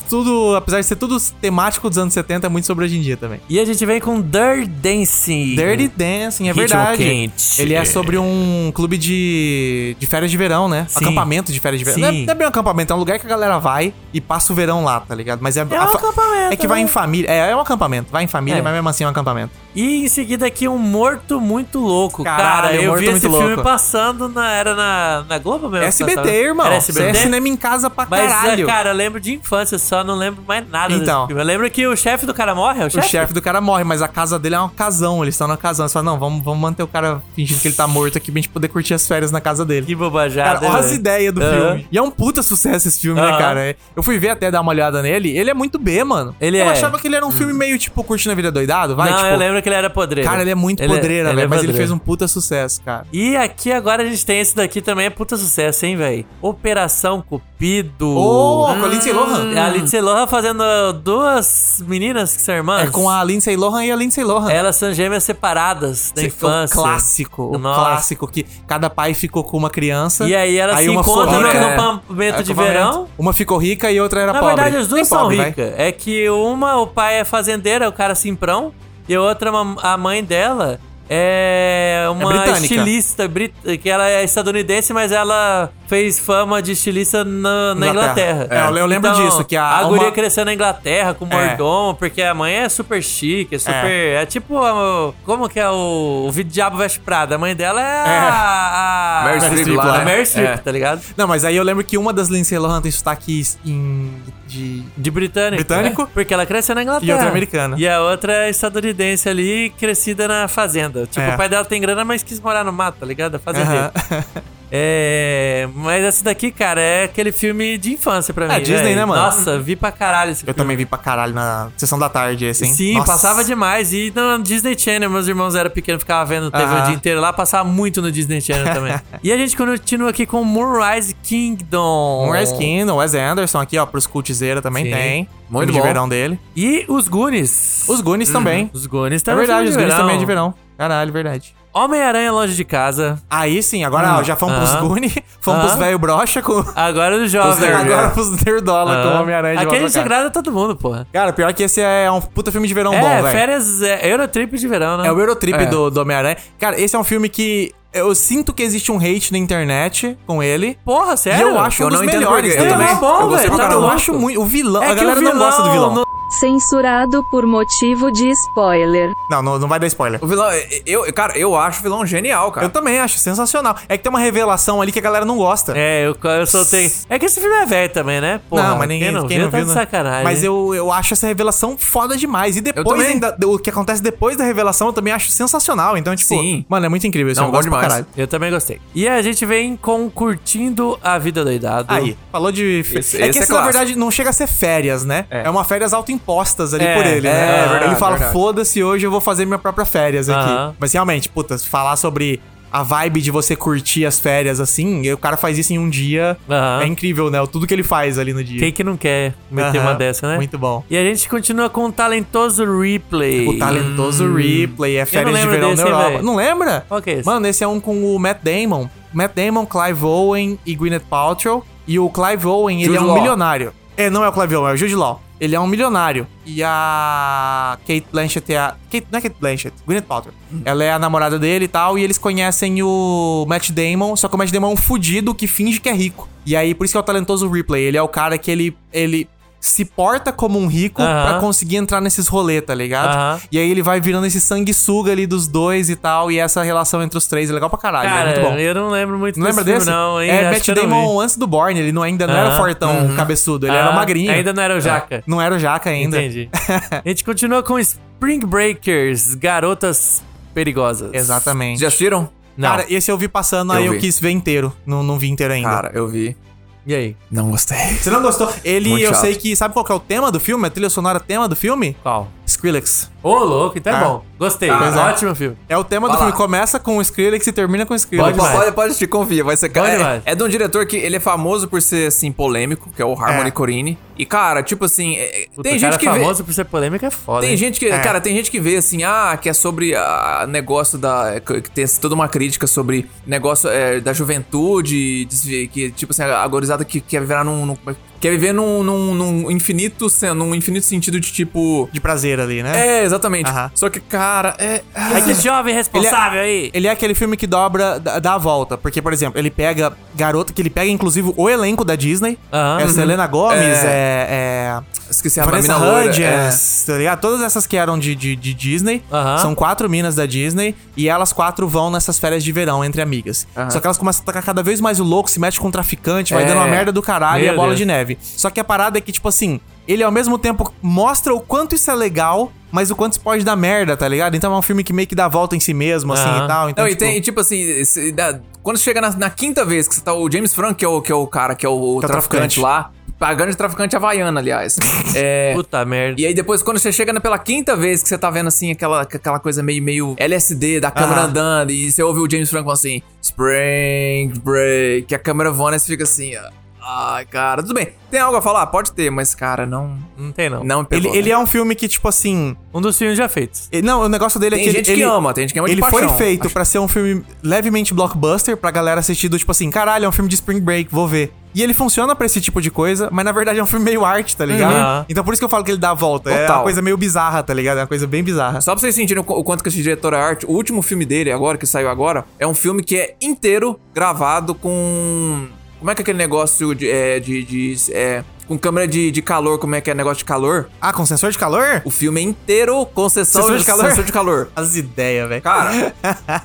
[SPEAKER 5] tudo, apesar de ser tudo temático dos anos 70, é muito sobre hoje em dia também.
[SPEAKER 6] E a gente vem com Dirty Dancing.
[SPEAKER 5] Dirty Dancing, é
[SPEAKER 6] um Ritmo
[SPEAKER 5] verdade.
[SPEAKER 6] quente.
[SPEAKER 5] Ele é sobre um clube de, de férias de verão, né?
[SPEAKER 6] Sim.
[SPEAKER 5] Acampamento de férias de verão. Não é,
[SPEAKER 6] Sim.
[SPEAKER 5] não é bem um acampamento, é um lugar que a galera vai e passa o verão lá, tá ligado? Mas é,
[SPEAKER 6] um
[SPEAKER 5] fa-
[SPEAKER 6] acampamento,
[SPEAKER 5] É que vai
[SPEAKER 6] né?
[SPEAKER 5] em família. É, é um acampamento. Vai em família,
[SPEAKER 6] É.
[SPEAKER 5] mas mesmo assim é um acampamento.
[SPEAKER 6] E em seguida aqui um morto muito louco.
[SPEAKER 5] Caralho,
[SPEAKER 6] cara,
[SPEAKER 5] Um
[SPEAKER 6] eu
[SPEAKER 5] Morto
[SPEAKER 6] vi
[SPEAKER 5] Muito
[SPEAKER 6] esse filme
[SPEAKER 5] Louco.
[SPEAKER 6] passando na era na, na Globo mesmo.
[SPEAKER 5] SBT,
[SPEAKER 6] passava.
[SPEAKER 5] irmão.
[SPEAKER 6] É um Era
[SPEAKER 5] Você é
[SPEAKER 6] SBT.
[SPEAKER 5] cinema em casa pra
[SPEAKER 6] mas, ah,
[SPEAKER 5] caralho.
[SPEAKER 6] cara, eu lembro de infância, só não lembro mais nada
[SPEAKER 5] Então.
[SPEAKER 6] desse filme. Eu lembro que o chefe do cara morre, é o
[SPEAKER 5] o
[SPEAKER 6] chefe?
[SPEAKER 5] chefe do cara morre, mas a casa dele é uma casão. Eles estão na casão. Eles falam, não, vamos, vamos manter o cara fingindo que ele tá morto aqui pra gente poder curtir as férias na casa dele.
[SPEAKER 6] Que bobajada.
[SPEAKER 5] Cara, olha
[SPEAKER 6] hein,
[SPEAKER 5] as
[SPEAKER 6] né, velho?
[SPEAKER 5] ideias do
[SPEAKER 6] Aham.
[SPEAKER 5] filme. E é um puta sucesso esse filme, né,
[SPEAKER 6] Aham.
[SPEAKER 5] cara? Eu fui ver até dar uma olhada nele. Ele é muito B, mano.
[SPEAKER 6] Ele
[SPEAKER 5] eu
[SPEAKER 6] é.
[SPEAKER 5] achava que ele era um filme meio, tipo, curtindo a vida doidado, vai?
[SPEAKER 6] não,
[SPEAKER 5] tipo,
[SPEAKER 6] eu lembro que ele era podreiro.
[SPEAKER 5] Cara, ele é muito podreira,
[SPEAKER 6] ele
[SPEAKER 5] velho.
[SPEAKER 6] é
[SPEAKER 5] mas ele
[SPEAKER 6] podreiro.
[SPEAKER 5] fez um puta sucesso, cara.
[SPEAKER 6] E aqui agora a gente tem esse daqui também, é puta sucesso, hein, velho? Operação Cupido.
[SPEAKER 5] Ô, com a Lindsay Lohan.
[SPEAKER 6] É A Lindsay Lohan fazendo duas meninas que são irmãs.
[SPEAKER 5] É com a Lindsay Lohan e a Lindsay Lohan.
[SPEAKER 6] Elas são gêmeas separadas É da
[SPEAKER 5] Esse foi
[SPEAKER 6] infância.
[SPEAKER 5] O é um clássico, o
[SPEAKER 6] Nossa.
[SPEAKER 5] clássico que cada pai ficou com uma criança.
[SPEAKER 6] E aí elas se
[SPEAKER 5] uma ficou
[SPEAKER 6] encontram no
[SPEAKER 5] rica, é.
[SPEAKER 6] acampamento de
[SPEAKER 5] Acampamento.
[SPEAKER 6] verão.
[SPEAKER 5] Uma ficou rica e outra era
[SPEAKER 6] Na
[SPEAKER 5] pobre.
[SPEAKER 6] verdade, as duas
[SPEAKER 5] Bem
[SPEAKER 6] são
[SPEAKER 5] pobre, né? vai.
[SPEAKER 6] ricas. É que uma, o pai é fazendeiro, é o cara simprão. E a outra, uma- a mãe dela, é uma
[SPEAKER 5] britânica.
[SPEAKER 6] estilista, brit- que ela é estadunidense, mas ela fez fama de estilista na, na Inglaterra.
[SPEAKER 5] Inglaterra.
[SPEAKER 6] Então,
[SPEAKER 5] É, eu lembro disso, que a-
[SPEAKER 6] guria
[SPEAKER 5] uma-
[SPEAKER 6] cresceu na Inglaterra com
[SPEAKER 5] É.
[SPEAKER 6] mordomo, porque a mãe é super chique, é super... É, tipo, a- como que é o, o Vídeo Diabo Veste Prada? A mãe dela é, a... a-
[SPEAKER 7] Meryl Streep
[SPEAKER 6] a
[SPEAKER 7] lá, né?
[SPEAKER 6] Meryl Streep,
[SPEAKER 7] É.
[SPEAKER 6] tá ligado?
[SPEAKER 5] Não, mas aí eu lembro que uma das Lindsay Lohan tem sotaque em, de
[SPEAKER 6] De britânico.
[SPEAKER 5] Britânico.
[SPEAKER 6] né? Porque ela cresceu na Inglaterra.
[SPEAKER 5] E outra americana.
[SPEAKER 6] E a outra é estadunidense ali, crescida na fazenda. Tipo,
[SPEAKER 5] É.
[SPEAKER 6] o pai dela tem grana, mas quis morar no mato, tá ligado? Fazendeiro.
[SPEAKER 5] Aham.
[SPEAKER 6] É. Mas esse daqui, cara, é aquele filme de infância pra mim.
[SPEAKER 5] Disney,
[SPEAKER 6] velho.
[SPEAKER 5] né, mano?
[SPEAKER 6] Nossa, vi pra caralho esse
[SPEAKER 5] Eu também vi pra caralho na sessão da tarde, assim.
[SPEAKER 6] Sim, passava demais. E no Disney Channel, meus irmãos eram pequenos, ficavam vendo TV
[SPEAKER 5] Aham.
[SPEAKER 6] o dia inteiro lá, passava muito no Disney Channel também. e a gente continua aqui com Moonrise Kingdom.
[SPEAKER 5] Wes Kingdon, um Wes Anderson aqui, ó, pros cultizeiros também
[SPEAKER 6] Sim.
[SPEAKER 5] tem.
[SPEAKER 7] Muito
[SPEAKER 5] filme de
[SPEAKER 7] bom.
[SPEAKER 5] verão dele.
[SPEAKER 6] E os Goonies.
[SPEAKER 5] Os Goonies também.
[SPEAKER 6] Os Goonies
[SPEAKER 5] É
[SPEAKER 6] também.
[SPEAKER 5] verdade, os
[SPEAKER 6] são de
[SPEAKER 5] Goonies também é de verão. Caralho, verdade.
[SPEAKER 6] Homem-Aranha longe de casa.
[SPEAKER 5] Aí sim, agora ó, já fomos pros
[SPEAKER 6] Aham.
[SPEAKER 5] Goonies, fomos Uhum. pros
[SPEAKER 6] Aham.
[SPEAKER 5] velho brocha com... os
[SPEAKER 6] Agora do jovem.
[SPEAKER 5] ner- agora
[SPEAKER 6] Agora-
[SPEAKER 5] pros nerdola com o Homem-Aranha de
[SPEAKER 6] Aqui a gente
[SPEAKER 5] volta pra cá.
[SPEAKER 6] agrada todo mundo, porra.
[SPEAKER 5] Cara, pior que esse é um puta filme de verão
[SPEAKER 6] é,
[SPEAKER 5] bom, velho.
[SPEAKER 6] férias, é, Eurotrip de verão, né?
[SPEAKER 5] É o Eurotrip do, do Homem-Aranha. Cara, esse é um filme que eu sinto que existe um hate na internet com ele.
[SPEAKER 6] Porra, sério?
[SPEAKER 5] e eu acho
[SPEAKER 7] eu
[SPEAKER 5] um dos
[SPEAKER 7] não entendo
[SPEAKER 5] melhores.
[SPEAKER 7] por quê. Eu
[SPEAKER 5] também.
[SPEAKER 7] também.
[SPEAKER 6] Eu gostei pra
[SPEAKER 5] Cara, eu
[SPEAKER 6] caramba.
[SPEAKER 5] acho muito. O vilão.
[SPEAKER 6] É
[SPEAKER 5] a
[SPEAKER 6] que
[SPEAKER 5] galera
[SPEAKER 6] o
[SPEAKER 5] não gosta do vilão.
[SPEAKER 6] vilão
[SPEAKER 11] Censurado por motivo de spoiler.
[SPEAKER 5] Não, não, não vai dar spoiler.
[SPEAKER 7] O vilão, é, eu, cara, eu acho o vilão genial, cara.
[SPEAKER 5] Eu também acho sensacional. É que tem uma revelação ali que a galera não gosta.
[SPEAKER 6] É, eu, eu soltei. É que esse filme é velho também, né? Porra,
[SPEAKER 5] não, mas ninguém
[SPEAKER 6] quem não
[SPEAKER 5] quem
[SPEAKER 6] viu,
[SPEAKER 5] não
[SPEAKER 6] tá
[SPEAKER 5] viu,
[SPEAKER 6] de
[SPEAKER 5] não.
[SPEAKER 6] sacanagem.
[SPEAKER 5] Mas eu, eu acho essa revelação foda demais. E depois
[SPEAKER 7] também.
[SPEAKER 5] ainda, o que acontece depois da revelação eu também acho sensacional. Então, tipo,
[SPEAKER 7] Sim.
[SPEAKER 5] mano, é muito incrível esse
[SPEAKER 7] Não,
[SPEAKER 5] filme. eu
[SPEAKER 7] bom
[SPEAKER 5] gosto pra
[SPEAKER 7] demais.
[SPEAKER 5] caralho.
[SPEAKER 6] Eu também gostei. E a gente vem com Curtindo a Vida Doidado.
[SPEAKER 5] Aí, falou de. fe-
[SPEAKER 7] Esse-
[SPEAKER 5] é que
[SPEAKER 7] esse
[SPEAKER 5] esse,
[SPEAKER 7] é
[SPEAKER 5] na
[SPEAKER 7] clássico.
[SPEAKER 5] verdade, não chega a ser férias, né? É, uma férias autoimpostas ali
[SPEAKER 6] É,
[SPEAKER 5] por ele,
[SPEAKER 6] é,
[SPEAKER 5] né?
[SPEAKER 6] é verdade,
[SPEAKER 5] ele fala,
[SPEAKER 7] verdade.
[SPEAKER 5] foda-se, hoje eu vou fazer minha própria férias aqui.
[SPEAKER 6] Aham.
[SPEAKER 5] Mas realmente, puta, se falar sobre a vibe de você curtir as férias assim, e o cara faz isso em um dia.
[SPEAKER 6] Aham.
[SPEAKER 5] É incrível, né? Tudo que ele faz ali no dia.
[SPEAKER 6] Quem que não quer meter
[SPEAKER 5] Aham,
[SPEAKER 6] uma dessa, né?
[SPEAKER 5] Muito bom.
[SPEAKER 6] E a gente continua com o talentoso Replay.
[SPEAKER 5] O talentoso Ripley, é férias de
[SPEAKER 6] hum, lembro
[SPEAKER 5] verão
[SPEAKER 6] desse,
[SPEAKER 5] na
[SPEAKER 6] hein,
[SPEAKER 5] Europa.
[SPEAKER 6] véi?
[SPEAKER 5] não lembra?
[SPEAKER 6] Qual que é esse?
[SPEAKER 5] Mano, esse é um com o Matt Damon. Matt Damon, Clive Owen e Gwyneth Paltrow. E o Clive Owen, ele
[SPEAKER 7] Jude
[SPEAKER 5] é um
[SPEAKER 7] Law.
[SPEAKER 5] milionário. É, não é o Clive Owen, é o Jude Law. Ele é um milionário. E a Kate Blanchett é a... Kate, não é Kate Blanchett, Gwyneth Paltrow.
[SPEAKER 6] Hum.
[SPEAKER 5] Ela é a namorada dele e tal, e eles conhecem o Matt Damon, só que o Matt Damon é um fudido que finge que é rico. E aí, por isso que é o talentoso Ripley. Ele é o cara que ele... ele se porta como um rico
[SPEAKER 6] Aham.
[SPEAKER 5] pra conseguir entrar nesses rolês, tá ligado?
[SPEAKER 6] Aham.
[SPEAKER 5] E aí ele vai virando esse sanguessuga ali dos dois e tal. E essa relação entre os três é legal pra caralho.
[SPEAKER 6] Cara,
[SPEAKER 5] é muito bom.
[SPEAKER 6] eu não lembro muito
[SPEAKER 5] Não lembra
[SPEAKER 6] filme,
[SPEAKER 5] desse?
[SPEAKER 6] não, hein?
[SPEAKER 5] é
[SPEAKER 6] Acho
[SPEAKER 5] Matt
[SPEAKER 6] que eu não vi.
[SPEAKER 5] Damon antes do Born. Ele não, ainda não era
[SPEAKER 6] Aham.
[SPEAKER 5] fortão, cabeçudo. Ele era
[SPEAKER 6] Ah,
[SPEAKER 5] magrinho.
[SPEAKER 6] Ainda não era o Jaca.
[SPEAKER 5] Não era o Jaca
[SPEAKER 7] Né?
[SPEAKER 5] ainda.
[SPEAKER 6] Entendi. A gente continua com Spring Breakers, Garotas Perigosas.
[SPEAKER 5] Exatamente.
[SPEAKER 7] Já assistiram?
[SPEAKER 6] Não.
[SPEAKER 5] Cara, esse eu vi passando, aí
[SPEAKER 7] Eu
[SPEAKER 5] eu
[SPEAKER 7] vi.
[SPEAKER 5] quis ver inteiro. Não, não vi inteiro ainda.
[SPEAKER 7] Cara, eu vi.
[SPEAKER 6] E aí?
[SPEAKER 7] Não gostei.
[SPEAKER 5] Você não gostou? Ele,
[SPEAKER 7] Muito
[SPEAKER 5] eu
[SPEAKER 7] chato.
[SPEAKER 5] sei que. Sabe qual que é o tema do filme? A trilha sonora tema do filme?
[SPEAKER 6] Qual?
[SPEAKER 5] Skrillex.
[SPEAKER 6] Ô, louco, então é
[SPEAKER 5] Ah.
[SPEAKER 6] bom. Gostei.
[SPEAKER 5] Pois é.
[SPEAKER 6] Ótimo filme.
[SPEAKER 5] É o tema do
[SPEAKER 7] Vai lá.
[SPEAKER 5] filme. Começa com o Skrillex e termina com o Skrillex.
[SPEAKER 7] Pode,
[SPEAKER 6] demais.
[SPEAKER 7] pode, pode te confia, vai ser
[SPEAKER 6] Pode
[SPEAKER 7] cara.
[SPEAKER 6] demais.
[SPEAKER 7] É, é de um diretor que ele é famoso por ser assim polêmico, que é o Harmony
[SPEAKER 5] É.
[SPEAKER 7] Corine. E cara, tipo assim, é- é-
[SPEAKER 6] Puta,
[SPEAKER 7] tem
[SPEAKER 6] o cara
[SPEAKER 7] gente que vê,
[SPEAKER 6] famoso por ser polêmica é foda.
[SPEAKER 7] tem
[SPEAKER 6] hein?
[SPEAKER 7] gente que, cara, tem gente que vê assim, ah, que é sobre ah, negócio da que tem toda uma crítica sobre negócio é, da juventude, desvi- que tipo assim, a gorizada que quer viver num, num- quer viver num, num- num infinito, sen- num infinito sentido de tipo
[SPEAKER 5] De prazer ali, né?
[SPEAKER 7] é, exatamente.
[SPEAKER 5] Aham.
[SPEAKER 7] Só que, cara, é.
[SPEAKER 6] Aí que jovem responsável aí.
[SPEAKER 5] Ele é aquele filme que dobra, dá dá a volta. Porque, por exemplo, ele pega garota que ele pega, inclusive, o elenco da Disney.
[SPEAKER 7] Aham.
[SPEAKER 5] É Selena Gomes, é.
[SPEAKER 7] É.
[SPEAKER 5] é...
[SPEAKER 7] Esqueci a
[SPEAKER 5] Vanessa
[SPEAKER 7] mina loira, é.
[SPEAKER 5] Hudgens, tá ligado? Todas essas que eram de, de, de Disney. São quatro minas da Disney. E elas quatro vão nessas férias de verão entre amigas. Só que elas começam a atacar cada vez mais o louco, se mete com o traficante, vai
[SPEAKER 7] É.
[SPEAKER 5] dando uma merda do caralho e
[SPEAKER 7] Meu
[SPEAKER 5] a bola
[SPEAKER 7] Deus.
[SPEAKER 5] de neve. Só que a parada é que, tipo assim, ele ao mesmo tempo mostra o quanto isso é legal, mas o quanto isso pode dar merda, tá ligado? Então é um filme que meio que dá volta em si mesmo, assim
[SPEAKER 7] Aham.
[SPEAKER 5] e tal. Então,
[SPEAKER 7] Não, e
[SPEAKER 5] tipo,
[SPEAKER 7] tem, tipo assim, esse- da- quando chega na, na quinta vez que você tá o James Franco, que é o, que é o cara, que é o,
[SPEAKER 5] Que é o traficante.
[SPEAKER 7] traficante, lá, pagando de traficante havaiana, aliás. É,
[SPEAKER 6] Puta merda.
[SPEAKER 7] E aí depois, quando você chega na- pela quinta vez que você tá vendo assim aquela, aquela coisa meio, meio LSD da câmera
[SPEAKER 5] Aham.
[SPEAKER 7] andando, e você ouve o James Franco assim, Spring Break, que a câmera voando e você fica assim, ah, ai, cara, tudo bem. Tem algo a falar? Pode ter, mas, cara, não.
[SPEAKER 6] Não tem, não.
[SPEAKER 7] Não
[SPEAKER 5] ele,
[SPEAKER 7] pegou. né?
[SPEAKER 5] ele é um filme que, tipo assim.
[SPEAKER 6] Um dos filmes já feitos.
[SPEAKER 5] ele- Não, o negócio dele
[SPEAKER 7] Tem
[SPEAKER 5] é que
[SPEAKER 7] gente que
[SPEAKER 5] ele,
[SPEAKER 7] ama, tem gente que ama de
[SPEAKER 5] Ele
[SPEAKER 7] paixão.
[SPEAKER 5] foi feito pra ser um filme levemente blockbuster, pra galera assistir do tipo assim, caralho, é um filme de Spring Break, vou ver. E ele funciona pra esse tipo de coisa, mas na verdade é um filme meio arte, tá ligado?
[SPEAKER 6] Uhum.
[SPEAKER 5] Então por isso que eu falo que ele dá a volta. É
[SPEAKER 7] Total.
[SPEAKER 5] uma coisa meio bizarra, tá ligado? É uma coisa bem bizarra.
[SPEAKER 7] Só pra vocês sentirem o qu- o quanto que esse diretor é arte, o último filme dele, agora, que saiu agora, é um filme que é inteiro gravado com. Como é que é aquele negócio de. é, de- de- é, com câmera de, de calor, como é que é negócio de calor?
[SPEAKER 5] Ah, com sensor de calor?
[SPEAKER 7] O filme é inteiro com sessão
[SPEAKER 5] Sensor
[SPEAKER 7] de
[SPEAKER 5] de calor?
[SPEAKER 7] calor. Sensor de calor.
[SPEAKER 5] As ideias, velho.
[SPEAKER 7] Cara,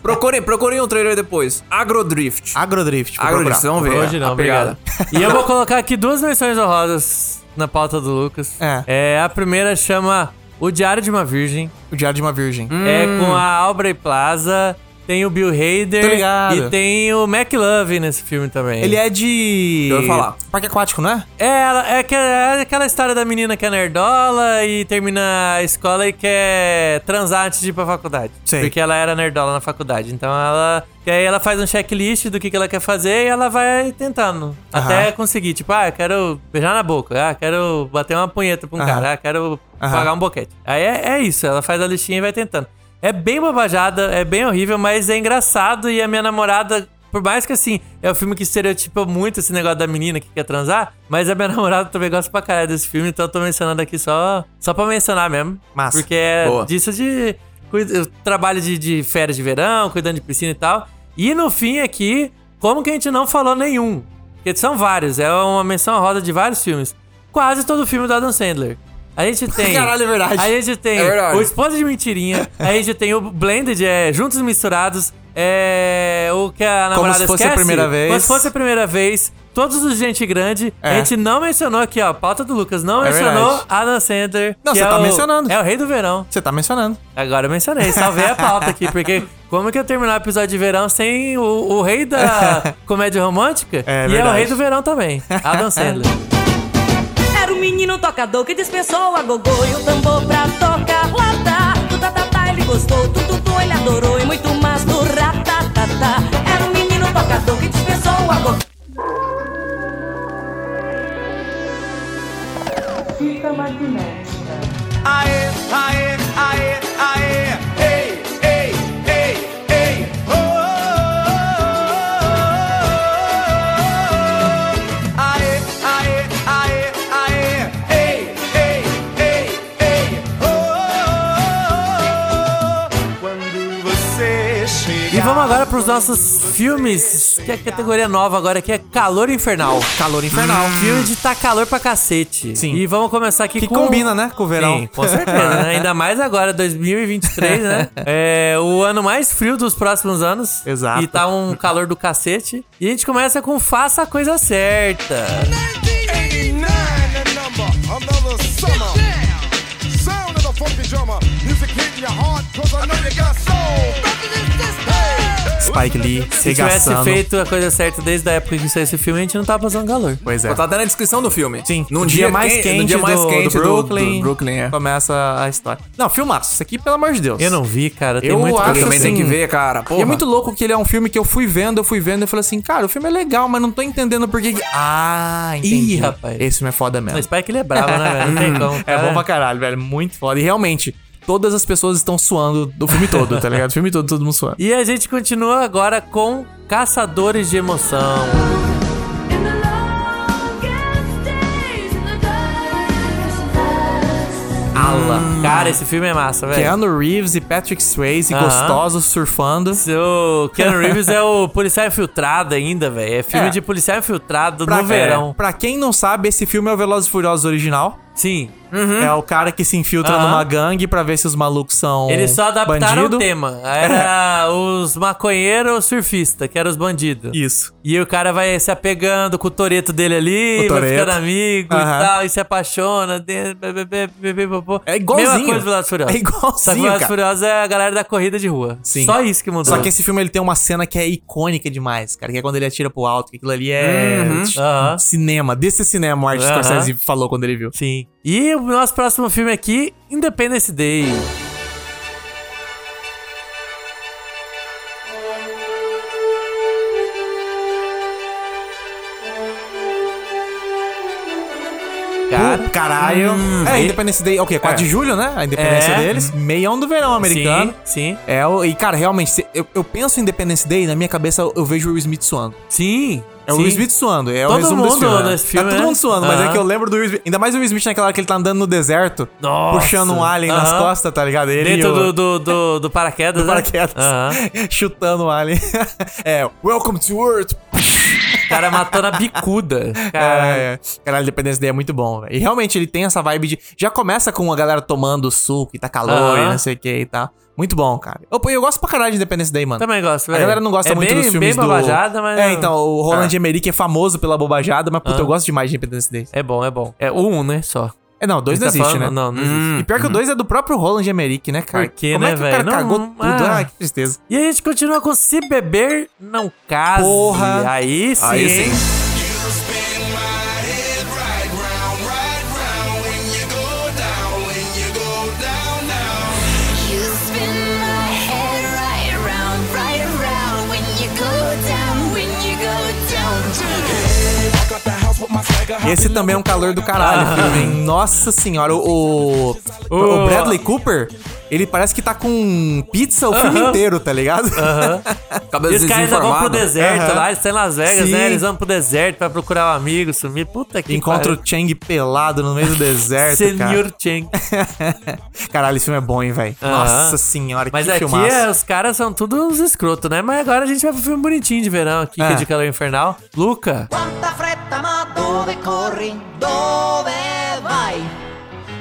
[SPEAKER 7] procurem, procurem um trailer depois. Agrodrift.
[SPEAKER 5] Ah, Agrodrift. vou
[SPEAKER 7] Agrodrift,
[SPEAKER 5] procurar.
[SPEAKER 7] vamos ver.
[SPEAKER 6] Hoje não,
[SPEAKER 7] a pegada.
[SPEAKER 6] obrigado. E eu vou colocar aqui duas menções honrosas na pauta do Lucas.
[SPEAKER 5] É.
[SPEAKER 6] A primeira chama O Diário de uma Virgem.
[SPEAKER 5] O Diário de uma Virgem.
[SPEAKER 6] É com a Aubrey Plaza, tem o Bill Hader
[SPEAKER 5] Hum. Tô ligado.
[SPEAKER 6] e tem o McLove nesse filme também.
[SPEAKER 5] Ele é de.
[SPEAKER 7] Eu ia falar.
[SPEAKER 5] Parque aquático, não é?
[SPEAKER 6] É, ela- é, que- é aquela história da menina que é nerdola e termina a escola e quer transar antes de ir pra faculdade.
[SPEAKER 5] Sei.
[SPEAKER 6] Porque ela era nerdola na faculdade. Então ela. E aí ela faz um checklist do que, que ela quer fazer e ela vai tentando. Até conseguir. Tipo, ah, eu quero beijar na boca. Ah, quero bater uma punheta pra um
[SPEAKER 5] Aham.
[SPEAKER 6] cara. Ah, quero
[SPEAKER 5] Aham.
[SPEAKER 6] pagar um boquete. Aí é, é isso, ela faz a listinha e vai tentando. É bem bobajada, é bem horrível, mas é engraçado e a minha namorada. Por mais que assim, é um filme que estereotipa muito esse negócio da menina que quer transar, mas a minha namorada também gosta pra caralho desse filme, então eu tô mencionando aqui só, só pra mencionar mesmo.
[SPEAKER 5] Massa.
[SPEAKER 6] Porque é
[SPEAKER 7] Boa.
[SPEAKER 6] disso de. cuida- eu Trabalho de, de férias de verão, cuidando de piscina e tal. E no fim aqui, como que a gente não falou nenhum? Porque são vários, é uma menção roda de vários filmes. Quase todo filme do Adam Sandler. A gente tem.
[SPEAKER 5] Caralho, é verdade.
[SPEAKER 6] A gente tem
[SPEAKER 7] É verdade.
[SPEAKER 6] o Esposa de Mentirinha, a gente tem o Blended, é Juntos e Misturados, é. O que a namorada
[SPEAKER 5] se fosse a
[SPEAKER 6] esquece,
[SPEAKER 5] primeira vez.
[SPEAKER 6] Como se fosse a primeira vez. Todos os Gente Grande. A
[SPEAKER 5] É.
[SPEAKER 6] gente não mencionou aqui, ó. Pauta do Lucas não
[SPEAKER 5] É
[SPEAKER 6] mencionou
[SPEAKER 5] verdade.
[SPEAKER 6] Adam Sandler.
[SPEAKER 5] Não,
[SPEAKER 6] que
[SPEAKER 5] você
[SPEAKER 6] é
[SPEAKER 5] tá
[SPEAKER 6] o-
[SPEAKER 5] mencionando.
[SPEAKER 6] É o rei do verão.
[SPEAKER 5] Você tá mencionando.
[SPEAKER 6] Agora eu mencionei, salvei a pauta aqui, porque como que eu terminar o episódio de verão sem o, o rei da comédia romântica?
[SPEAKER 5] É
[SPEAKER 6] e é o
[SPEAKER 5] verdade.
[SPEAKER 6] rei do verão também, Adam Sandler.
[SPEAKER 4] Era um menino tocador que dispensou a gogô e o tambor pra tocar lata. Do tatatá tá, ele gostou, do tutu ele adorou e muito mais do ratatatá. Era um menino tocador que dispensou a gogô.
[SPEAKER 2] Fita magnética.
[SPEAKER 8] Aê, aê, aê, aê, ei, ei, ei, ei, oh, oh, oh, oh. aê, aê, aê, aê, ei, ei, ei, ei, oh, oh, oh, oh. quando você
[SPEAKER 6] E
[SPEAKER 8] chegar.
[SPEAKER 6] vamos agora pros nossos filmes, que é a categoria nova agora, que é Calor Infernal.
[SPEAKER 5] Calor infernal.
[SPEAKER 6] Filme de tá calor pra cacete.
[SPEAKER 5] Sim.
[SPEAKER 6] E vamos começar aqui
[SPEAKER 5] Que
[SPEAKER 6] com...
[SPEAKER 5] combina, né, com o verão.
[SPEAKER 6] Sim, com certeza, né? Ainda mais agora, 2023, né? É o ano mais frio dos próximos anos.
[SPEAKER 5] Exato.
[SPEAKER 6] E tá um calor do cacete. E a gente começa com Faça a Coisa Certa.
[SPEAKER 1] 1989, the number, another summer. Sound of the funky drummer. Music hitting your heart, cause I know you got soul.
[SPEAKER 5] Spike Lee,
[SPEAKER 6] Se tivesse
[SPEAKER 5] regaçando.
[SPEAKER 6] feito a coisa certa desde a época que saiu esse filme, a gente não tava passando calor.
[SPEAKER 5] Pois é.
[SPEAKER 7] Tá dando a descrição do filme.
[SPEAKER 5] Sim.
[SPEAKER 7] Num
[SPEAKER 5] No
[SPEAKER 7] dia, mais quente, num dia mais
[SPEAKER 5] do-
[SPEAKER 7] quente
[SPEAKER 5] do Brooklyn.
[SPEAKER 7] do Brooklyn, é.
[SPEAKER 5] Começa a história. Não, filmaço. Isso aqui, pelo amor de Deus.
[SPEAKER 6] Eu não vi, cara. Tem
[SPEAKER 5] Eu
[SPEAKER 6] muito
[SPEAKER 5] acho
[SPEAKER 7] Eu também
[SPEAKER 5] assim-
[SPEAKER 7] tem que ver, cara. Porra.
[SPEAKER 5] E é muito louco que ele é um filme que eu fui vendo, eu fui vendo, eu falei assim, cara, o filme é legal, mas não tô entendendo por que. que- Ah, entendi.
[SPEAKER 6] Ih, rapaz.
[SPEAKER 5] Esse filme é foda
[SPEAKER 6] O
[SPEAKER 5] mesmo.
[SPEAKER 6] Spike ele é brabo, né, velho? Não tem como.
[SPEAKER 5] É
[SPEAKER 6] cara.
[SPEAKER 5] bom pra caralho, velho. Muito foda. E realmente, todas as pessoas estão suando do filme todo, tá ligado? O filme todo, todo mundo suando.
[SPEAKER 6] E a gente continua agora com Caçadores de Emoção.
[SPEAKER 5] Hum. Ala.
[SPEAKER 6] Cara, esse filme é massa, velho.
[SPEAKER 5] Keanu Reeves e Patrick Swayze,
[SPEAKER 6] Aham.
[SPEAKER 5] gostosos, surfando.
[SPEAKER 6] O Keanu Reeves é o policial infiltrado ainda, velho. É filme
[SPEAKER 5] É.
[SPEAKER 6] de policial infiltrado no verão.
[SPEAKER 5] é, pra quem não sabe, esse filme é o Velozes e Furiosos original.
[SPEAKER 6] Sim.
[SPEAKER 5] É o cara que se infiltra
[SPEAKER 6] Hum? Aham.
[SPEAKER 5] numa gangue pra ver se os malucos são
[SPEAKER 6] Eles só adaptaram
[SPEAKER 5] bandido.
[SPEAKER 6] o
[SPEAKER 5] É.
[SPEAKER 6] tema. Era os maconheiros surfistas, que eram os bandidos.
[SPEAKER 5] Isso.
[SPEAKER 6] E o cara vai se apegando com o toreto dele ali,
[SPEAKER 5] O
[SPEAKER 6] vai
[SPEAKER 5] Toretto.
[SPEAKER 6] ficando amigo
[SPEAKER 5] Aham.
[SPEAKER 6] e tal, e se apaixona. de- be- be- be- be- be- be- be-
[SPEAKER 5] É igualzinho.
[SPEAKER 6] Mesma coisa do Velozes e Furiosos.
[SPEAKER 5] É igualzinho,
[SPEAKER 6] Tá. Só que o Velozes e
[SPEAKER 5] cara.
[SPEAKER 6] Furiosos é a galera da corrida de rua.
[SPEAKER 5] Sim.
[SPEAKER 6] Só isso que mudou.
[SPEAKER 5] Só que esse filme ele tem uma cena que é icônica demais, cara, que é quando ele atira pro alto, que aquilo ali é c-
[SPEAKER 6] Uhum. Aham.
[SPEAKER 5] cinema, desse cinema o Art
[SPEAKER 6] Aham.
[SPEAKER 5] Scorsese falou quando ele viu.
[SPEAKER 6] Sim. E o nosso próximo filme aqui, Independence Day. Cara,
[SPEAKER 5] Pô, Ah, caralho. é,
[SPEAKER 6] e-
[SPEAKER 5] Independence Day, ok, 4 de julho, né? A independência
[SPEAKER 6] Hum. É.
[SPEAKER 5] deles. Meião do verão americano.
[SPEAKER 6] Sim, sim.
[SPEAKER 5] É, o- e cara, realmente, se- eu, eu penso em Independence Day, na minha cabeça eu, eu vejo o Will Smith suando.
[SPEAKER 6] Sim.
[SPEAKER 5] É o
[SPEAKER 6] sim.
[SPEAKER 5] Will Smith suando, é
[SPEAKER 6] Todo
[SPEAKER 5] o resumo desse
[SPEAKER 6] mundo
[SPEAKER 5] filme. né?
[SPEAKER 6] nesse filme,
[SPEAKER 5] tá todo
[SPEAKER 6] né?
[SPEAKER 5] mundo suando, mas
[SPEAKER 6] Aham.
[SPEAKER 5] é que eu lembro do Will Smith. Ainda mais o Will Smith naquela hora que ele tá andando no deserto,
[SPEAKER 6] Nossa.
[SPEAKER 5] puxando um alien nas
[SPEAKER 6] Aham.
[SPEAKER 5] costas, tá ligado? Ele e
[SPEAKER 6] Dentro
[SPEAKER 5] o-
[SPEAKER 6] do, do, do, do paraquedas,
[SPEAKER 5] do
[SPEAKER 6] né?
[SPEAKER 5] paraquedas.
[SPEAKER 6] Aham.
[SPEAKER 5] Chutando o alien. é, welcome to Earth.
[SPEAKER 6] O cara matou na bicuda. Cara,
[SPEAKER 5] É. Caralho, caralho, Independence Day é muito bom, velho. E realmente ele tem essa vibe de. Já começa com a galera tomando suco e tá calor
[SPEAKER 6] Aham.
[SPEAKER 5] e não sei o que e tal. Muito bom, cara. Eu, eu gosto pra caralho de Independence Day, mano.
[SPEAKER 6] também gosto,
[SPEAKER 5] A
[SPEAKER 6] velho.
[SPEAKER 5] galera não gosta
[SPEAKER 6] é
[SPEAKER 5] muito
[SPEAKER 6] bem,
[SPEAKER 5] dos
[SPEAKER 6] bem
[SPEAKER 5] filmes do...
[SPEAKER 6] babajada, mas...
[SPEAKER 5] É, então, o Roland Emmerich é famoso pela bobajada, mas puta, eu gosto demais de Independence Day.
[SPEAKER 6] É bom, é bom. É o um, né, só.
[SPEAKER 5] É, não, dois
[SPEAKER 6] Ele
[SPEAKER 5] não
[SPEAKER 6] tá
[SPEAKER 5] existe,
[SPEAKER 6] falando-
[SPEAKER 5] né?
[SPEAKER 6] não, não existe. Uhum.
[SPEAKER 5] E pior que o dois é do próprio Roland Emmerich, né, cara?
[SPEAKER 6] Por quê,
[SPEAKER 5] Como
[SPEAKER 6] né,
[SPEAKER 5] é que o
[SPEAKER 6] velho?
[SPEAKER 5] cara
[SPEAKER 6] Não-
[SPEAKER 5] cagou
[SPEAKER 6] não-
[SPEAKER 5] tudo?
[SPEAKER 6] ah.
[SPEAKER 5] Ah, que tristeza.
[SPEAKER 6] E a gente continua com Se Beber Não Case.
[SPEAKER 5] Porra.
[SPEAKER 6] Aí sim.
[SPEAKER 7] Aí sim.
[SPEAKER 6] hein?
[SPEAKER 9] You spin my head right around, right around when you go down, when you go down.
[SPEAKER 5] Esse também é um calor do caralho,
[SPEAKER 6] Ah.
[SPEAKER 5] filme, hein? Nossa senhora, o, o, o Bradley Cooper, ele parece que tá com pizza o filme
[SPEAKER 6] Aham.
[SPEAKER 5] inteiro, tá ligado?
[SPEAKER 7] Cabelo
[SPEAKER 6] Eles caras ainda vão pro
[SPEAKER 7] desinformado.
[SPEAKER 6] deserto
[SPEAKER 5] Aham.
[SPEAKER 6] lá, assim, eles estão em Las Vegas,
[SPEAKER 5] Sim.
[SPEAKER 6] né? Eles vão pro deserto pra procurar um amigo, sumir. Puta que
[SPEAKER 5] Encontra
[SPEAKER 6] pariu.
[SPEAKER 5] o Chang pelado no meio do deserto,
[SPEAKER 6] Senhor Cheng.
[SPEAKER 5] cara. Caralho, esse filme é bom, hein, velho?
[SPEAKER 6] Aham.
[SPEAKER 5] Nossa senhora,
[SPEAKER 6] Mas
[SPEAKER 5] que
[SPEAKER 6] aqui
[SPEAKER 5] filmaço.
[SPEAKER 6] é, os caras são tudo uns escroto, né? Mas agora a gente vai pro filme bonitinho de verão aqui, que
[SPEAKER 5] É.
[SPEAKER 6] é de calor infernal. Luca.
[SPEAKER 9] Quanta fretta, ma dove corri? Dove vai?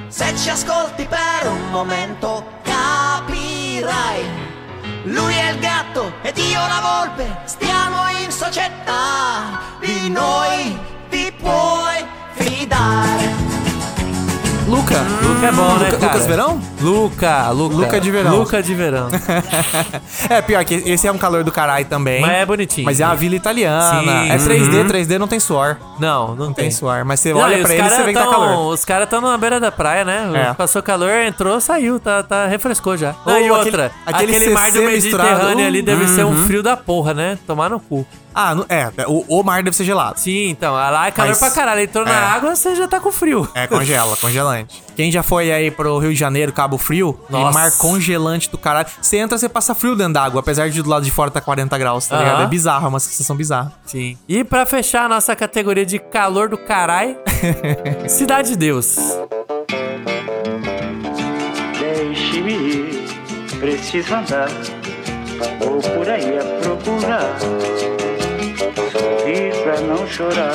[SPEAKER 9] Se ci ascolti per un momento capirai. Lui è il gatto ed io la volpe, stiamo in società, di noi ti puoi fidare.
[SPEAKER 5] Luca.
[SPEAKER 6] Luca é bom, né,
[SPEAKER 5] Luca-
[SPEAKER 6] cara?
[SPEAKER 5] Lucas Verão?
[SPEAKER 6] Luca, Luca.
[SPEAKER 5] Luca de verão.
[SPEAKER 6] Luca de verão.
[SPEAKER 5] é, pior que esse é um calor do caralho também.
[SPEAKER 6] Mas é bonitinho.
[SPEAKER 5] Mas é uma vila italiana.
[SPEAKER 6] Sim.
[SPEAKER 5] É 3D, 3D não tem suor.
[SPEAKER 6] Não, não,
[SPEAKER 5] Não tem
[SPEAKER 6] tem.
[SPEAKER 5] suor. Mas você
[SPEAKER 6] Não, e
[SPEAKER 5] olha
[SPEAKER 6] os
[SPEAKER 5] pra ele e
[SPEAKER 6] caras
[SPEAKER 5] você vê que tá
[SPEAKER 6] tão-
[SPEAKER 5] calor.
[SPEAKER 6] Os caras estão na beira da praia, né?
[SPEAKER 5] É.
[SPEAKER 6] Passou calor, entrou, saiu, tá, tá- refrescou já. Não,
[SPEAKER 5] Ou
[SPEAKER 6] e
[SPEAKER 5] aquele-
[SPEAKER 6] outra, aquele,
[SPEAKER 5] aquele
[SPEAKER 6] mar do
[SPEAKER 5] CC misturado.
[SPEAKER 6] Mediterrâneo ali
[SPEAKER 5] Hum,
[SPEAKER 6] deve ser um frio da porra, né? Tomar no cu.
[SPEAKER 5] Ah, não- é. O, o mar deve ser gelado.
[SPEAKER 6] Sim, então, lá é calor
[SPEAKER 5] Mas-
[SPEAKER 6] pra caralho. Entrou na
[SPEAKER 5] é.
[SPEAKER 6] água, você já tá com frio.
[SPEAKER 5] É, congela, congelante. Quem já foi aí pro Rio de Janeiro, Cabo Frio, tem
[SPEAKER 6] Nossa.
[SPEAKER 5] mar congelante do caralho. Você entra, você passa frio dentro d'água, apesar de do lado de fora tá 40 graus, tá
[SPEAKER 6] Aham.
[SPEAKER 5] ligado? É bizarro, é uma sensação bizarra.
[SPEAKER 6] Sim. E pra fechar a nossa categoria de calor do caralho, Cidade de Deus.
[SPEAKER 12] Deixe-me ir, preciso andar. Vou por aí a procurar sorrir pra não chorar.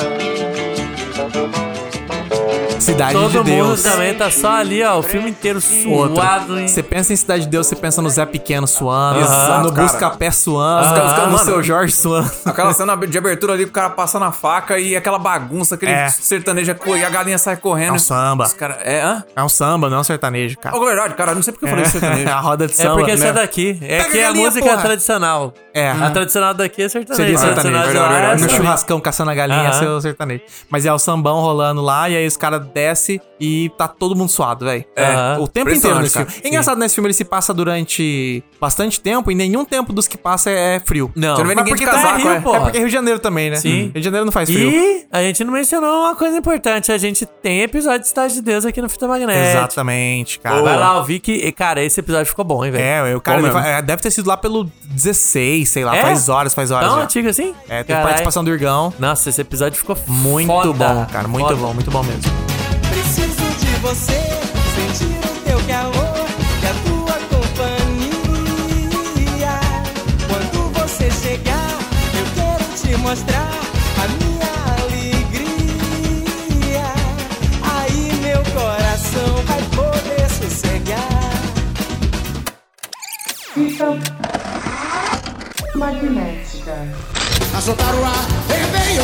[SPEAKER 5] Cidade
[SPEAKER 6] Todo
[SPEAKER 5] de Deus.
[SPEAKER 6] mundo também tá só ali, ó, o filme inteiro suado.
[SPEAKER 5] Outra.
[SPEAKER 6] hein?
[SPEAKER 5] Você pensa em Cidade de Deus, você pensa no Zé Pequeno suando,
[SPEAKER 7] Exato,
[SPEAKER 5] no
[SPEAKER 7] cara.
[SPEAKER 5] Busca-Pé suando,
[SPEAKER 7] Os caras- os caras-
[SPEAKER 5] no
[SPEAKER 7] mano.
[SPEAKER 5] Seu Jorge suando.
[SPEAKER 7] Aquela cena de abertura ali, o cara passando a faca e aquela bagunça, aquele
[SPEAKER 5] É.
[SPEAKER 7] sertanejo co- e a galinha sai
[SPEAKER 5] É
[SPEAKER 7] correndo.
[SPEAKER 5] um samba.
[SPEAKER 7] Os cara, é, hã?
[SPEAKER 5] É um samba, não é um sertanejo, cara.
[SPEAKER 7] Oh, verdade, cara, não sei porque eu falei de sertanejo.
[SPEAKER 5] a roda de
[SPEAKER 6] É
[SPEAKER 5] samba.
[SPEAKER 6] porque
[SPEAKER 5] né?
[SPEAKER 6] você é daqui. É
[SPEAKER 5] Pega
[SPEAKER 6] que
[SPEAKER 5] a
[SPEAKER 6] é a
[SPEAKER 5] galinha,
[SPEAKER 6] música
[SPEAKER 5] porra.
[SPEAKER 6] tradicional.
[SPEAKER 5] É.
[SPEAKER 6] A tradicional daqui é
[SPEAKER 5] Seria
[SPEAKER 6] sertanejo. a
[SPEAKER 5] Ah, sertanejo.
[SPEAKER 6] tradicional de
[SPEAKER 5] Verdade,
[SPEAKER 6] lá é
[SPEAKER 5] verdade. No
[SPEAKER 6] sertanejo.
[SPEAKER 5] churrascão caçando a galinha,
[SPEAKER 6] Aham.
[SPEAKER 5] esse é o sertanejo. Mas é o sambão rolando lá, e aí os caras descem e tá todo mundo suado, velho.
[SPEAKER 6] Aham.
[SPEAKER 5] O tempo inteiro
[SPEAKER 7] Impressionante,
[SPEAKER 5] nesse
[SPEAKER 7] cara.
[SPEAKER 5] filme. É engraçado, nesse filme ele se passa durante bastante tempo, e nenhum tempo dos que passa é é frio.
[SPEAKER 6] Não.
[SPEAKER 5] Você não vê
[SPEAKER 6] Mas
[SPEAKER 5] ninguém
[SPEAKER 6] porque
[SPEAKER 5] de
[SPEAKER 6] tá
[SPEAKER 5] casaco,
[SPEAKER 6] Rio,
[SPEAKER 5] é.
[SPEAKER 6] porra.
[SPEAKER 5] É porque é Rio de Janeiro também, né?
[SPEAKER 6] Sim.
[SPEAKER 5] Rio de Janeiro não faz frio.
[SPEAKER 6] E a gente não mencionou uma coisa importante. A gente tem episódio de Cidade de Deus aqui no Fita Magnética.
[SPEAKER 5] Exatamente, cara.
[SPEAKER 6] Vai lá ouvir que... e, Cara, esse episódio ficou bom, hein, velho?
[SPEAKER 5] É, o cara
[SPEAKER 7] Bom
[SPEAKER 5] ele
[SPEAKER 7] mesmo.
[SPEAKER 5] fa- é, deve ter sido lá pelo 16, sei lá,
[SPEAKER 6] É?
[SPEAKER 5] faz horas, faz horas.
[SPEAKER 6] Tão
[SPEAKER 5] já.
[SPEAKER 6] antigo assim?
[SPEAKER 5] É, teve
[SPEAKER 6] Carai.
[SPEAKER 5] participação do Irgão.
[SPEAKER 6] Nossa, esse episódio ficou
[SPEAKER 5] Muito
[SPEAKER 6] foda.
[SPEAKER 5] bom, cara. Muito
[SPEAKER 6] Foda.
[SPEAKER 5] bom, muito bom mesmo.
[SPEAKER 9] Preciso de você, sentir o
[SPEAKER 2] Fita magnética.
[SPEAKER 13] Assaltar o ar, vermelho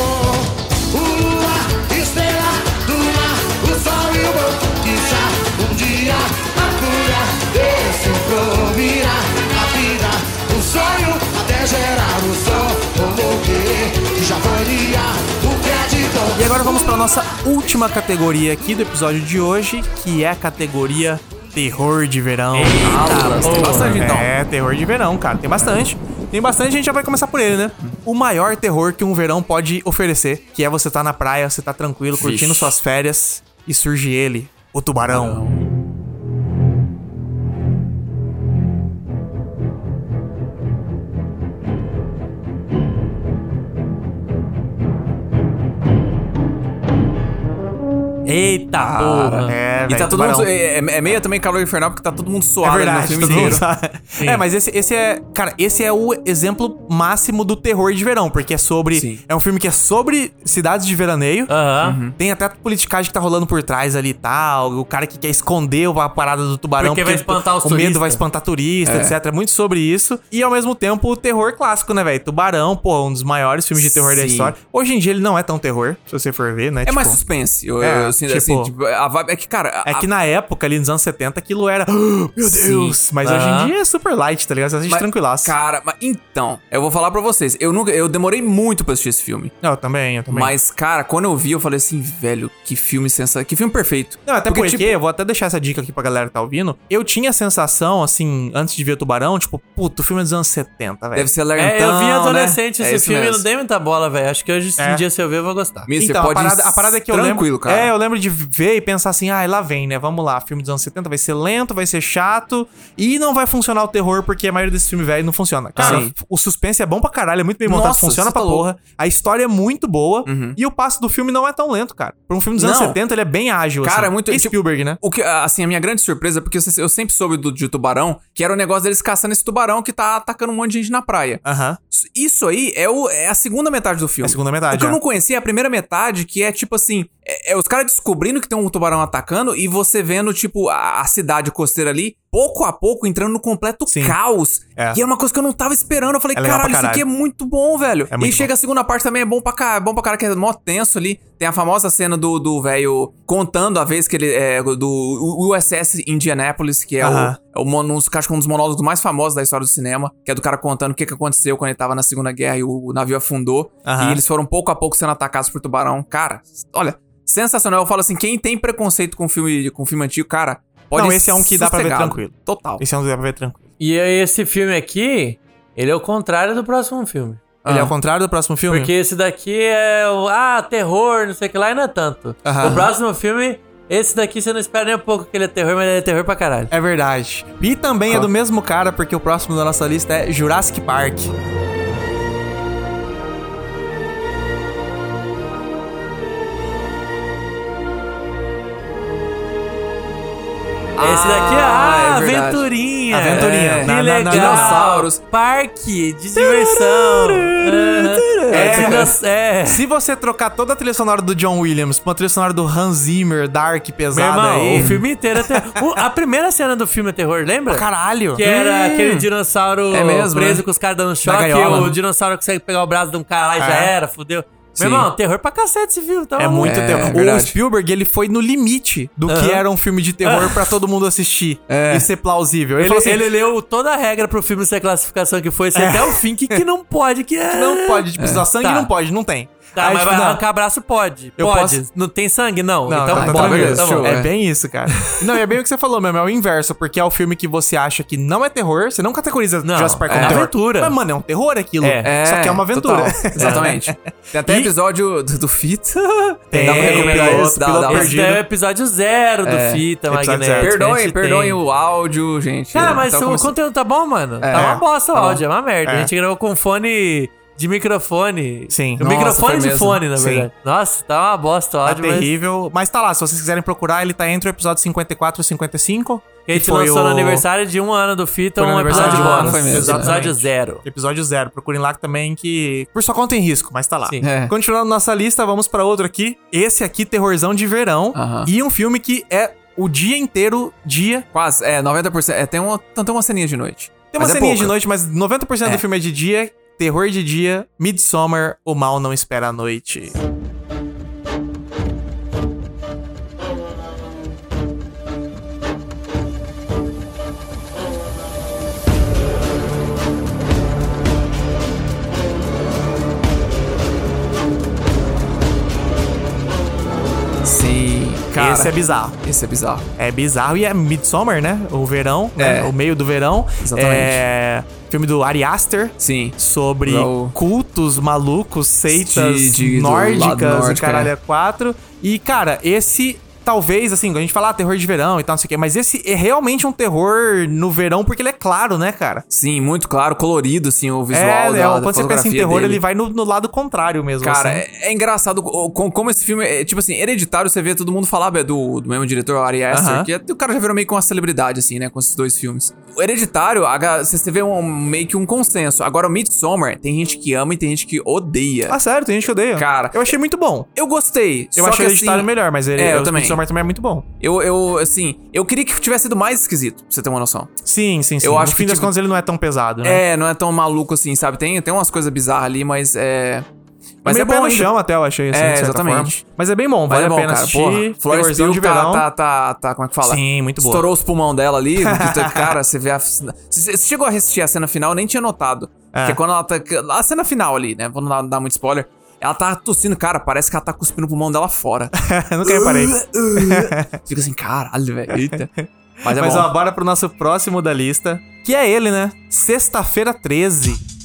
[SPEAKER 13] O ar, estrela do mar O sol e o bom que já um dia A cura desse provirá A vida, um sonho Até gerar o som Como querer que já valia O que é de dor
[SPEAKER 5] E agora vamos para nossa última categoria aqui do episódio de hoje, que é a categoria terror de verão. Alas, tem
[SPEAKER 7] porra.
[SPEAKER 5] bastante então. É, terror de verão, cara, tem bastante. Tem bastante, a gente já vai começar por ele, né? O maior terror que um verão pode oferecer, que é você tá na praia, você tá tranquilo, curtindo
[SPEAKER 7] Vixe.
[SPEAKER 5] suas férias e surge ele, o tubarão.
[SPEAKER 6] Eita porra.
[SPEAKER 5] É,
[SPEAKER 7] E tá
[SPEAKER 5] velho,
[SPEAKER 7] todo mundo.
[SPEAKER 5] tubarão.
[SPEAKER 7] É, é- é meio também calor infernal porque tá todo mundo suado
[SPEAKER 5] é
[SPEAKER 7] ali
[SPEAKER 5] verdade,
[SPEAKER 7] no filme
[SPEAKER 5] todo mundo
[SPEAKER 7] inteiro.
[SPEAKER 5] sabe.
[SPEAKER 7] Sim.
[SPEAKER 5] É, mas esse, esse é. Cara, esse é o exemplo máximo do terror de verão, porque é sobre. É um filme que é sobre cidades de veraneio. Uhum. Tem até a politicagem que tá rolando por trás ali e tal. O cara que quer esconder a parada do tubarão.
[SPEAKER 6] Porque vai espantar os
[SPEAKER 5] O medo
[SPEAKER 6] turistas.
[SPEAKER 5] vai espantar turista,
[SPEAKER 6] É.
[SPEAKER 5] etc. É muito sobre isso. E ao mesmo tempo o terror clássico, né, velho? Tubarão, pô, um dos maiores filmes de terror da
[SPEAKER 7] Sim.
[SPEAKER 5] história. Hoje em dia ele não é tão terror, se você for ver, né?
[SPEAKER 7] É mais suspense. Eu, eu sinto assim, tipo, a vibe é que, cara. a-
[SPEAKER 5] É que na época, ali nos anos 70, aquilo era. "Ah, Meu
[SPEAKER 7] Sim.
[SPEAKER 5] Deus! Mas hoje
[SPEAKER 7] Aham.
[SPEAKER 5] em dia é super light, tá ligado? Você assiste
[SPEAKER 7] Mas,
[SPEAKER 5] tranquilaço.
[SPEAKER 7] Cara, mas então, eu vou falar pra vocês. Eu, nunca, eu demorei muito pra assistir esse filme.
[SPEAKER 5] Não, eu também, eu também.
[SPEAKER 7] Mas, cara, quando eu vi, eu falei assim, velho, que filme sensacional. Que filme perfeito.
[SPEAKER 5] Não, até porque,
[SPEAKER 7] Porque, tipo-
[SPEAKER 5] eu vou até deixar essa dica aqui pra galera que tá ouvindo. Eu tinha a sensação, assim, antes de ver o Tubarão, tipo, puto, o filme é dos anos 70, velho.
[SPEAKER 7] Deve ser
[SPEAKER 6] É, eu vi adolescente
[SPEAKER 5] né? É
[SPEAKER 6] esse
[SPEAKER 5] isso
[SPEAKER 6] filme e
[SPEAKER 5] mesmo.
[SPEAKER 6] não dei muita bola, velho. Acho que hoje, se
[SPEAKER 5] É.
[SPEAKER 6] um dia se eu ver, eu vou gostar.
[SPEAKER 5] então, a parada, a parada é que eu lembro, É, eu lembro de ver e pensar assim, ah, lá vem, né? Vamos lá, filme dos anos 70 vai ser lento, vai ser chato e não vai funcionar o terror porque a maioria desse filme velho não funciona. Cara,
[SPEAKER 7] Sim.
[SPEAKER 5] o suspense é bom pra caralho, é muito bem montado,
[SPEAKER 7] Nossa,
[SPEAKER 5] funciona
[SPEAKER 7] você
[SPEAKER 5] pra
[SPEAKER 7] tá Uhum.
[SPEAKER 5] porra. A história é muito boa e o passo do filme não é tão lento, cara. Pra um filme dos anos
[SPEAKER 7] Não.
[SPEAKER 5] 70 ele é bem ágil,
[SPEAKER 7] Cara,
[SPEAKER 5] assim.
[SPEAKER 7] é muito.
[SPEAKER 5] E Spielberg, né?
[SPEAKER 7] O que, assim, a minha grande surpresa, porque eu, eu sempre soube do, de tubarão, que era o negócio deles caçando esse tubarão que tá atacando um monte de gente na praia.
[SPEAKER 5] Aham.
[SPEAKER 7] Isso- Isso aí é, o, é a segunda metade do filme.
[SPEAKER 5] É a segunda metade,
[SPEAKER 7] O que
[SPEAKER 5] é.
[SPEAKER 7] eu não conhecia é a primeira metade, que é tipo assim: é, é os caras descobrindo que tem um tubarão atacando e você vendo, tipo, a, a cidade costeira ali, pouco a pouco, entrando no completo caos.
[SPEAKER 5] É.
[SPEAKER 7] E é uma coisa que eu não tava esperando. Eu falei,
[SPEAKER 5] É legal
[SPEAKER 7] caralho,
[SPEAKER 5] pra
[SPEAKER 7] isso aqui é
[SPEAKER 5] caralho."
[SPEAKER 7] muito bom, velho.
[SPEAKER 5] É muito
[SPEAKER 7] e chega a segunda parte também, é bom pra cara, é bom pra cara que é mó tenso ali. Tem a famosa cena do do velho contando a vez que ele. É, do USS Indianapolis, que é
[SPEAKER 5] Aham.
[SPEAKER 7] o. É um, um, dos- acho que um dos monólogos mais famosos da história do cinema, que é do cara contando o que, que aconteceu quando ele tava na Segunda Guerra e o, navio afundou.
[SPEAKER 5] Aham.
[SPEAKER 7] E eles foram pouco a pouco sendo atacados por tubarão. Cara, olha, sensacional. Eu falo assim, quem tem preconceito com filme, com filme antigo, cara, pode
[SPEAKER 5] não,
[SPEAKER 7] ir
[SPEAKER 5] esse é um que dá pra ver
[SPEAKER 7] sossegado.
[SPEAKER 5] tranquilo.
[SPEAKER 7] Total.
[SPEAKER 5] Esse é um que dá pra ver tranquilo.
[SPEAKER 6] E aí, esse filme aqui, ele é o contrário do próximo filme.
[SPEAKER 5] Ele é ao contrário do próximo filme?
[SPEAKER 6] Porque esse daqui é o. Ah, terror, não sei o que lá, e não é tanto.
[SPEAKER 5] Aham.
[SPEAKER 6] O próximo filme, esse daqui você não espera nem um pouco que ele é terror, mas ele é terror pra caralho.
[SPEAKER 5] É verdade. E também é do mesmo cara, porque o próximo da nossa lista é Jurassic Park.
[SPEAKER 6] Esse daqui é ah,
[SPEAKER 7] é verdade.
[SPEAKER 6] aventurinha.
[SPEAKER 7] Aventurinha.
[SPEAKER 6] É,
[SPEAKER 7] Na- na-
[SPEAKER 6] que
[SPEAKER 7] na-
[SPEAKER 6] legal.
[SPEAKER 7] dinossauros.
[SPEAKER 6] Parque de diversão. Aham.
[SPEAKER 5] É, Se você trocar toda a trilha sonora do John Williams pra uma trilha sonora do Hans Zimmer, Dark,
[SPEAKER 6] Meu
[SPEAKER 5] pesada
[SPEAKER 6] irmão,
[SPEAKER 5] aí.
[SPEAKER 6] o filme inteiro é terror. O- A primeira cena do filme é terror, lembra?
[SPEAKER 5] Caralho.
[SPEAKER 6] Que era
[SPEAKER 5] Hum.
[SPEAKER 6] aquele dinossauro
[SPEAKER 5] É mesmo,
[SPEAKER 6] preso
[SPEAKER 5] né?
[SPEAKER 6] com os caras dando choque.
[SPEAKER 5] gaiola,
[SPEAKER 6] O
[SPEAKER 5] né?
[SPEAKER 6] dinossauro consegue pegar o braço de um cara lá e já
[SPEAKER 5] É.
[SPEAKER 6] era, fudeu.
[SPEAKER 5] Sim.
[SPEAKER 6] Meu irmão, terror pra cacete esse filme. Tá
[SPEAKER 5] É
[SPEAKER 6] maluco.
[SPEAKER 5] muito terror. o Spielberg, ele foi no limite do que
[SPEAKER 6] Aham. Ah.
[SPEAKER 5] era um filme de terror pra todo mundo assistir e ser plausível. Ele,
[SPEAKER 6] Ele,
[SPEAKER 5] falou assim,
[SPEAKER 6] ele leu toda a regra pro filme ser a classificação que foi, ser
[SPEAKER 5] É.
[SPEAKER 6] até o fim, que, que não pode, que é...
[SPEAKER 5] não pode, tipo, só sangue
[SPEAKER 6] Tá.
[SPEAKER 5] não pode, não tem.
[SPEAKER 6] Tá,
[SPEAKER 5] Aí,
[SPEAKER 6] mas
[SPEAKER 5] tipo,
[SPEAKER 6] vai
[SPEAKER 5] não.
[SPEAKER 6] arrancar braço, pode.
[SPEAKER 5] Eu
[SPEAKER 6] pode.
[SPEAKER 5] posso-
[SPEAKER 6] Não tem sangue? Não.
[SPEAKER 5] Não,
[SPEAKER 6] então,
[SPEAKER 5] tá, tá,
[SPEAKER 6] bora,
[SPEAKER 5] beleza,
[SPEAKER 6] tá bom.
[SPEAKER 5] show, é bem isso, cara. Não, e é bem o que você falou mesmo, é o inverso, porque é o filme que você acha que não é terror, você não categoriza
[SPEAKER 6] Não,
[SPEAKER 5] Jurassic Park
[SPEAKER 6] é
[SPEAKER 5] como terror.
[SPEAKER 6] aventura.
[SPEAKER 5] Mas, mano, é um terror aquilo.
[SPEAKER 7] É,
[SPEAKER 5] Só que é uma aventura.
[SPEAKER 7] total. Exatamente. Tem até
[SPEAKER 5] E-
[SPEAKER 7] episódio do, do Fita.
[SPEAKER 5] Tem,
[SPEAKER 7] Dá pra recomendar
[SPEAKER 5] piloto-
[SPEAKER 7] outro, dá-
[SPEAKER 5] piloto
[SPEAKER 7] dá-
[SPEAKER 5] perdido.
[SPEAKER 6] Esse daí é o episódio zero do
[SPEAKER 7] É,
[SPEAKER 6] Fita,
[SPEAKER 7] episódio
[SPEAKER 6] Magneto.
[SPEAKER 7] zero.
[SPEAKER 6] A
[SPEAKER 7] Perdoem,
[SPEAKER 6] gente
[SPEAKER 7] perdoem
[SPEAKER 6] tem.
[SPEAKER 7] o áudio, gente.
[SPEAKER 6] Cara, mas
[SPEAKER 7] Tá
[SPEAKER 6] o
[SPEAKER 7] começando-
[SPEAKER 6] conteúdo tá bom, mano?
[SPEAKER 7] É.
[SPEAKER 6] Tá uma bosta o
[SPEAKER 7] Tá bom.
[SPEAKER 6] áudio, é uma merda.
[SPEAKER 7] É.
[SPEAKER 6] A gente gravou com fone de microfone. Sim.
[SPEAKER 5] Nossa,
[SPEAKER 6] microfone
[SPEAKER 5] foi
[SPEAKER 6] de
[SPEAKER 5] mesmo.
[SPEAKER 6] fone, na
[SPEAKER 5] Sim.
[SPEAKER 6] verdade. Nossa, tá uma bosta o
[SPEAKER 5] Tá
[SPEAKER 6] áudio, mas-
[SPEAKER 5] terrível. Mas tá lá, se vocês quiserem procurar, ele tá entre o episódio 54 e 55.
[SPEAKER 6] Que a gente
[SPEAKER 5] foi
[SPEAKER 6] lançou
[SPEAKER 5] o-
[SPEAKER 6] no aniversário de um ano do Fita,
[SPEAKER 5] foi no
[SPEAKER 6] um
[SPEAKER 5] aniversário
[SPEAKER 6] episódio
[SPEAKER 5] de um ano,
[SPEAKER 6] bônus.
[SPEAKER 5] foi mesmo.
[SPEAKER 6] Episódio
[SPEAKER 5] Exatamente.
[SPEAKER 6] zero.
[SPEAKER 5] Episódio zero. Procurem lá também que. Por sua conta em risco, mas tá lá.
[SPEAKER 6] Sim. É.
[SPEAKER 5] Continuando nossa lista, vamos pra outro aqui. Esse aqui, Terrorzão de Verão. E um filme que é o dia inteiro, dia.
[SPEAKER 7] Quase, é, 90%. É, tem, uma, tem uma ceninha de noite.
[SPEAKER 5] Tem Tem uma
[SPEAKER 7] Mas é
[SPEAKER 5] ceninha de
[SPEAKER 7] pouca.
[SPEAKER 5] noite, mas 90%
[SPEAKER 7] É.
[SPEAKER 5] do filme é de dia, terror de dia, Midsommar, o mal não espera a noite.
[SPEAKER 7] Sim, cara.
[SPEAKER 5] Esse é bizarro.
[SPEAKER 7] Esse é bizarro.
[SPEAKER 5] É bizarro e é Midsommar, né? O verão,
[SPEAKER 7] É.
[SPEAKER 5] né? o meio do verão.
[SPEAKER 7] Exatamente.
[SPEAKER 5] É... Filme do Ari Aster.
[SPEAKER 7] Sim.
[SPEAKER 5] Sobre
[SPEAKER 7] Lá o-
[SPEAKER 5] cultos malucos, seitas
[SPEAKER 7] De- de- do lado
[SPEAKER 5] nórdicas
[SPEAKER 7] nórdico,
[SPEAKER 5] e caralho
[SPEAKER 7] é.
[SPEAKER 5] é quatro. E, cara, esse... Talvez, assim, a gente fala ah, terror de verão e tal, não sei o quê, mas esse é realmente um terror no verão porque ele é claro, né, cara?
[SPEAKER 7] Sim, muito claro, colorido, assim, o visual
[SPEAKER 5] é,
[SPEAKER 7] da,
[SPEAKER 5] Léo,
[SPEAKER 7] da
[SPEAKER 5] quando você pensa em
[SPEAKER 7] fotografia
[SPEAKER 5] terror,
[SPEAKER 7] dele.
[SPEAKER 5] ele vai no, no lado contrário mesmo. assim.
[SPEAKER 7] Cara, é, é engraçado o- com- como esse filme. É, tipo assim, hereditário, você vê todo mundo falar é do, do mesmo diretor, o Ari Aster,
[SPEAKER 5] Aham.
[SPEAKER 7] que é- o cara já virou meio que uma celebridade, assim, né? Com esses dois filmes. O hereditário, a ga- você você vê um, meio que um consenso. Agora, o Midsommar, tem gente que ama e tem gente que odeia.
[SPEAKER 5] Ah, sério, tem gente que odeia.
[SPEAKER 7] Cara,
[SPEAKER 5] eu achei muito bom.
[SPEAKER 7] Eu gostei.
[SPEAKER 5] Eu
[SPEAKER 7] só
[SPEAKER 5] achei
[SPEAKER 7] que,
[SPEAKER 5] o Hereditário
[SPEAKER 7] assim,
[SPEAKER 5] melhor, mas ele,
[SPEAKER 7] é, eu
[SPEAKER 5] o
[SPEAKER 7] também.
[SPEAKER 5] Midsommar também é muito bom.
[SPEAKER 7] Eu, eu, assim, eu queria que tivesse sido mais esquisito, pra você ter uma noção.
[SPEAKER 5] Sim, sim, sim.
[SPEAKER 7] Eu
[SPEAKER 5] no
[SPEAKER 7] acho
[SPEAKER 5] fim
[SPEAKER 7] que,
[SPEAKER 5] das
[SPEAKER 7] tipo,
[SPEAKER 5] contas ele não é tão pesado, né?
[SPEAKER 7] É, não é tão maluco assim, sabe? Tem, tem umas coisas bizarras ali, mas é. Mas
[SPEAKER 5] Meio
[SPEAKER 7] é bom
[SPEAKER 5] pé no
[SPEAKER 7] ainda.
[SPEAKER 5] chão até, eu achei, assim,
[SPEAKER 7] É,
[SPEAKER 5] de certa
[SPEAKER 7] exatamente.
[SPEAKER 5] forma. Mas é bem bom,
[SPEAKER 7] Mas
[SPEAKER 5] vale
[SPEAKER 7] é
[SPEAKER 5] a
[SPEAKER 7] bom,
[SPEAKER 5] pena
[SPEAKER 7] cara.
[SPEAKER 5] assistir.
[SPEAKER 7] Porra, Florence
[SPEAKER 5] Terrorzão
[SPEAKER 7] Pugh
[SPEAKER 5] de
[SPEAKER 7] tá,
[SPEAKER 5] verão.
[SPEAKER 7] Tá, tá, tá, como é que fala?
[SPEAKER 5] Sim, muito boa.
[SPEAKER 7] Estourou os pulmão dela ali. porque, é, cara, você vê a... Você chegou a assistir a cena final, eu nem tinha notado.
[SPEAKER 5] É.
[SPEAKER 7] Porque quando ela tá... A cena final ali, né? Vou não dar- dar muito spoiler. Ela tá tossindo, cara, parece que ela tá cuspindo o pulmão dela fora.
[SPEAKER 5] Eu Nunca
[SPEAKER 7] É
[SPEAKER 5] reparei.
[SPEAKER 7] Fica assim, caralho, velho. Eita. Mas
[SPEAKER 5] Mas,
[SPEAKER 7] é bom.
[SPEAKER 5] ó, bora pro nosso próximo da lista, que é ele, né? Sexta-feira 13.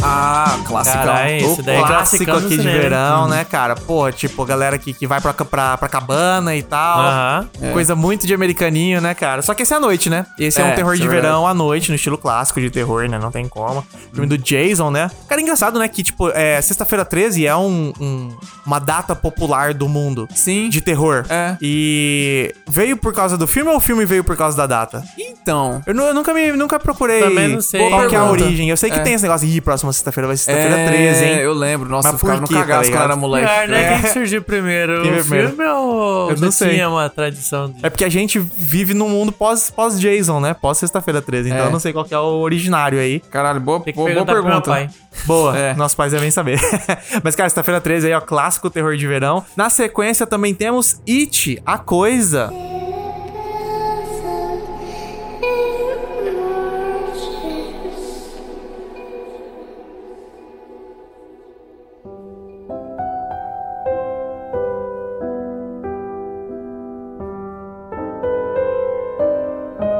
[SPEAKER 7] Ah, classicão.
[SPEAKER 6] Carai, esse
[SPEAKER 5] o
[SPEAKER 6] daí é
[SPEAKER 5] clássico
[SPEAKER 6] classicão do
[SPEAKER 5] aqui de
[SPEAKER 6] cinema. Uhum.
[SPEAKER 5] verão, né, cara? Porra, tipo, a galera que, que vai pra, pra, pra cabana e tal.
[SPEAKER 6] Aham.
[SPEAKER 5] Coisa muito de americaninho, né, cara? Só que esse é à noite, né? Esse é,
[SPEAKER 7] É,
[SPEAKER 5] um terror
[SPEAKER 7] isso
[SPEAKER 5] de
[SPEAKER 7] é
[SPEAKER 5] verão à noite, no estilo clássico de terror, né? Não tem como. Filme do Jason, né? Cara, é engraçado, né? Que, tipo, é, sexta-feira 13 é um- um- uma data popular do mundo.
[SPEAKER 7] Sim.
[SPEAKER 5] De terror.
[SPEAKER 7] É.
[SPEAKER 5] E veio por causa do filme ou o filme veio por causa da data?
[SPEAKER 7] Então...
[SPEAKER 5] Eu, nu- eu nunca, me, nunca procurei
[SPEAKER 6] Também não sei.
[SPEAKER 5] qual que é a
[SPEAKER 7] Pergunta.
[SPEAKER 5] origem. Eu sei que
[SPEAKER 7] É.
[SPEAKER 5] tem esse negócio, ih, próxima sexta-feira vai ser sexta-feira
[SPEAKER 7] é,
[SPEAKER 5] 13, hein?
[SPEAKER 7] Eu lembro.
[SPEAKER 5] Mas
[SPEAKER 7] Nossa, eu ficava
[SPEAKER 5] por
[SPEAKER 7] no
[SPEAKER 5] quê, tá
[SPEAKER 7] cagaço quando
[SPEAKER 5] ligado?
[SPEAKER 7] era moleque.
[SPEAKER 6] Pior, né?
[SPEAKER 5] É.
[SPEAKER 6] Quem que surgiu primeiro?
[SPEAKER 5] Quem
[SPEAKER 6] o
[SPEAKER 5] veio primeiro?
[SPEAKER 6] filme ou
[SPEAKER 5] Eu
[SPEAKER 6] já
[SPEAKER 5] não sei.
[SPEAKER 6] tinha uma tradição de...
[SPEAKER 5] É porque a gente vive num mundo pós- pós-Jason, né? Pós sexta-feira 13. Então
[SPEAKER 7] É.
[SPEAKER 5] eu não sei qual que é o originário aí.
[SPEAKER 7] Caralho, boa,
[SPEAKER 6] Tem que
[SPEAKER 7] boa, boa
[SPEAKER 6] perguntar pro meu
[SPEAKER 7] pergunta.
[SPEAKER 6] pai.
[SPEAKER 5] Boa,
[SPEAKER 7] É.
[SPEAKER 5] nossos pais devem saber. Mas, cara, sexta-feira 13 aí, ó, clássico terror de verão. Na sequência também temos It, a coisa.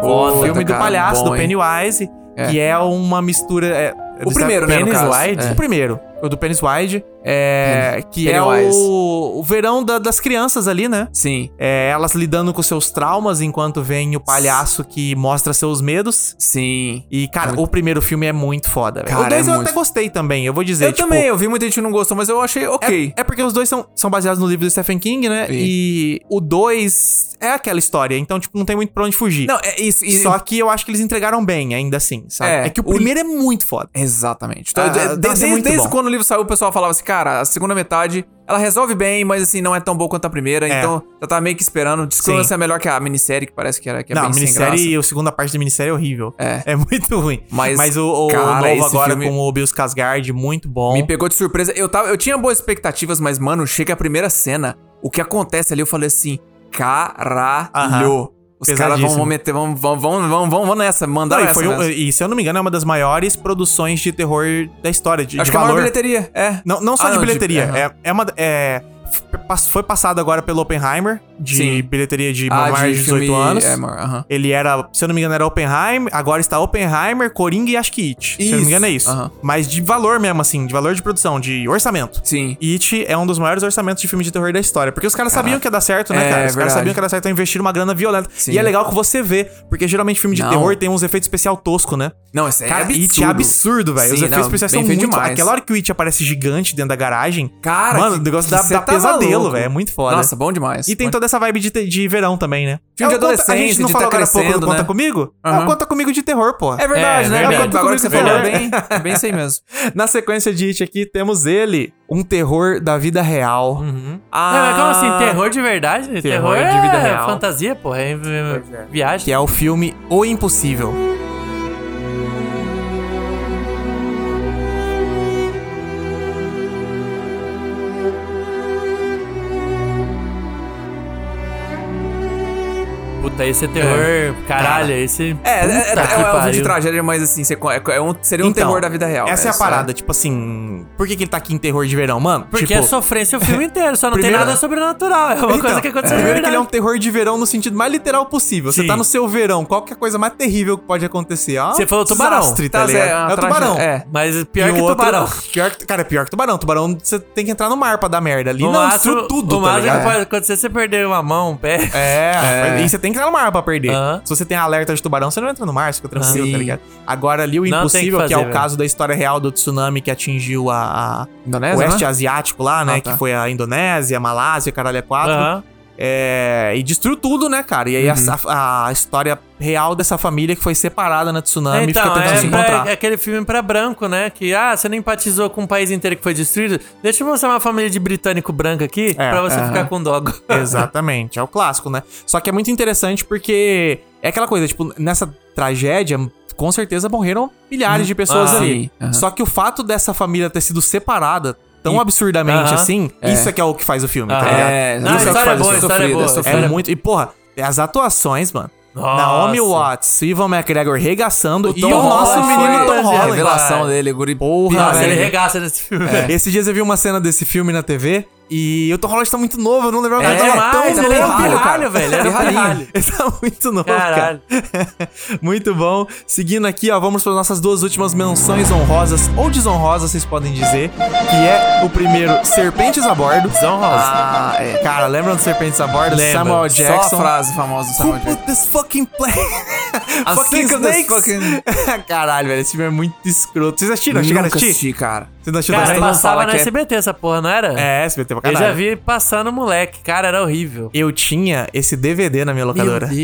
[SPEAKER 7] Foda,
[SPEAKER 5] o filme do
[SPEAKER 7] cara,
[SPEAKER 5] palhaço,
[SPEAKER 7] bom,
[SPEAKER 5] do
[SPEAKER 7] hein?
[SPEAKER 5] Pennywise,
[SPEAKER 7] É.
[SPEAKER 5] que é uma mistura. é,
[SPEAKER 7] O primeiro, né, no caso.
[SPEAKER 5] Pennywise?
[SPEAKER 7] É.
[SPEAKER 5] O primeiro. O do Pennywise. É, que é
[SPEAKER 7] Pennywise.
[SPEAKER 5] o, o verão da- das crianças ali, né?
[SPEAKER 7] Sim.
[SPEAKER 5] É, elas lidando com seus traumas enquanto vem o palhaço que mostra seus medos.
[SPEAKER 7] Sim.
[SPEAKER 5] E, cara,
[SPEAKER 7] Muito-
[SPEAKER 5] o primeiro filme é muito foda, velho.
[SPEAKER 7] Cara,
[SPEAKER 5] O dois
[SPEAKER 7] é
[SPEAKER 5] eu
[SPEAKER 7] muito-
[SPEAKER 5] até gostei também, eu vou dizer.
[SPEAKER 7] Eu
[SPEAKER 5] tipo,
[SPEAKER 7] também, eu vi muita gente que não gostou, mas eu achei ok.
[SPEAKER 5] É, é porque os dois são, são baseados no livro do Stephen King, né?
[SPEAKER 7] Sim.
[SPEAKER 5] E o dois é aquela história, então, tipo, não tem muito pra onde fugir.
[SPEAKER 7] Não, é isso. e-
[SPEAKER 5] Só que eu acho que eles entregaram bem, ainda assim, sabe?
[SPEAKER 7] É,
[SPEAKER 5] É, que o
[SPEAKER 7] o-
[SPEAKER 5] primeiro é muito foda.
[SPEAKER 7] Exatamente. Então,
[SPEAKER 5] Ah,
[SPEAKER 7] de- de-
[SPEAKER 5] nossa, é
[SPEAKER 7] desde
[SPEAKER 5] muito
[SPEAKER 7] desde
[SPEAKER 5] bom.
[SPEAKER 7] quando o livro saiu, o pessoal falava assim, cara, a segunda metade, ela resolve bem, mas assim, não é tão boa quanto a primeira,
[SPEAKER 5] É.
[SPEAKER 7] então já tava meio que esperando. Diz que
[SPEAKER 5] Sim.
[SPEAKER 7] essa é melhor que a minissérie, que parece que era que é
[SPEAKER 5] não, a
[SPEAKER 7] bem
[SPEAKER 5] minissérie,
[SPEAKER 7] sem graça.
[SPEAKER 5] a segunda parte da minissérie é horrível.
[SPEAKER 7] É.
[SPEAKER 5] É muito ruim.
[SPEAKER 7] Mas,
[SPEAKER 5] Mas, o, o
[SPEAKER 7] cara, esse
[SPEAKER 5] novo agora
[SPEAKER 7] filme-
[SPEAKER 5] com o Bill Skarsgård, muito bom.
[SPEAKER 7] Me pegou de surpresa. Eu, tava, eu tinha boas expectativas, mas, mano, chega a primeira cena, o que acontece ali, eu falei assim, caralho.
[SPEAKER 5] Aham.
[SPEAKER 7] Os caras vão,
[SPEAKER 5] Pesadíssimo.
[SPEAKER 7] vão meter, vão, vão, vão, vão, vão nessa, mandaram
[SPEAKER 5] Não, e,
[SPEAKER 7] essa né?
[SPEAKER 5] foi um-
[SPEAKER 7] mesmo.
[SPEAKER 5] e, se eu não me engano, é uma das maiores produções de terror da história, de,
[SPEAKER 7] Acho
[SPEAKER 5] de
[SPEAKER 7] que é uma
[SPEAKER 5] valor.
[SPEAKER 7] bilheteria, é.
[SPEAKER 5] Não, não só
[SPEAKER 7] Ah,
[SPEAKER 5] de bilheteria.
[SPEAKER 7] aham.
[SPEAKER 5] é, é uma. É, f- pass- foi passado agora pelo Oppenheimer, de
[SPEAKER 7] Sim.
[SPEAKER 5] bilheteria de
[SPEAKER 7] Ah,
[SPEAKER 5] mais de 18
[SPEAKER 7] filme-
[SPEAKER 5] anos.
[SPEAKER 7] É, maior, aham.
[SPEAKER 5] Ele era, se eu não me engano, era Oppenheimer, agora está Oppenheimer, Coringa e acho que It. Se eu não
[SPEAKER 7] Isso,
[SPEAKER 5] me engano, é isso.
[SPEAKER 7] aham.
[SPEAKER 5] Mas de valor mesmo, assim, de valor de produção, de orçamento.
[SPEAKER 7] Sim.
[SPEAKER 5] It é um dos maiores orçamentos de filme de terror da história. Porque os caras sabiam que ia dar certo, né,
[SPEAKER 7] É,
[SPEAKER 5] cara? Os
[SPEAKER 7] verdade.
[SPEAKER 5] caras sabiam que ia dar certo, então investiram uma grana violenta.
[SPEAKER 7] Sim.
[SPEAKER 5] E é legal que você vê, porque geralmente filme de
[SPEAKER 7] Não.
[SPEAKER 5] terror tem uns efeitos especial tosco, né?
[SPEAKER 7] Não, esse aí
[SPEAKER 5] Cara,
[SPEAKER 7] é absurdo.
[SPEAKER 5] It é absurdo, velho. Os
[SPEAKER 7] Sim,
[SPEAKER 5] efeitos
[SPEAKER 7] não,
[SPEAKER 5] especiais
[SPEAKER 7] bem
[SPEAKER 5] são
[SPEAKER 7] feito
[SPEAKER 5] muito...
[SPEAKER 7] demais.
[SPEAKER 5] Aquela hora que o It aparece gigante dentro da garagem...
[SPEAKER 7] Cara,
[SPEAKER 5] Mano,
[SPEAKER 7] que-
[SPEAKER 5] o negócio
[SPEAKER 7] que
[SPEAKER 5] dá,
[SPEAKER 7] cê
[SPEAKER 5] dá
[SPEAKER 7] tá
[SPEAKER 5] pesadelo,
[SPEAKER 7] maluco.
[SPEAKER 5] velho. É muito foda.
[SPEAKER 7] Nossa, bom demais.
[SPEAKER 5] E tem
[SPEAKER 7] Bom-
[SPEAKER 5] toda dessa vibe de, te- de verão também, né?
[SPEAKER 7] Filme
[SPEAKER 5] É
[SPEAKER 7] de
[SPEAKER 5] o Conta- A
[SPEAKER 7] adolescente,
[SPEAKER 5] gente não
[SPEAKER 7] de
[SPEAKER 5] falou
[SPEAKER 7] tá
[SPEAKER 5] agora há pouco do
[SPEAKER 7] crescendo,
[SPEAKER 5] Conta
[SPEAKER 7] né?
[SPEAKER 5] Comigo? É
[SPEAKER 7] Aham.
[SPEAKER 5] o Conta Comigo de terror, pô.
[SPEAKER 7] É verdade, né?
[SPEAKER 5] o
[SPEAKER 7] Agora-
[SPEAKER 5] Conta Comigo
[SPEAKER 7] Agora que você
[SPEAKER 5] de terror.
[SPEAKER 7] falou, bem, é bem isso aí mesmo.
[SPEAKER 5] Na sequência de It aqui, temos ele. Um terror da vida real.
[SPEAKER 6] Não,
[SPEAKER 7] É,
[SPEAKER 6] mas como assim? Terror de verdade? Terror,
[SPEAKER 5] de vida
[SPEAKER 6] é
[SPEAKER 5] real.
[SPEAKER 6] fantasia, porra. É, viagem.
[SPEAKER 5] Que é o filme O Impossível.
[SPEAKER 6] Puta, esse é terror. Caralho, esse.
[SPEAKER 7] É, é, é,
[SPEAKER 6] Puta que
[SPEAKER 7] é um filme
[SPEAKER 6] pariu.
[SPEAKER 7] de tragédia, mas assim, você co- é, é um, seria um
[SPEAKER 5] Então,
[SPEAKER 7] terror da vida real.
[SPEAKER 5] Essa é a
[SPEAKER 7] né?
[SPEAKER 5] parada, tipo assim. Por que, que ele tá aqui em terror de verão, mano?
[SPEAKER 6] Porque
[SPEAKER 5] tipo,
[SPEAKER 6] é sofrência o filme inteiro, só não
[SPEAKER 5] Primeiro-
[SPEAKER 6] tem nada sobrenatural. É uma
[SPEAKER 5] Então,
[SPEAKER 6] coisa que aconteceu de
[SPEAKER 5] Primeiro que
[SPEAKER 6] verdade.
[SPEAKER 5] ele é um terror de verão no sentido mais literal possível. Você
[SPEAKER 6] Sim.
[SPEAKER 5] tá no seu verão, qual que é a coisa mais terrível que pode acontecer? Ah,
[SPEAKER 6] Você falou tubarão.
[SPEAKER 5] Desastre, tá
[SPEAKER 6] Tá,
[SPEAKER 5] ligado?
[SPEAKER 6] é uma
[SPEAKER 5] É, o
[SPEAKER 6] trage-
[SPEAKER 5] tubarão.
[SPEAKER 6] é. Mas pior
[SPEAKER 5] E o
[SPEAKER 6] que
[SPEAKER 5] outro-
[SPEAKER 6] tubarão.
[SPEAKER 5] Pior que- cara, é pior que tubarão. Tubarão, você tem que entrar no mar pra dar merda ali.
[SPEAKER 6] O
[SPEAKER 5] não,
[SPEAKER 6] máximo-
[SPEAKER 5] destruiu
[SPEAKER 6] O
[SPEAKER 5] tudo, tá
[SPEAKER 6] máximo que
[SPEAKER 5] ligado?
[SPEAKER 6] pode acontecer é você perder uma mão, um pé.
[SPEAKER 5] É, e você tem que entrar no mar pra perder. Se você tem alerta de tubarão, você não entra no mar, você fica tranquilo,
[SPEAKER 6] Sim.
[SPEAKER 5] tá ligado? Agora ali o
[SPEAKER 6] Não tem
[SPEAKER 5] impossível,
[SPEAKER 6] que
[SPEAKER 5] que, é o
[SPEAKER 6] fazer, velho.
[SPEAKER 5] caso da história real do tsunami que atingiu a, a
[SPEAKER 7] Indonésia,
[SPEAKER 5] oeste
[SPEAKER 7] né?
[SPEAKER 5] asiático lá, né?
[SPEAKER 7] Ah, tá.
[SPEAKER 5] Que foi a Indonésia, Malásia, caralho, é quatro.
[SPEAKER 6] Aham. Uhum.
[SPEAKER 5] É, e destruiu tudo, né, cara? E aí a, a história real dessa família que foi separada na tsunami e fica
[SPEAKER 6] Então,
[SPEAKER 5] tentando se
[SPEAKER 6] é, pra-
[SPEAKER 5] encontrar.
[SPEAKER 6] é aquele filme pra branco, né? Que, ah, você não empatizou com o país inteiro que foi destruído. Deixa eu mostrar uma família de britânico branco aqui pra você
[SPEAKER 5] É, aham.
[SPEAKER 6] ficar com dó.
[SPEAKER 5] Exatamente, é o clássico, né? Só que é muito interessante porque é aquela coisa, tipo, nessa tragédia, com certeza morreram milhares de pessoas
[SPEAKER 6] Ah,
[SPEAKER 5] ali.
[SPEAKER 6] sim, aham.
[SPEAKER 5] Só que o fato dessa família ter sido separada tão
[SPEAKER 6] E-
[SPEAKER 5] absurdamente
[SPEAKER 6] aham.
[SPEAKER 5] assim,
[SPEAKER 6] É.
[SPEAKER 5] isso é que é o que faz o filme, tá
[SPEAKER 6] Aham.
[SPEAKER 5] ligado?
[SPEAKER 6] É, não,
[SPEAKER 5] Isso
[SPEAKER 6] a
[SPEAKER 5] o que
[SPEAKER 6] história
[SPEAKER 5] faz
[SPEAKER 6] é boa,
[SPEAKER 5] o
[SPEAKER 6] a história é
[SPEAKER 5] filme.
[SPEAKER 6] boa, a história
[SPEAKER 5] É
[SPEAKER 6] é
[SPEAKER 5] muito. E, porra, as atuações, mano.
[SPEAKER 6] Nossa.
[SPEAKER 5] Naomi Watts, Ivan McGregor regaçando e o
[SPEAKER 6] Holland
[SPEAKER 5] nosso
[SPEAKER 6] foi
[SPEAKER 5] menino
[SPEAKER 7] é
[SPEAKER 5] Tom
[SPEAKER 6] a
[SPEAKER 5] Holland.
[SPEAKER 6] revelação
[SPEAKER 5] dele, guri. Porra,
[SPEAKER 6] Nossa, ele
[SPEAKER 5] velho.
[SPEAKER 6] regaça nesse filme.
[SPEAKER 5] É.
[SPEAKER 6] velho.
[SPEAKER 5] Esses dias eu vi uma cena desse filme na TV e o Tom Holland tá muito novo, eu não lembrava
[SPEAKER 6] É
[SPEAKER 5] que ele era tão
[SPEAKER 6] demais,
[SPEAKER 5] novo.
[SPEAKER 6] ele era um pirralho,
[SPEAKER 5] cara.
[SPEAKER 6] velho, ele era um pirralho.
[SPEAKER 5] Ele tá muito novo,
[SPEAKER 6] Caralho.
[SPEAKER 5] cara. muito bom. Seguindo aqui, ó, vamos para nossas duas últimas menções honrosas ou desonrosas, vocês podem dizer, que é o primeiro Serpentes a Bordo. Desonrosa. Ah, é. Cara, lembram do Serpentes a Bordo?
[SPEAKER 7] Lembra.
[SPEAKER 5] Samuel Jackson.
[SPEAKER 7] Só a frase famosa do Samuel
[SPEAKER 5] Who
[SPEAKER 7] Jackson.
[SPEAKER 5] put this fucking plane?
[SPEAKER 7] I'm sick of this fucking-
[SPEAKER 5] Caralho, velho, esse filme é muito escroto. Vocês assistiram? Chegaram a
[SPEAKER 7] Nunca
[SPEAKER 5] assistir?
[SPEAKER 7] assisti, cara.
[SPEAKER 5] Você não assistiu
[SPEAKER 6] Cara,
[SPEAKER 5] Dá
[SPEAKER 6] eu
[SPEAKER 5] Uma
[SPEAKER 6] passava
[SPEAKER 5] Fala,
[SPEAKER 6] na
[SPEAKER 5] que é-
[SPEAKER 6] SBT essa porra, não era?
[SPEAKER 5] É, SBT pra
[SPEAKER 6] Eu
[SPEAKER 5] caralho.
[SPEAKER 6] já vi passando moleque. Cara, era horrível.
[SPEAKER 5] Eu tinha esse DVD na minha locadora. Aham.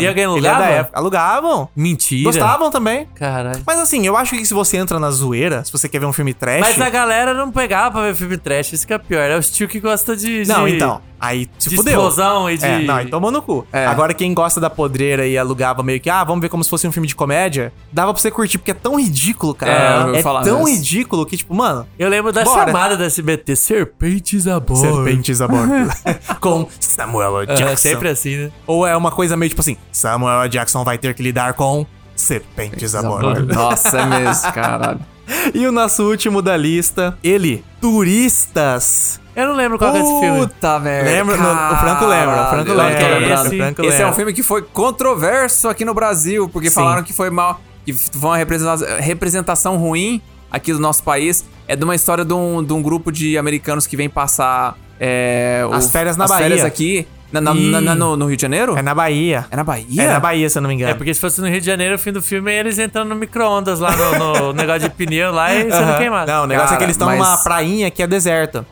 [SPEAKER 6] E alguém
[SPEAKER 5] né? Ele é da
[SPEAKER 6] alugava?
[SPEAKER 5] época. Alugavam.
[SPEAKER 6] Mentira.
[SPEAKER 5] Gostavam também.
[SPEAKER 6] Caralho.
[SPEAKER 5] Mas assim, eu acho que se você entra na zoeira, se você quer ver um filme trash...
[SPEAKER 6] Mas a galera não pegava pra ver filme trash, isso que é pior. É os tio que gosta de. de-
[SPEAKER 5] Não, então. Aí se
[SPEAKER 6] de
[SPEAKER 5] fudeu.
[SPEAKER 6] explosão e de.
[SPEAKER 5] É, não, aí tomou no cu. Agora, quem gosta da podreira e alugava meio que, ah, vamos ver como se fosse um filme de comédia, dava pra você curtir, porque é tão ridículo,
[SPEAKER 6] É, eu
[SPEAKER 5] cara.
[SPEAKER 6] ouvi
[SPEAKER 5] É,
[SPEAKER 6] falar
[SPEAKER 5] tão
[SPEAKER 6] mesmo.
[SPEAKER 5] ridículo que, tipo, mano.
[SPEAKER 6] Eu lembro da
[SPEAKER 5] Bora.
[SPEAKER 6] chamada da SBT, Serpentes a bordo.
[SPEAKER 5] Serpentes a bordo. Com Samuel Jackson.
[SPEAKER 6] É sempre assim, né?
[SPEAKER 5] Ou é uma coisa meio tipo assim, Samuel Jackson vai ter que lidar com serpentes a bordo.
[SPEAKER 7] Nossa, é mesmo, caralho.
[SPEAKER 5] E o nosso último da lista, ele, Turistas.
[SPEAKER 6] Eu não lembro qual que é esse filme.
[SPEAKER 7] Puta merda.
[SPEAKER 5] Lembra? No- o Franco lembra, o Franco
[SPEAKER 7] Caralho.
[SPEAKER 5] lembra.
[SPEAKER 7] Eu tô
[SPEAKER 5] É,
[SPEAKER 7] lembrando.
[SPEAKER 5] esse-
[SPEAKER 7] Esse,
[SPEAKER 5] esse
[SPEAKER 7] é um filme que foi controverso aqui no Brasil, porque falaram que foi mal, que foi uma representa- representação ruim aqui do nosso país. É de uma história de um, de um grupo de americanos que vem passar é, o-
[SPEAKER 5] As férias na
[SPEAKER 7] as
[SPEAKER 5] Bahia.
[SPEAKER 7] férias aqui. Na, na-
[SPEAKER 5] Ih.
[SPEAKER 7] na- na- no, no Rio de Janeiro?
[SPEAKER 5] É na Bahia.
[SPEAKER 7] É na Bahia?
[SPEAKER 5] É na Bahia, se eu não me engano.
[SPEAKER 6] É porque se fosse no Rio de Janeiro, o fim do filme é eles entrando no micro-ondas lá no, no negócio de pneu lá e sendo
[SPEAKER 5] Aham.
[SPEAKER 6] queimado.
[SPEAKER 5] Não, o negócio é que
[SPEAKER 7] Cara,
[SPEAKER 5] eles estão
[SPEAKER 7] mas-
[SPEAKER 5] numa prainha que é deserta.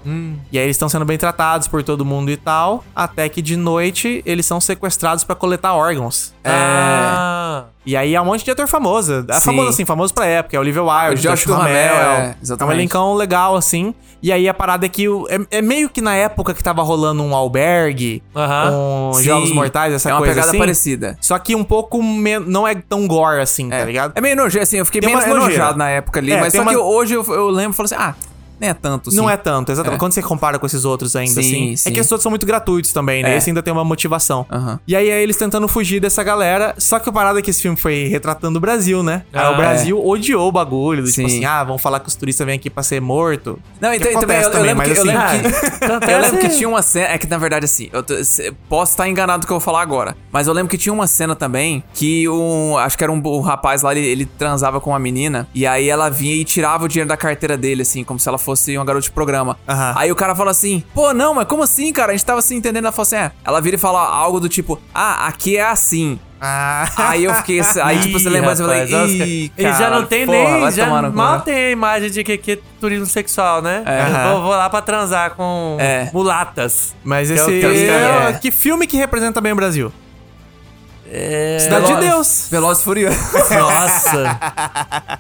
[SPEAKER 5] E aí eles estão sendo bem tratados por todo mundo e tal, até que de noite eles são sequestrados pra coletar órgãos. É,
[SPEAKER 6] Ah.
[SPEAKER 5] E aí é um monte de ator famoso. É
[SPEAKER 7] Sim.
[SPEAKER 5] famoso, assim, famoso pra época. É Olivia Wilde,
[SPEAKER 7] O Josh
[SPEAKER 5] Josh Duhamel.
[SPEAKER 7] Duhamel, é,
[SPEAKER 5] É, um- é um
[SPEAKER 7] exatamente.
[SPEAKER 5] elencão legal, assim. E aí a parada é que... o- é, é meio que na época que tava rolando um albergue,
[SPEAKER 6] Aham.
[SPEAKER 5] um
[SPEAKER 7] Sim.
[SPEAKER 5] Jogos Mortais, essa
[SPEAKER 7] É uma
[SPEAKER 5] coisa
[SPEAKER 7] pegada
[SPEAKER 5] assim.
[SPEAKER 7] parecida.
[SPEAKER 5] Só que um pouco men- não é tão gore, assim, tá ligado?
[SPEAKER 7] É meio nojento, assim, eu fiquei
[SPEAKER 5] Tem
[SPEAKER 7] meio
[SPEAKER 5] umas nojeira.
[SPEAKER 7] enojado na época ali,
[SPEAKER 5] É,
[SPEAKER 7] mas
[SPEAKER 5] tem
[SPEAKER 7] só que
[SPEAKER 5] uma-
[SPEAKER 7] hoje eu, eu lembro e falo assim, ah, não é tanto,
[SPEAKER 5] Não
[SPEAKER 7] assim.
[SPEAKER 5] é tanto, exatamente.
[SPEAKER 7] É.
[SPEAKER 5] Quando você compara com esses outros ainda,
[SPEAKER 7] Sim,
[SPEAKER 5] assim. É
[SPEAKER 7] sim.
[SPEAKER 5] que esses outros são muito gratuitos também, né?
[SPEAKER 7] É.
[SPEAKER 5] Esse ainda tem uma motivação.
[SPEAKER 7] Aham.
[SPEAKER 5] E aí é eles tentando fugir dessa galera. Só que a parada é que esse filme foi retratando o Brasil, né? aí o
[SPEAKER 7] Ah,
[SPEAKER 5] Brasil odiou o bagulho. do Tipo
[SPEAKER 7] Sim.
[SPEAKER 5] assim, ah, vão falar que os turistas vêm aqui pra ser morto.
[SPEAKER 7] Não,
[SPEAKER 5] Que
[SPEAKER 7] então, e também, eu,
[SPEAKER 5] acontece
[SPEAKER 7] eu lembro que,
[SPEAKER 5] mas
[SPEAKER 7] eu lembro
[SPEAKER 5] assim,
[SPEAKER 7] que-
[SPEAKER 6] Tanto
[SPEAKER 7] eu
[SPEAKER 6] é
[SPEAKER 7] lembro que
[SPEAKER 6] assim.
[SPEAKER 7] tinha uma cena. É que na verdade, assim, eu tô- cê- posso estar enganado do que eu vou falar agora. Mas eu lembro que tinha uma cena também que um. Acho que era um, um rapaz lá, ele, ele transava com uma menina. E aí ela vinha e tirava o dinheiro da carteira dele, assim, como se ela fosse uma garota de programa.
[SPEAKER 5] Aham.
[SPEAKER 7] Aí o cara fala assim: pô, não, mas como assim, cara? A gente tava se entendendo. Ela falou assim: é. Ela vira e fala algo do tipo: ah, aqui é assim. Aí eu fiquei. Aí, tipo, você lembra, você fala.
[SPEAKER 6] Rapaz, olha os ca-
[SPEAKER 7] "Ih,
[SPEAKER 6] E já não
[SPEAKER 7] caralho,
[SPEAKER 6] tem
[SPEAKER 7] porra, vai
[SPEAKER 6] nem. Já
[SPEAKER 7] tomar no cu,
[SPEAKER 6] mal
[SPEAKER 7] né?"
[SPEAKER 6] tem a imagem de que, que é turismo sexual, né?
[SPEAKER 7] É.
[SPEAKER 6] Eu vou, vou lá pra transar com
[SPEAKER 7] É.
[SPEAKER 6] mulatas.
[SPEAKER 5] Mas
[SPEAKER 6] Que é o
[SPEAKER 5] esse.
[SPEAKER 6] que os caras-
[SPEAKER 5] que filme que representa bem o Brasil?
[SPEAKER 6] É...
[SPEAKER 5] Cidade de
[SPEAKER 6] Velozes-
[SPEAKER 5] Deus.
[SPEAKER 7] Velozes e Furiosos.
[SPEAKER 6] Nossa.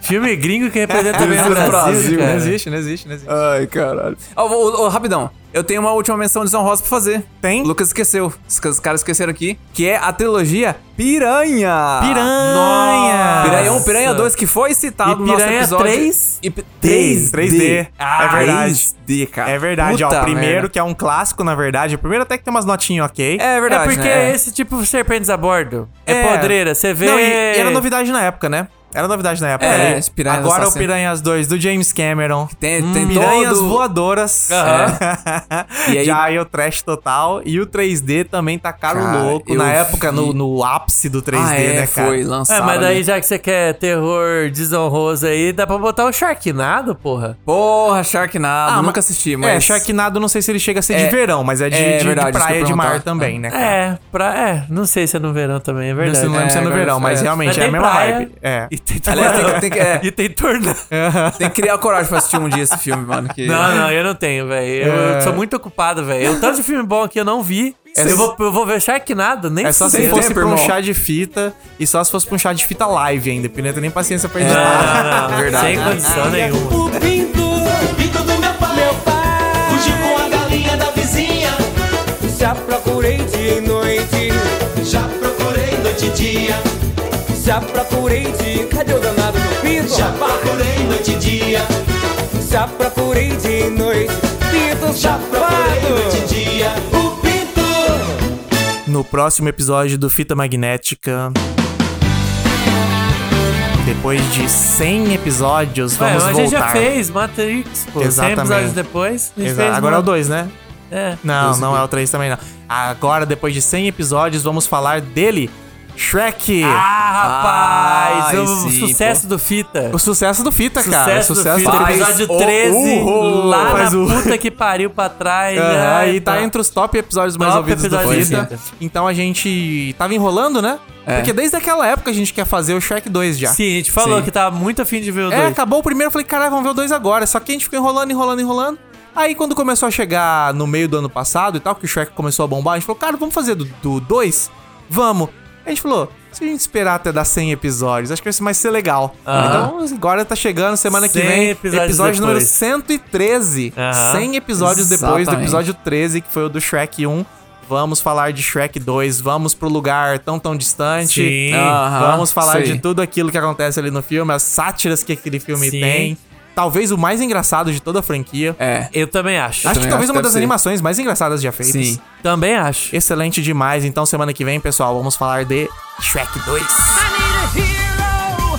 [SPEAKER 6] Filme gringo que representa bem o Brasil.
[SPEAKER 7] cara.
[SPEAKER 5] Não existe, não existe, não existe.
[SPEAKER 7] Ai, caralho. Ó, ô, ô, rapidão. Eu tenho uma última menção desonrosa pra fazer. Tem? Lucas esqueceu. Os, ca- os caras esqueceram aqui. Que é a trilogia Piranha.
[SPEAKER 6] Piranha!
[SPEAKER 7] Ah, Nossa. Piranha 1, Piranha
[SPEAKER 6] Nossa.
[SPEAKER 7] 2, que foi citado
[SPEAKER 6] E
[SPEAKER 7] no nosso
[SPEAKER 6] Piranha
[SPEAKER 7] episódio.
[SPEAKER 6] 3?
[SPEAKER 7] E pi-
[SPEAKER 5] 3, 3D.
[SPEAKER 7] Ah,
[SPEAKER 5] é verdade.
[SPEAKER 7] 3D, cara.
[SPEAKER 5] É verdade, ó.
[SPEAKER 7] Puta
[SPEAKER 5] O primeiro,
[SPEAKER 7] merda.
[SPEAKER 5] que é um clássico, na verdade. O primeiro até que tem umas notinhas ok.
[SPEAKER 7] É verdade,
[SPEAKER 6] É porque
[SPEAKER 7] né?
[SPEAKER 6] esse tipo de serpentes a bordo é, podreira. Você vê.
[SPEAKER 5] Não, e, e era novidade na época, né? Era novidade na época.
[SPEAKER 7] É,
[SPEAKER 5] ali.
[SPEAKER 7] esse Piranhas
[SPEAKER 5] Agora é o
[SPEAKER 7] Assassino.
[SPEAKER 5] Piranhas 2 do James Cameron.
[SPEAKER 7] Tem, tem
[SPEAKER 5] Piranhas
[SPEAKER 7] todo...
[SPEAKER 5] voadoras.
[SPEAKER 7] É. E aí-
[SPEAKER 5] Já aí o trash total. E o 3D também tá caro
[SPEAKER 7] Cara,
[SPEAKER 5] louco.
[SPEAKER 7] eu
[SPEAKER 5] Na época,
[SPEAKER 7] vi.
[SPEAKER 5] no, no ápice do 3D,
[SPEAKER 7] Ah, é,
[SPEAKER 5] né, cara?
[SPEAKER 7] foi
[SPEAKER 6] É,
[SPEAKER 7] lançado.
[SPEAKER 6] mas daí
[SPEAKER 7] ali.
[SPEAKER 6] já que você quer terror desonroso aí, dá pra botar o Sharknado, porra.
[SPEAKER 7] Porra, Sharknado.
[SPEAKER 5] Ah,
[SPEAKER 7] nada.
[SPEAKER 5] mas-
[SPEAKER 7] nunca assisti, mas.
[SPEAKER 5] É, Sharknado não sei se ele chega a ser
[SPEAKER 7] É,
[SPEAKER 5] de verão, mas é de,
[SPEAKER 7] é
[SPEAKER 5] de- de
[SPEAKER 7] verdade, isso que eu
[SPEAKER 5] praia
[SPEAKER 7] ia
[SPEAKER 5] de mar
[SPEAKER 7] perguntar.
[SPEAKER 5] também, né, cara?
[SPEAKER 6] É, pra, é, não sei se é no verão também, é verdade.
[SPEAKER 5] Eu não lembro se é no
[SPEAKER 7] agora-
[SPEAKER 5] verão, mas
[SPEAKER 7] é.
[SPEAKER 5] realmente
[SPEAKER 6] Mas
[SPEAKER 5] é a
[SPEAKER 6] tem
[SPEAKER 5] mesma
[SPEAKER 6] praia.
[SPEAKER 5] vibe. É.
[SPEAKER 6] E tem,
[SPEAKER 7] Aliás, tem que- tem que- é.
[SPEAKER 6] e tem tornado.
[SPEAKER 7] Tem que criar coragem pra assistir um dia esse filme, mano. que-
[SPEAKER 6] Não, não, eu não tenho, velho. Eu, eu
[SPEAKER 5] É.
[SPEAKER 6] sou muito ocupado, velho. O tanto de filme bom que eu não vi. eu, vou, eu vou ver Sharknado, nem
[SPEAKER 5] É só se
[SPEAKER 6] fudendo.
[SPEAKER 5] fosse
[SPEAKER 7] tempo,
[SPEAKER 5] pra um
[SPEAKER 7] irmão.
[SPEAKER 5] chá de fita e só se fosse pra um chá de fita live ainda, porque não ia ter nem paciência
[SPEAKER 7] É.
[SPEAKER 5] pra
[SPEAKER 6] Não,
[SPEAKER 5] editar.
[SPEAKER 6] não, não.
[SPEAKER 7] Verdade.
[SPEAKER 6] Sem condição nenhuma.
[SPEAKER 13] O pinto, pinto do meu pai, meu pai. Fugi com a galinha da vizinha. Já procurei dia e noite. Já procurei noite e dia. Já procurei dia. Cadê o danado do pinto? Já procurei noite e dia. Já procurei dia e noite. Pinto Já procurei noite e dia. O pinto.
[SPEAKER 5] No próximo episódio do Fita Magnética. Depois de 100 episódios,
[SPEAKER 6] Ué,
[SPEAKER 5] vamos
[SPEAKER 6] É, a
[SPEAKER 5] voltar.
[SPEAKER 6] gente já fez Matrix, pô. 100
[SPEAKER 5] Exatamente.
[SPEAKER 6] episódios depois. a gente
[SPEAKER 5] Exato.
[SPEAKER 6] fez
[SPEAKER 5] Agora é o
[SPEAKER 6] uma-
[SPEAKER 5] 2, né?
[SPEAKER 6] É.
[SPEAKER 5] Não, não é o 3 também não. Agora, depois de 100 episódios, vamos falar dele, Shrek.
[SPEAKER 6] Ah, rapaz!
[SPEAKER 7] Ai,
[SPEAKER 6] o
[SPEAKER 7] sim,
[SPEAKER 6] sucesso do Fita.
[SPEAKER 5] O sucesso do Fita, cara.
[SPEAKER 6] Sucesso do Fita,
[SPEAKER 5] Faz
[SPEAKER 6] episódio
[SPEAKER 5] o
[SPEAKER 6] 13,
[SPEAKER 5] urro.
[SPEAKER 6] lá
[SPEAKER 5] Faz
[SPEAKER 6] na
[SPEAKER 5] o-
[SPEAKER 6] puta que pariu pra trás. né?
[SPEAKER 5] Aham, e
[SPEAKER 6] Então,
[SPEAKER 5] tá entre os top episódios mais
[SPEAKER 6] Top
[SPEAKER 5] ouvidos
[SPEAKER 6] episódio
[SPEAKER 5] do
[SPEAKER 6] do É.
[SPEAKER 5] Fita. Então a gente tava enrolando, né? Porque desde aquela época a gente quer fazer o Shrek 2 já.
[SPEAKER 6] Sim, a gente falou
[SPEAKER 7] Sim.
[SPEAKER 6] que tava muito afim de ver o
[SPEAKER 5] É,
[SPEAKER 6] 2.
[SPEAKER 5] acabou o primeiro, eu falei, caralho, vamos ver o 2 agora. Só que a gente ficou enrolando, enrolando, enrolando. Aí quando começou a chegar no meio do ano passado e tal, que o Shrek começou a bombar, a gente falou, cara, vamos fazer do- do 2? Vamos. A gente falou, se a gente esperar até dar 100 episódios, acho que vai mais ser legal.
[SPEAKER 6] Aham.
[SPEAKER 5] Então agora tá chegando, semana que
[SPEAKER 6] 100
[SPEAKER 5] vem,
[SPEAKER 6] episódios
[SPEAKER 5] episódio número
[SPEAKER 6] depois.
[SPEAKER 5] 113.
[SPEAKER 6] Aham.
[SPEAKER 5] 100 episódios depois do
[SPEAKER 7] Exatamente.
[SPEAKER 5] episódio 13, que foi o do Shrek 1. Vamos falar de Shrek 2, vamos pro lugar tão tão distante.
[SPEAKER 6] Sim.
[SPEAKER 7] Aham,
[SPEAKER 5] Vamos falar
[SPEAKER 7] isso aí.
[SPEAKER 5] de tudo aquilo que acontece ali no filme, as sátiras que aquele filme
[SPEAKER 6] Sim.
[SPEAKER 5] tem. Talvez o mais engraçado de toda a franquia.
[SPEAKER 7] É.
[SPEAKER 6] Eu também acho.
[SPEAKER 5] Acho que
[SPEAKER 7] também
[SPEAKER 5] talvez
[SPEAKER 7] acho
[SPEAKER 5] uma
[SPEAKER 7] que
[SPEAKER 5] das
[SPEAKER 7] deve ser.
[SPEAKER 5] animações mais engraçadas já feitas.
[SPEAKER 7] Sim.
[SPEAKER 6] Também acho.
[SPEAKER 5] Excelente demais. Então, semana que vem, pessoal, vamos falar de Shrek 2.
[SPEAKER 9] I need a hero.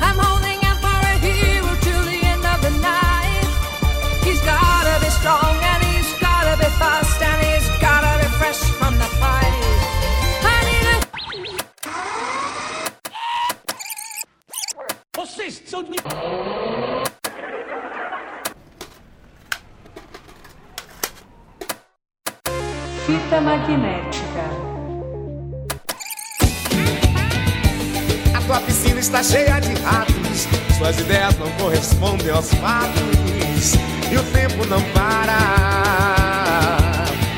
[SPEAKER 9] I'm holding out for a hero till the end of the night. He's gotta be strong and he's gotta be fast and he's gotta be fresh from the fight. I need a
[SPEAKER 13] Vocês são de...
[SPEAKER 2] Fita magnética.
[SPEAKER 1] A tua piscina está cheia de ratos. Suas ideias não correspondem aos fatos. E o tempo não para.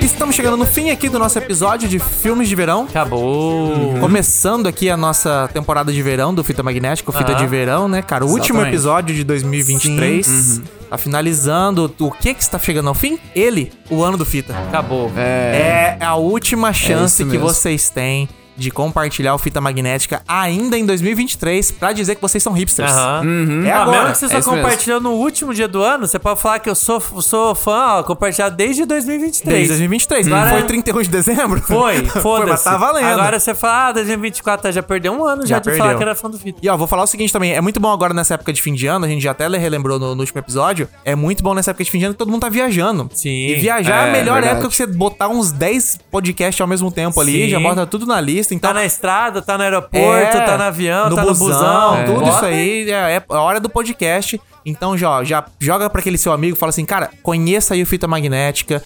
[SPEAKER 5] Estamos chegando no fim aqui do nosso episódio de filmes de verão.
[SPEAKER 6] Acabou.
[SPEAKER 5] Começando aqui a nossa temporada de verão do Fita Magnético, Fita
[SPEAKER 6] Aham.
[SPEAKER 5] de Verão, né, cara? O último
[SPEAKER 7] Exatamente. Uhum.
[SPEAKER 5] episódio de 2023. Tá finalizando. O que que está chegando ao fim? Ele, o ano do Fita.
[SPEAKER 6] Acabou.
[SPEAKER 5] É a última chance
[SPEAKER 7] isso
[SPEAKER 5] que
[SPEAKER 7] mesmo.
[SPEAKER 5] vocês têm de compartilhar o Fita Magnética ainda em 2023 pra dizer que vocês são hipsters.
[SPEAKER 6] Aham.
[SPEAKER 5] É
[SPEAKER 6] Ah,
[SPEAKER 5] agora.
[SPEAKER 6] mesmo que você só
[SPEAKER 7] É isso mesmo.
[SPEAKER 6] compartilhou no último dia do ano, você pode falar que eu sou, sou fã, ó, compartilhar desde 2023.
[SPEAKER 5] É, Desde 2023. Não
[SPEAKER 6] Agora- é-
[SPEAKER 5] foi 31 de dezembro?
[SPEAKER 6] Foi,
[SPEAKER 5] foi
[SPEAKER 6] foda-se.
[SPEAKER 5] mas tá valendo.
[SPEAKER 6] Agora você fala, ah, 2024 tá, já perdeu um ano já,
[SPEAKER 5] Já
[SPEAKER 6] de falar
[SPEAKER 5] perdeu.
[SPEAKER 6] que era fã do Fita.
[SPEAKER 5] E ó, vou falar o seguinte também, é muito bom agora nessa época de fim de ano, a gente já até relembrou no, no último episódio, é muito bom nessa época de fim de ano que todo mundo tá viajando.
[SPEAKER 6] Sim.
[SPEAKER 5] E viajar é a
[SPEAKER 7] É,
[SPEAKER 5] melhor
[SPEAKER 7] verdade.
[SPEAKER 5] época que você botar uns 10 podcasts ao mesmo tempo ali,
[SPEAKER 6] Sim.
[SPEAKER 5] já bota tudo na motorista. Então,
[SPEAKER 6] Tá na estrada, tá no aeroporto,
[SPEAKER 5] É,
[SPEAKER 6] tá no avião, tá no busão.
[SPEAKER 5] tudo
[SPEAKER 6] bota.
[SPEAKER 5] isso aí é, é a hora do podcast. Então, já, já joga pra aquele seu amigo, fala assim, cara, conheça aí o Fita Magnética,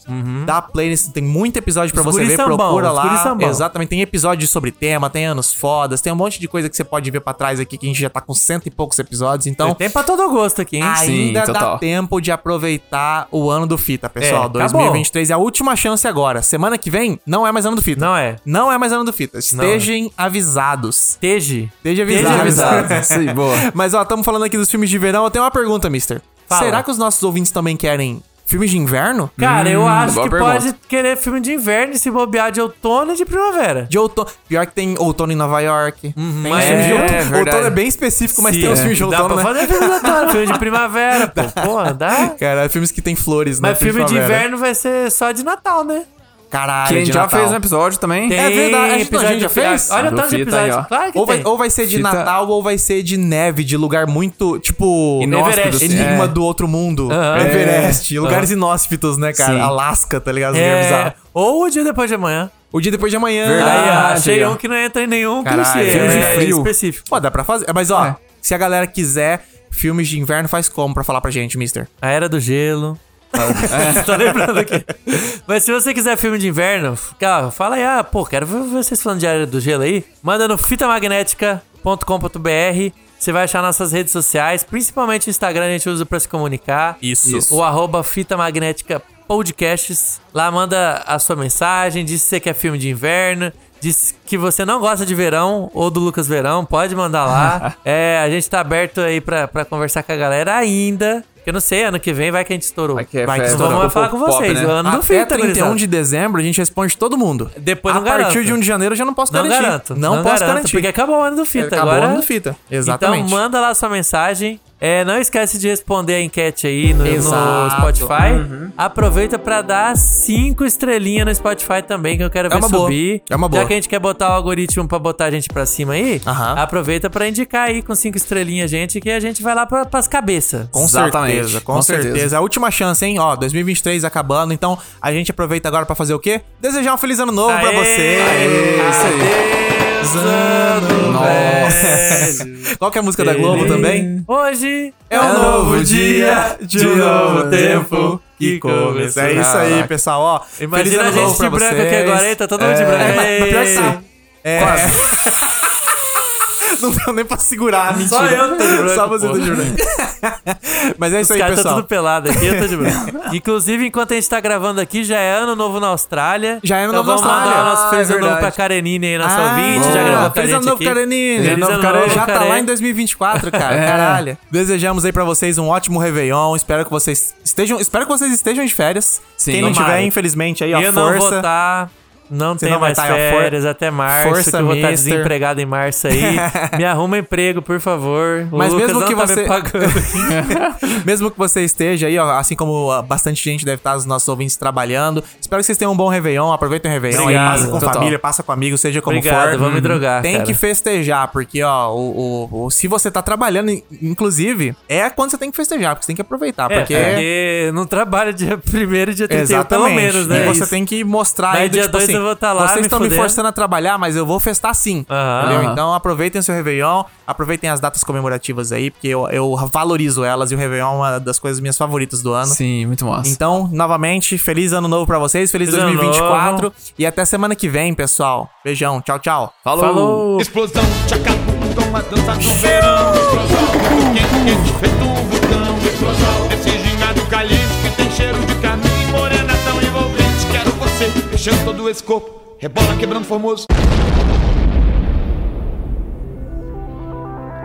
[SPEAKER 5] dá play, nesse- tem muito episódio pra
[SPEAKER 6] Uhum. Os
[SPEAKER 5] você
[SPEAKER 6] guris
[SPEAKER 5] ver,
[SPEAKER 6] são bons,
[SPEAKER 5] procura
[SPEAKER 6] os guris
[SPEAKER 5] lá.
[SPEAKER 6] são bons.
[SPEAKER 5] Exatamente, tem episódios sobre tema, tem anos fodas, tem um monte de coisa que você pode ver pra trás aqui, que a gente já tá com cento e poucos episódios, então...
[SPEAKER 6] Tem pra todo gosto aqui, hein?
[SPEAKER 5] Ainda dá tempo de aproveitar o ano do Fita, pessoal.
[SPEAKER 6] então tá, É, tá
[SPEAKER 5] 2023 é a última chance agora. Semana que vem não é mais ano do Fita.
[SPEAKER 6] Não é.
[SPEAKER 5] Não é mais ano do Fita. Estejam avisados.
[SPEAKER 6] Esteja.
[SPEAKER 5] Esteja avisado.
[SPEAKER 6] Esteja avisado. Sim, boa.
[SPEAKER 5] Mas ó, estamos falando aqui dos filmes de verão. Eu tenho uma pergunta, mister.
[SPEAKER 6] Fala.
[SPEAKER 5] Será que os nossos ouvintes também querem filmes de inverno?
[SPEAKER 6] Cara, eu acho que pode
[SPEAKER 5] Hum, pergunta.
[SPEAKER 6] querer filme de inverno e se bobear de outono e de primavera.
[SPEAKER 5] De outono. Pior que tem outono em Nova York. Tem
[SPEAKER 6] mas-
[SPEAKER 5] filmes de
[SPEAKER 6] é,
[SPEAKER 5] outono.
[SPEAKER 6] é verdade.
[SPEAKER 5] outono é bem específico, mas
[SPEAKER 6] Sim,
[SPEAKER 5] tem os
[SPEAKER 6] é.
[SPEAKER 5] filmes de
[SPEAKER 6] Dá
[SPEAKER 5] outono,
[SPEAKER 6] pra
[SPEAKER 5] né?
[SPEAKER 6] fazer filme de outono, filme de primavera, pô. Pô, dá.
[SPEAKER 5] Cara, filmes que tem flores, né?
[SPEAKER 6] Mas filme de
[SPEAKER 5] primavera.
[SPEAKER 6] inverno vai ser só de Natal, né?
[SPEAKER 5] Caralho,
[SPEAKER 7] Que a gente
[SPEAKER 5] de
[SPEAKER 7] já
[SPEAKER 5] Natal.
[SPEAKER 7] fez um episódio também.
[SPEAKER 5] é verdade, a gente, não, a gente já fez? Ah, tá
[SPEAKER 6] Olha tantos
[SPEAKER 7] Do Fita aí,
[SPEAKER 6] episódios.
[SPEAKER 7] ó.
[SPEAKER 6] Claro que
[SPEAKER 5] ou, vai,
[SPEAKER 6] tem. tá-
[SPEAKER 5] ou vai ser de
[SPEAKER 7] Fita-
[SPEAKER 5] Natal ou vai ser de neve, de lugar muito, tipo,
[SPEAKER 7] Inóspito, assim.
[SPEAKER 5] Enigma
[SPEAKER 7] É.
[SPEAKER 5] do Outro Mundo,
[SPEAKER 6] Aham.
[SPEAKER 5] Everest,
[SPEAKER 6] É.
[SPEAKER 5] lugares
[SPEAKER 6] Aham.
[SPEAKER 5] inóspitos, né, cara?
[SPEAKER 6] Sim.
[SPEAKER 5] Alasca, tá ligado?
[SPEAKER 6] É,
[SPEAKER 5] É bizarro.
[SPEAKER 6] Ou o dia depois de amanhã.
[SPEAKER 5] O dia depois de amanhã.
[SPEAKER 6] Aí, ó,
[SPEAKER 5] Verdade,
[SPEAKER 6] achei
[SPEAKER 5] Ah, ó.
[SPEAKER 6] um que não entra em nenhum
[SPEAKER 5] Caralho,
[SPEAKER 6] clichê.
[SPEAKER 5] filme de
[SPEAKER 6] é
[SPEAKER 5] frio.
[SPEAKER 6] específico.
[SPEAKER 5] Pô, dá pra fazer. Mas ó,
[SPEAKER 6] É.
[SPEAKER 5] se a galera quiser filmes de inverno, faz como pra falar pra gente, mister?
[SPEAKER 6] A Era do Gelo. Tô lembrando é aqui. Mas se você quiser filme de inverno, cara, fala aí, ah, pô, quero ver vocês falando de Era do Gelo aí. Manda no fitamagnética.com.br. Você vai achar nossas redes sociais, principalmente o Instagram, a gente usa pra se comunicar.
[SPEAKER 5] Isso.
[SPEAKER 6] O arroba Fita Magnética Podcasts. Lá manda a sua mensagem, diz se você quer filme de inverno, diz que você não gosta de verão ou do Lucas Verão, pode mandar lá. é, a gente tá aberto aí pra, pra conversar com a galera ainda. Que eu não sei, ano que vem vai que a gente estourou. Vai que,
[SPEAKER 5] é,
[SPEAKER 6] estourou. Vamos falar com vocês, o ano do
[SPEAKER 5] né? Até
[SPEAKER 6] Fita, tá,
[SPEAKER 5] 31
[SPEAKER 6] gurizada.
[SPEAKER 5] de dezembro a gente responde todo mundo.
[SPEAKER 6] Depois
[SPEAKER 5] a
[SPEAKER 6] não garanto.
[SPEAKER 5] partir de 1 de janeiro eu já não posso
[SPEAKER 6] Não
[SPEAKER 5] garantir.
[SPEAKER 6] garanto.
[SPEAKER 5] Não, posso
[SPEAKER 6] garanto,
[SPEAKER 5] garantir.
[SPEAKER 6] Porque acabou o ano do Fita
[SPEAKER 5] Acabou
[SPEAKER 6] agora.
[SPEAKER 5] o ano do Fita, exatamente.
[SPEAKER 6] Então manda lá sua mensagem. É, não esquece de responder a enquete aí no, no
[SPEAKER 5] Exato.
[SPEAKER 6] Spotify.
[SPEAKER 5] Uhum.
[SPEAKER 6] Aproveita pra dar cinco estrelinhas no Spotify também, que eu quero ver
[SPEAKER 5] uma boa.
[SPEAKER 6] subir.
[SPEAKER 5] É uma boa.
[SPEAKER 6] Já que a gente quer botar o algoritmo pra botar a gente pra cima aí, aproveita pra indicar aí com cinco estrelinhas a gente, que a gente vai lá pra, pras cabeças.
[SPEAKER 5] Com certeza, com, certeza. É a última chance, hein? Ó, 2023 acabando, então a gente aproveita agora pra fazer o quê? Desejar um feliz ano novo pra você. Isso aí. Nossa. Qual que é a música da Globo também?
[SPEAKER 6] Hoje
[SPEAKER 5] É um novo dia, de um novo tempo que começa. É isso aí,
[SPEAKER 6] Caraca.
[SPEAKER 5] pessoal, ó.
[SPEAKER 6] Imagina a gente de branco aqui agora, hein? Tá todo
[SPEAKER 5] mundo
[SPEAKER 6] mundo de branco.
[SPEAKER 5] É, pior que tá. É.
[SPEAKER 6] Quase.
[SPEAKER 5] Não deu nem pra segurar, mentira.
[SPEAKER 6] Só eu que tô de branco,
[SPEAKER 5] Só você
[SPEAKER 6] pô.
[SPEAKER 5] tá de branco. Mas é isso
[SPEAKER 6] Os
[SPEAKER 5] aí,
[SPEAKER 6] caras
[SPEAKER 5] pessoal.
[SPEAKER 6] estão tudo pelado aqui, eu tô de branco. Inclusive, enquanto a gente tá gravando aqui, já é ano novo na Austrália.
[SPEAKER 5] Já é ano
[SPEAKER 6] Então
[SPEAKER 5] novo na
[SPEAKER 6] vamos
[SPEAKER 5] Austrália.
[SPEAKER 6] mandar o nosso
[SPEAKER 5] Ah,
[SPEAKER 6] feliz
[SPEAKER 5] é
[SPEAKER 6] ano novo pra
[SPEAKER 5] verdade.
[SPEAKER 6] Karenine aí, nossa
[SPEAKER 5] Ah,
[SPEAKER 6] ouvinte. Já
[SPEAKER 5] boa.
[SPEAKER 6] gravou com a
[SPEAKER 5] Feliz
[SPEAKER 6] gente
[SPEAKER 5] ano novo,
[SPEAKER 6] aqui.
[SPEAKER 5] Karenine.
[SPEAKER 6] Feliz ano novo,
[SPEAKER 5] Já tá
[SPEAKER 6] Karen.
[SPEAKER 5] lá em 2024, cara.
[SPEAKER 6] É.
[SPEAKER 5] Caralho. Desejamos aí pra vocês um ótimo Réveillon. Espero que vocês estejam, espero que vocês estejam de férias.
[SPEAKER 6] Sim.
[SPEAKER 5] Quem não
[SPEAKER 6] Tomara.
[SPEAKER 5] tiver, infelizmente, aí, ó,
[SPEAKER 6] Eu
[SPEAKER 5] força.
[SPEAKER 6] não vou estar. Não
[SPEAKER 5] Você
[SPEAKER 6] tem
[SPEAKER 5] não vai
[SPEAKER 6] mais
[SPEAKER 5] tá, é, for-
[SPEAKER 6] férias até março,
[SPEAKER 5] força,
[SPEAKER 6] que eu vou estar
[SPEAKER 5] mister.
[SPEAKER 6] desempregado em março aí. Me arruma emprego, por favor. O
[SPEAKER 5] Mas
[SPEAKER 6] Lucas
[SPEAKER 5] mesmo
[SPEAKER 6] não
[SPEAKER 5] que
[SPEAKER 6] tá
[SPEAKER 5] você-
[SPEAKER 6] me pagando aqui.
[SPEAKER 5] Mesmo que você esteja aí, ó, assim como ah, bastante gente deve estar, os nossos ouvintes trabalhando. Espero que vocês tenham um bom Réveillon. Aproveitem o Réveillon aí,
[SPEAKER 6] Obrigado.
[SPEAKER 5] passa com
[SPEAKER 6] Total.
[SPEAKER 5] família, passa com amigos, seja como
[SPEAKER 6] Obrigado,
[SPEAKER 5] for. Uhum.
[SPEAKER 6] vou me drogar,
[SPEAKER 5] Tem
[SPEAKER 6] cara.
[SPEAKER 5] que festejar, porque, ó, o, o- o- se você tá trabalhando, in- inclusive, é quando você tem que festejar, porque você tem que aproveitar.
[SPEAKER 6] É,
[SPEAKER 5] porque.
[SPEAKER 6] porque não trabalha dia 1 e dia 31, pelo
[SPEAKER 5] Exatamente.
[SPEAKER 6] menos, né?
[SPEAKER 5] E você
[SPEAKER 6] Isso.
[SPEAKER 5] tem que mostrar
[SPEAKER 6] Mas
[SPEAKER 5] aí do
[SPEAKER 6] dia
[SPEAKER 5] tipo
[SPEAKER 6] dois
[SPEAKER 5] assim,
[SPEAKER 6] eu vou tá lá
[SPEAKER 5] Vocês
[SPEAKER 6] me
[SPEAKER 5] estão me,
[SPEAKER 6] fudendo.
[SPEAKER 5] forçando a trabalhar, mas eu vou festar sim. entendeu?
[SPEAKER 6] aham.
[SPEAKER 5] Então aproveitem o seu Réveillon, aproveitem as datas comemorativas aí, porque eu, eu valorizo elas e o Réveillon é uma das coisas minhas favoritas do ano.
[SPEAKER 7] Sim, muito massa.
[SPEAKER 5] Então, novamente, feliz ano novo pra vocês, feliz,
[SPEAKER 7] Feliz ano
[SPEAKER 5] 2024
[SPEAKER 7] novo.
[SPEAKER 5] e até semana que vem, pessoal. Beijão, tchau, tchau.
[SPEAKER 7] Falou. Falou.
[SPEAKER 14] Explosão, tchacabunda, uma dança do verão. Explosão, quente, quente, feito um vulcão. Explosão, esse gingado caliente que tem cheiro de carmim. Morena tão envolvente, quero você, fechando todo esse corpo. Rebola quebrando formoso.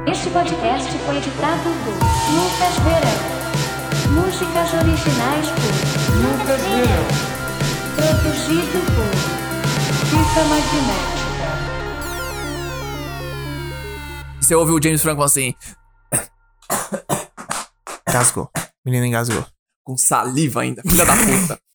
[SPEAKER 15] Este podcast foi editado por Lucas Verão. Músicas originais por Lucas Verão. Produzido por Fita Magnética.
[SPEAKER 7] Você ouve o James Franco falando assim,
[SPEAKER 5] Engasgou. Menino engasgou.
[SPEAKER 7] com saliva ainda, filha da puta.